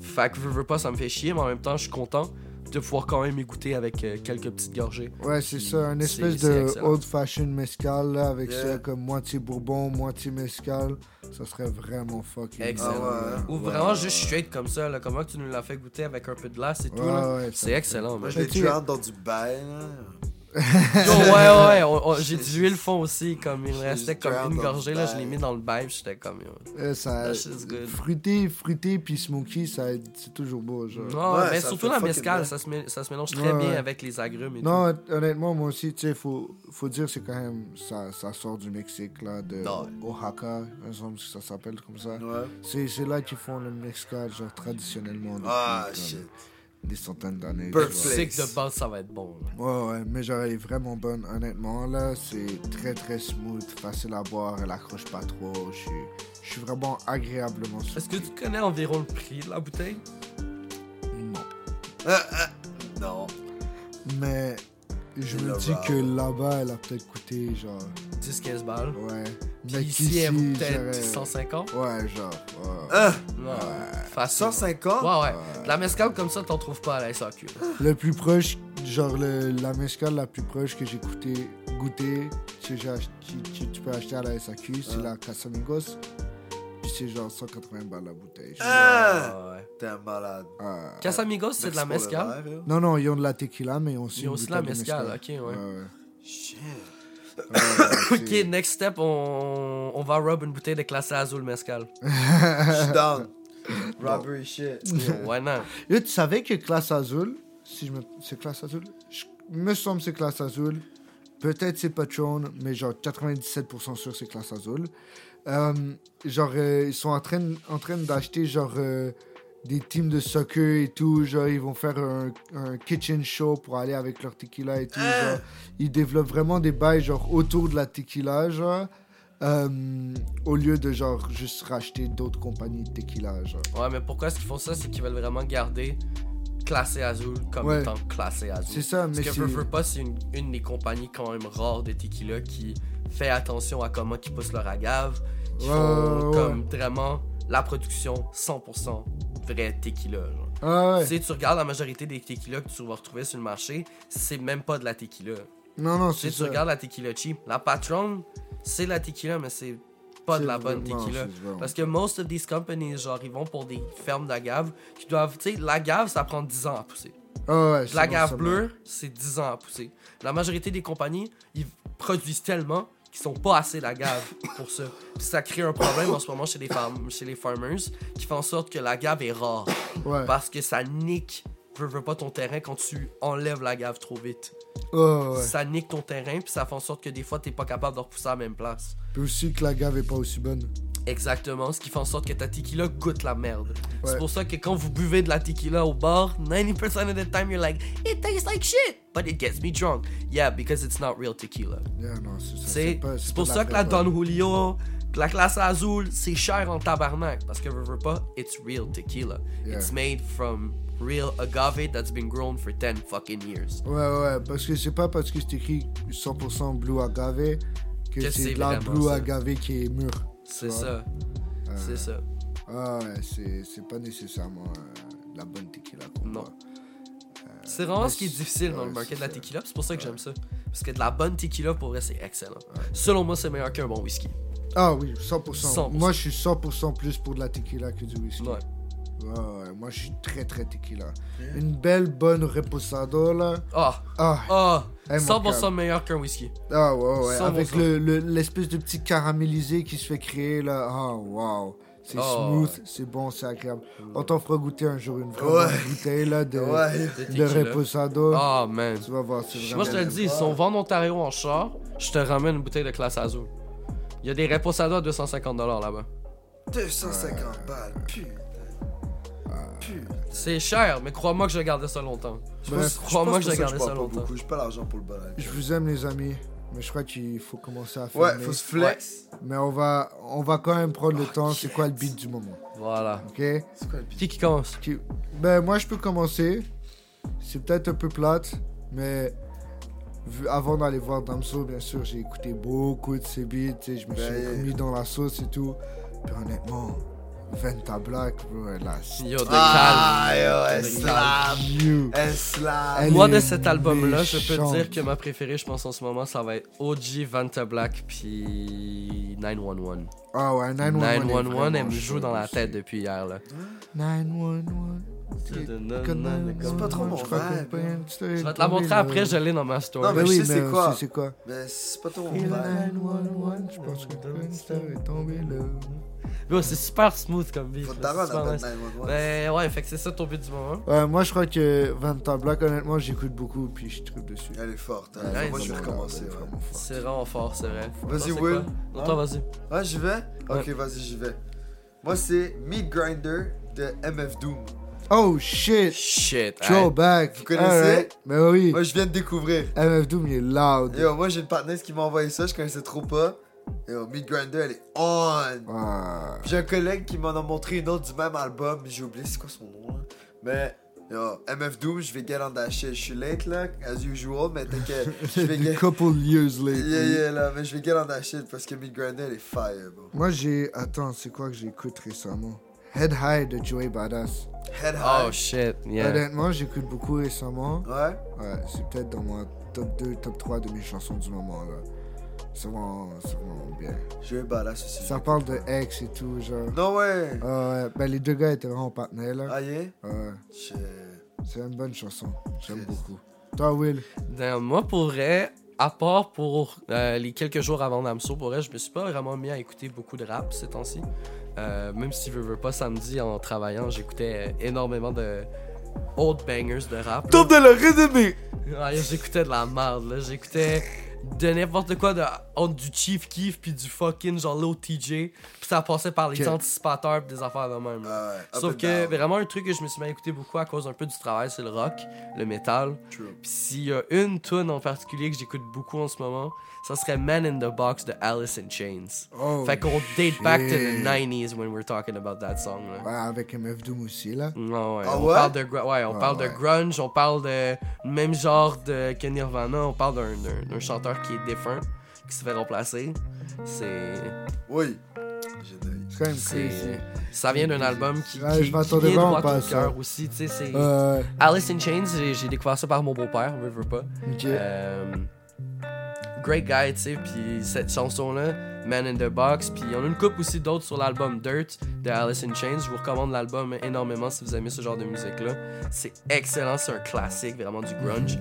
Fait que veux, veux pas, ça me fait chier, mais en même temps, je suis content de pouvoir quand même y goûter avec euh, quelques petites gorgées.
Ouais, c'est ça, un
C'est-
espèce
c'est
de
excellent.
old fashioned mezcal là, avec
Yeah.
ça comme moitié bourbon, moitié mezcal, ça serait vraiment fucking
Excellent.
Ah
Ou vraiment juste straight comme ça, là, comment tu nous l'as fait goûter avec un peu de glace et tout.
Ouais,
là.
ouais,
c'est excellent,
Moi,
man.
je l'ai
Ok.
tué dans du bail, là.
Yo, ouais, ouais, on- on- j'ai dilué le fond aussi, comme il me
J'ai
restait
juste
comme
drowned
une
dans
gorgée, là,
le
je l'ai
bag.
mis dans le bain, j'étais comme. yo.
Euh, ça,
That shit's good.
fruité, fruité puis smoky, ça, c'est toujours beau. Genre.
Non,
Ouais,
mais
ça
surtout
fait
la
fucking
mescale,
bien.
ça se, mé- ça se mélange
Ouais,
très bien
ouais.
avec les agrumes et
Non, hon- honnêtement, moi aussi, tu sais, faut, faut dire, c'est quand même, ça, ça sort du Mexique, là, de
Non.
Oaxaca, il me semble que ça s'appelle comme ça.
Ouais.
C'est c'est là qu'ils font le mezcal, genre, traditionnellement. depuis,
Ah,
comme,
shit.
Des centaines d'années.
tout.
Bird
Tu
tu vois.
sais que de base, ça va être bon. là.
Ouais, ouais, mais genre, elle est vraiment bonne, honnêtement. Là, c'est très, très smooth, facile à boire, elle accroche pas trop. Je suis, je suis vraiment agréablement
Est-ce que
surpris.
tu connais environ le prix de la bouteille?
Non.
Ah, ah, Non.
Mais je
Il
me
l'a
dis
pas.
que là-bas, elle a peut-être coûté, genre,
10-15 balles.
ouais.
Puis
Mais
ici, elle vaut
j'aurais-
peut-être 150.
Ouais, genre, ouais.
Ah,
Ouais, facile.
150?
Ouais, ouais. De La mescale comme ça, t'en trouves pas à la SAQ.
Le plus proche, genre, le, la mescale la plus proche que j'ai goûté, goûté que j'ai ach- que- que tu peux acheter à la SAQ, c'est
Ah.
Ouais.
la Casamigos. Puis c'est genre 180 balles la bouteille.
Ah!
Ouais, ouais.
T'es un malade.
Ah.
Casamigos, c'est de la
Merci pour le
mescale.
verre, là.
Non, non, ils ont de la tequila, mais ils ont aussi,
Ils ont
une
aussi de la
bouteille de
mescale, ok, ouais.
Shit.
Ah Ouais,
Ok,
c'est-
next step, on, on va rob une bouteille de classé azul mescal.
Je suis down. Robbery shit.
Yo, Why not?
Yo, tu savais que Classe Azul, si je me... c'est Classe Azul Je me semble que c'est Classe Azul. Peut-être c'est Patron, mais genre 97% sûr c'est Classe Azul. Euh, genre, euh, ils sont en train, en train d'acheter genre euh, des teams de soccer et tout. Genre, ils vont faire un, un kitchen show pour aller avec leur tequila et tout. genre. ils développent vraiment des bails genre autour de la tequila, genre. euh, au lieu de genre juste racheter d'autres compagnies de tequila, genre.
Ouais, mais pourquoi est-ce qu'ils font ça? C'est qu'ils veulent vraiment garder classé azul comme
Ouais.
étant classé azul.
C'est ça, Ah, mais
Parce que
c'est-
veux, veux pas, c'est une, une des compagnies quand même rares de tequila qui fait attention à comment ils poussent leur agave, qui
Ouais,
font
ouais, ouais.
comme vraiment la production 100% vrai tequila. genre.
Ah ouais.
Tu sais, tu regardes la majorité des tequilas que tu vas retrouver sur le marché, c'est même pas de la tequila.
Non, non,
Tu
c'est
sais, tu
ça.
regardes la tequila cheap, la patron, c'est de la tequila, mais c'est pas de
C'est
la bonne
vraiment-
tequila.
c'est vraiment-
Parce que most of these companies, genre, ils vont pour des fermes d'agave qui doivent, tu sais, l'agave, ça prend 10 ans à pousser.
Ah ouais, c'est
La
bon,
gaffe
ça
bleue, c'est 10 ans à pousser. La majorité des compagnies, ils produisent tellement qu'ils sont pas assez la gave pour ça. Puis ça crée un problème en ce moment chez les, farm- chez les farmers qui fait en sorte que la gave est rare.
Ouais.
Parce que ça nique, veux, veux pas ton terrain quand tu enlèves la gave trop vite.
Ah ouais.
Ça nique ton terrain, puis ça fait en sorte que des fois, t'es pas capable de repousser à la même place.
Puis aussi que la gave est pas aussi bonne.
Exactement, ce qui fait en sorte que ta tequila goûte la merde.
Ouais.
C'est pour ça que quand vous buvez de la tequila au bar, 90% of the time you're like, it tastes like shit, but it gets me drunk. Yeah, because it's not real tequila.
Yeah, non, c'est ça, c'est
C'est
pas-
c'est
c'est
pour
pas
ça que la
vraie bonne.
Don Julio, pis la classe azul, c'est cher en tabarnak. Parce que veux, veux pas, it's real tequila.
Yeah.
It's made from real agave that's been grown for 10 fucking years.
Ouais, ouais, parce que c'est pas parce que c'est écrit 100% Blue Agave que,
Que c'est
c'est de la
vraiment
Blue
ça.
Agave qui est mûre.
C'est
Ouais.
ça. C'est ça.
Ah ouais, c'est c'est pas nécessairement euh, la bonne tequila qu'on
Non.
boit.
C'est vraiment
mais
ce qui est
c'est-
difficile dans le
ouais,
market de la
c'est ça.
tequila, pis c'est pour ça que j'aime ça. Parce que de la bonne tequila, pour vrai, c'est excellent. Selon moi, c'est meilleur qu'un bon whisky.
Ah oui, 100%.
100%.
Moi, je suis 100% plus pour de la tequila que du whisky.
Ouais.
Ouais, ouais, moi, je suis très, très tequila. Une belle, bonne reposado, là.
Ah,
Ah,
ah,
Hey, mon
100%
cœur.
meilleur qu'un whisky.
ah ouais, ouais.
100%.
Avec le- le- l'espèce de petit caramélisé qui se fait créer, là. Ah, waouh. C'est
Oh,
smooth,
ouais.
c'est bon, c'est agréable. On t'en fera goûter un jour une vraie
Ouais.
bonne bouteille, là, de,
Ouais.
De
de
tequila.
reposado.
Ah, man.
Tu vas voir, c'est vraiment...
Moi, je te le dis, si on va en Ontario en char, je te ramène une bouteille de classe azul. Il y a des reposado à 250$ là-bas.
250 balles, putain. Putain.
C'est cher, mais crois-moi que je gardais ça longtemps.
Je
Ben,
pense- je
crois-moi
pense
que j'ai
pour
gardé
je bois
ça
pas
longtemps.
beaucoup, J'ai pas l'argent pour le balade.
Je vous aime, les amis. Mais je crois qu'il faut commencer à faire.
Ouais, faut se Oh, flex.
Mais on va, on va quand même prendre le temps. C'est quoi le beat du moment,
Voilà.
ok
C'est quoi le pire
Qui qui commence
Qui- Ben moi, je peux commencer. C'est peut-être un peu plate, mais vu- avant d'aller voir Damso, bien sûr, j'ai écouté beaucoup de ses beats. tu sais, Je me suis
Ben,
mis dans la sauce et tout. Puis honnêtement, Venta Black, bro, elle a
Yo, de
Ah, yo, elle
De
slap.
you.
Elle slap.
Elle-
calme. Moi,
est
de cet album-là, je peux
méchante.
dire que ma préférée, je pense, en ce moment, ça va être OG, Vanta Black, puis 911.
Ah ouais, 911.
911, elle me joue dans la tête depuis hier, là.
911.
Je
pas trop mon
Je crois
vibe.
que c'est une petite-
vais te la montrer après, je l'ai dans ma
Non,
story.
mais-
Ben
je
oui,
sais c'est
mais
quoi.
c'est- c'est quoi
Mais c'est pas ton
Et le
hein.
vibe.
911, je pense que Queenster est tombé là.
Yo, C'est super smooth comme beat.
Votre
là,
daronne
c'est super
appelle
nice.
911.
Ben ouais, fait que c'est ça ton but du moment.
Ouais, moi je crois que 20 ans Black, honnêtement, j'écoute beaucoup puis je tripe dessus.
Elle est forte. hein.
Ouais,
Moi, je
c'est
vais
bon,
recommencer. ouais.
vraiment fort.
C'est vraiment fort, c'est vrai.
Vas-y,
Toi, c'est
Will. Ah.
quoi Non, toi, vas-y.
Ouais, j'y vais Ok,
Ouais.
vas-y, j'y vais. Moi, c'est Meat Grinder de MF Doom.
Oh shit!
Shit.
Joe back!
Vous connaissez?
Mais oui,
Moi, je viens de découvrir.
MF Doom il est loud.
Yo, moi, j'ai une partenaire qui m'a envoyé ça, je connaissais trop pas. Yo, Meat Grinder, elle est on.
Ah.
Puis J'ai un collègue qui m'en a montré une autre du même album, mais j'ai oublié c'est quoi son nom là. Mais yo, MF Doom, je vais get on that shit. Je suis late là, as usual, mais t'inquiète. Je vais
A
get.
couple years late.
Yeah, yeah, là, mais je vais get on that shit parce que Meat Grinder, elle est fire, bro.
Moi j'ai. Attends, c'est quoi que j'écoute récemment? Head High de Joey Badass.
Head
Oh
high.
shit, yeah.
Honnêtement, j'écoute beaucoup récemment.
ouais.
Ouais, c'est peut-être dans mon top 2, top 3 de mes chansons du moment là. C'est vraiment, c'est vraiment bien.
Je vais badass aussi.
Ça parle de ex et tout, genre.
Non, ouais.
Ah ouais, ben les deux gars étaient vraiment partenaires là.
Ah, yeah.
Ouais,
Shit.
c'est une bonne chanson, j'aime
Yes.
beaucoup. Toi Will,
Damn, Ben, moi, pour vrai, à part pour euh, les quelques jours avant Damso, pour vrai, je me suis pas vraiment mis à écouter beaucoup de rap ces temps-ci. Euh, même si je veux pas samedi en travaillant, j'écoutais euh, énormément de old bangers de rap.
de la résumé
Ouais, j'écoutais de la merde, là. J'écoutais de n'importe quoi, de, entre du Chief Keef puis du fucking genre l'OTJ. Puis ça passait par les
Ok.
anticipateurs pis des affaires de même. là.
Ah, ouais. Up
Sauf
and
que
down.
vraiment un truc que je me suis mis à écouter beaucoup à cause un peu du travail, c'est le rock, le métal.
True.
Puis s'il y a une tune en particulier que j'écoute beaucoup en ce moment, ça serait Man in the Box de Alice in Chains.
Oh,
fait qu'on date back to the
shit.
90s when we're talking about that song. Là.
Ouais, avec MF Doom aussi là.
Non, ouais.
Ah
on
ouais?
parle de gru- ouais, on
Ah
parle
ouais.
de grunge, on parle de même genre de que Nirvana, on parle d'un- d'un d'un chanteur qui est défunt, qui se fait remplacer. C'est
Oui. J'ai de l'œil.
C'est quand même
c'est-
crazy.
ça vient d'un album qui,
Ouais,
qui,
je
qui
m'attendais
vient
vraiment
droit
pas à
au
ça.
cœur aussi, tu sais c'est
Euh,
Alice in Chains, j'ai- j'ai découvert ça par mon beau-père, veux, veux pas.
ok.
Euh, great guy, tu sais, puis cette chanson-là, Man in the Box, puis on a une coupe aussi d'autres sur l'album Dirt de Alice in Chains. Je vous recommande l'album énormément si vous aimez ce genre de musique-là. C'est excellent, c'est un classique vraiment du grunge.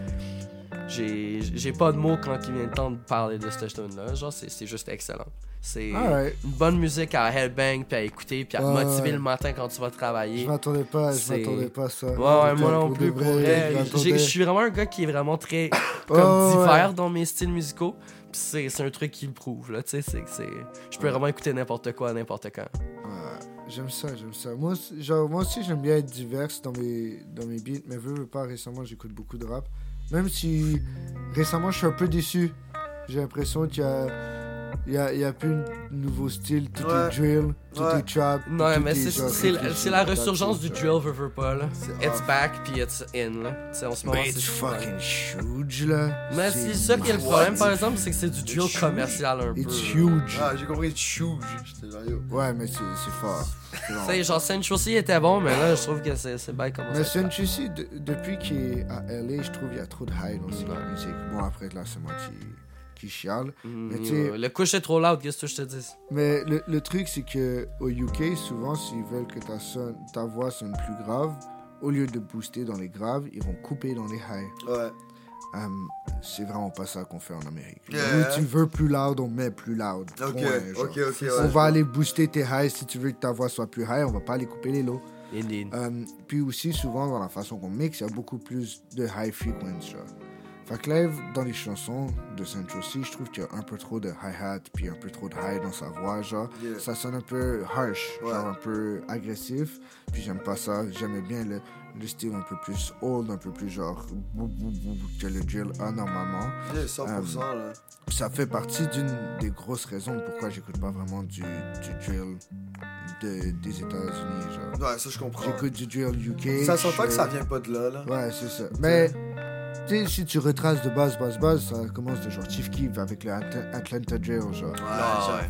J'ai j'ai pas de mots quand il vient le temps de parler de cette tune-là. Genre, c'est c'est juste excellent. C'est
Alright.
une bonne musique à headbang, puis à écouter, puis à te
Ouais,
motiver
ouais.
le matin quand tu vas travailler.
Je m'attendais pas, je
c'est-
m'attendais pas à ça.
Ouais, ouais, moi
Pour
non
de
plus.
vrai,
pour vrai.
je
J'ai-
m'attendais-
je suis vraiment un gars qui est vraiment très comme
Oh, ouais.
divers dans mes styles musicaux. Puis Puis c'est c'est un truc qui le prouve, là. Tu sais, c'est que c'est. Je peux vraiment écouter n'importe quoi, à n'importe quand.
Ouais, j'aime ça, j'aime ça. Moi, aussi- genre, moi aussi, j'aime bien être divers dans mes, dans mes beats, mais veux, veux pas, récemment, j'écoute beaucoup de rap. Même si récemment, je suis un peu déçu. J'ai l'impression qu'il y a, il y, a, il y a plus de nouveau style, tout
Ouais.
est drill, tout
Ouais.
est trap.
Non,
tout
mais
est
c'est-
genre
c'est la-
réfléchi,
c'est la
tout est
resurgence du
genre.
drill, veux, veux pas, là.
C'est
It's
off.
back, puis it's in, là. Tu sais, en ce moment,
Mais it's
c'est.
fucking huge, là.
Mais c'est ça qui est le problème, par exemple, c'est que c'est du
It's
drill
huge.
commercial un peu.
It's huge.
Ah, j'ai compris, chou. J'étais genre, yo.
Ouais, mais c'est c'est fort. C'est
Tu
fort.
sais, genre, Saint aussi était bon, mais là, je trouve que c'est c'est bad comment
Mais
ça.
Sun Chussi, de- depuis qu'il est à LA, je trouve qu'il y a trop de high dans sa
Ouais.
musique. Bon, après, là, c'est moi qui, qui chiale.
Mm,
Mais tu sais-
Le couche est trop loud, qu'est-ce que je te dis?
Mais le, le truc, c'est que au UK, souvent, s'ils veulent que ta, son- ta voix sonne plus grave, au lieu de booster dans les graves, ils vont couper dans les highs.
Ouais.
Hum, c'est vraiment pas ça qu'on fait en Amérique.
Yeah.
Nous, tu veux plus loud, on met plus loud.
Ok,
Point, genre.
ok, ok. ouais.
On va aller booster tes highs si tu veux que ta voix soit plus high, on va pas aller couper les lows.
Indeed.
Euh, puis aussi, souvent, dans la façon qu'on mixe, il y a beaucoup plus de high frequency. genre. Fait que là, dans les chansons de Sancho C, je trouve qu'il y a un peu trop de hi-hat, puis un peu trop de high dans sa voix, genre.
Yeah.
Ça sonne un peu harsh,
Ouais.
genre un peu agressif. Puis j'aime pas ça. J'aimais bien le, le style un peu plus old, un peu plus genre bou- bou- bou- bou- que le drill a normalement.
Yeah, 100% là.
Puis ça fait partie d'une des grosses raisons pourquoi j'écoute pas vraiment du, du drill de- des États-Unis, genre.
Ouais, ça je comprends.
J'écoute du drill UK.
Ça s'entend
je-
que ça vient pas de là, là.
Ouais, c'est ça. Mais tu sais, si tu retraces de base, base, base, ça commence de genre Chief Keef avec le Atl- Atlanta Drill, genre.
j'avoue,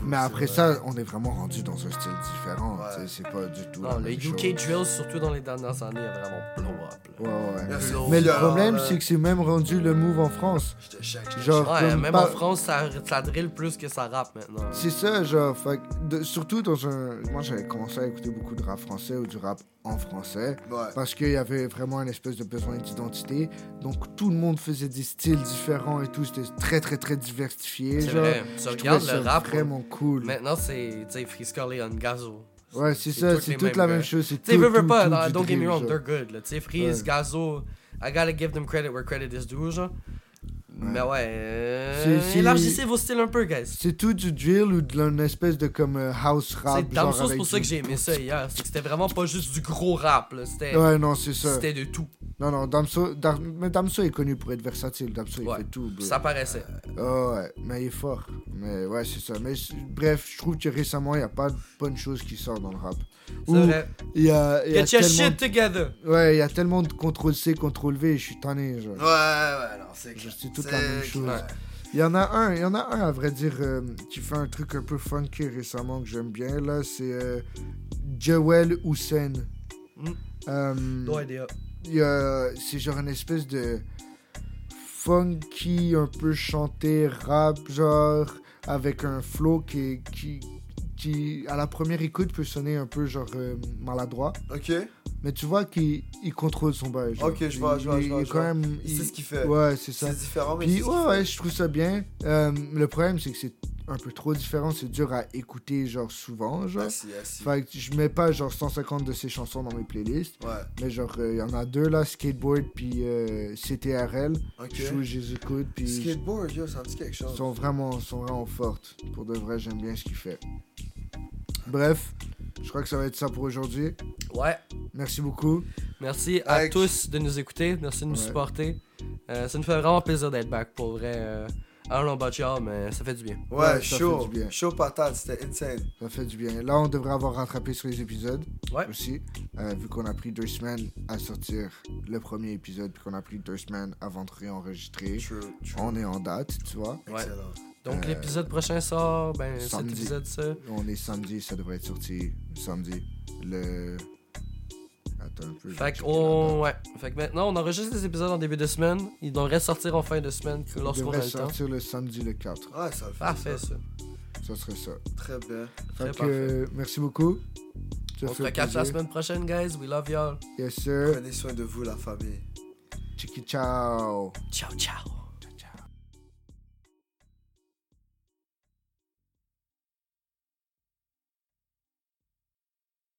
Mais
c'est
après
vrai.
ça, on est vraiment rendu dans un style différent.
Ouais.
tu sais, C'est pas du tout.
Non,
la
le
même
UK
chose.
drill, surtout dans les dernières années, a vraiment blow up. là.
Ouais, ouais.
Là, c'est
Mais le
violent,
problème,
là.
c'est que c'est même rendu le move en France.
J'étais chaque. j'étais
Genre,
Ouais,
comme
même
pas-
en France, ça, ça drill plus que ça rappe maintenant.
C'est ça, genre, fait que de- surtout dans un. Moi, j'avais commencé à écouter beaucoup de rap français ou du rap en français.
chaque. Ouais.
parce qu'il y avait vraiment une espèce de besoin d'identité. Donc tout le monde faisait des styles différents et tout. C'était très très très diversifié.
C'est
genre.
vrai. Tu
Je
regardes
trouvais
le
ça
rap,
vraiment cool.
maintenant c'est, tu sais, Free Corleone, Gazo.
Ouais, c'est
c'est
ça.
toutes
C'est
les
toute
mêmes
la
gars.
même chose. C'est
Tu sais,
tout,
veux, veux
tout,
pas,
tout
non,
du
don't get me
drill,
wrong,
genre.
they're good, là. Tu sais, Freeze,
Ouais.
Gazo, I gotta give them credit where credit is due, genre. Mais ouais, euh,
C'est- c'est-
élargissez vos styles un peu, guys.
C'est tout du drill ou de l'une espèce de comme euh, house
C'est
rap. genre,
Damso, c'est
avec
pour ça
du-
que j'ai aimé ça hier. C'est que c'était vraiment pas juste du gros rap, là. C'était,
Ouais, non, c'est ça.
c'était de tout.
Non, non, Damso, Dar- mais Damso est connu pour être versatile. Damso, il
Ouais.
fait tout. bro.
Ça paraissait.
Ah ouais, mais il est fort. Mais ouais, c'est ça. Mais c- bref, je trouve que récemment, il n'y a pas de bonne chose qui sort dans le rap.
C'est
Ou
vrai.
il y a, il y a
Get your
tellement
shit together.
Ouais, il y a tellement de contrôle C, contrôle V, je suis tanné. genre.
Ouais, ouais, non, c'est clair.
C'est toute la même chose.
clair.
Il y en a un, il y en a un à vrai dire euh, qui fait un truc un peu funky récemment que j'aime bien. Là, c'est euh, Joel Hussein.
Mm.
Euh,
No idea.
il y a- c'est genre une espèce de funky, un peu chanté, rap, genre, avec un flow qui, est- qui, qui, à la première écoute, peut sonner un peu genre euh, maladroit.
Ok,
Mais tu vois qu'il il contrôle son bail. genre.
Ok, je vois, je vois,
Il-
je vois,
il est
je
quand
vois.
même.
il sait ce qu'il fait.
Ouais, c'est ça.
C'est différent, mais. c'est
Puis
ce qu'il
ouais,
fait.
ouais, je trouve ça bien. Euh, le problème, c'est que c'est un peu trop différent. C'est dur à écouter, genre, souvent, genre.
Ah, si, ah, si.
Fait que je mets pas, genre, 150 de ces chansons dans mes playlists.
Ouais,
Mais genre, il y en a deux, là, Skateboard puis euh, CTRL.
ok.
Je joue, je les écoute, puis...
Skateboard, yo, ça me dit quelque
Ils
chose.
sont vraiment, sont vraiment fortes. Pour de vrai, j'aime bien ce qu'il fait. Bref, je crois que ça va être ça pour aujourd'hui.
Ouais.
Merci beaucoup.
Merci à
Avec-
tous de nous écouter. Merci de nous
Ouais.
supporter. Euh, ça nous fait vraiment plaisir d'être back pour vrai. Euh, I don't know about y'all, mais ça fait du bien.
Ouais,
Ouais,
ça
chaud.
fait du bien.
Chaud patate, c'était insane.
Ça fait du bien. Là, on devrait avoir rattrapé sur les épisodes
Ouais.
aussi, euh, vu qu'on a pris deux semaines à sortir le premier épisode, puis qu'on a pris deux semaines avant de réenregistrer.
True, true.
On est en date, tu vois.
Ouais.
Excellent.
Donc
Euh,
l'épisode prochain sort, ben
samedi.
cet épisode ça.
On est samedi, ça devrait être sorti samedi. Le. Attends un peu. je vais
Fait
checker
que,
la date.
on... ouais. fait que maintenant on enregistre des épisodes en début de semaine. Ils devraient sortir en fin de semaine
Il
lorsqu'on a
devrait
le temps.
sortir le samedi le 4.
Ouais, ça le fait.
Parfait ça.
Ça serait ça.
Très bien.
Très
Fait que, euh, merci beaucoup. Ça
On
fait
se recapte la
plaisir.
semaine prochaine, guys. We love y'all.
Yes, sir.
Prenez soin de vous, la famille.
Chiki, ciao.
Ciao, ciao.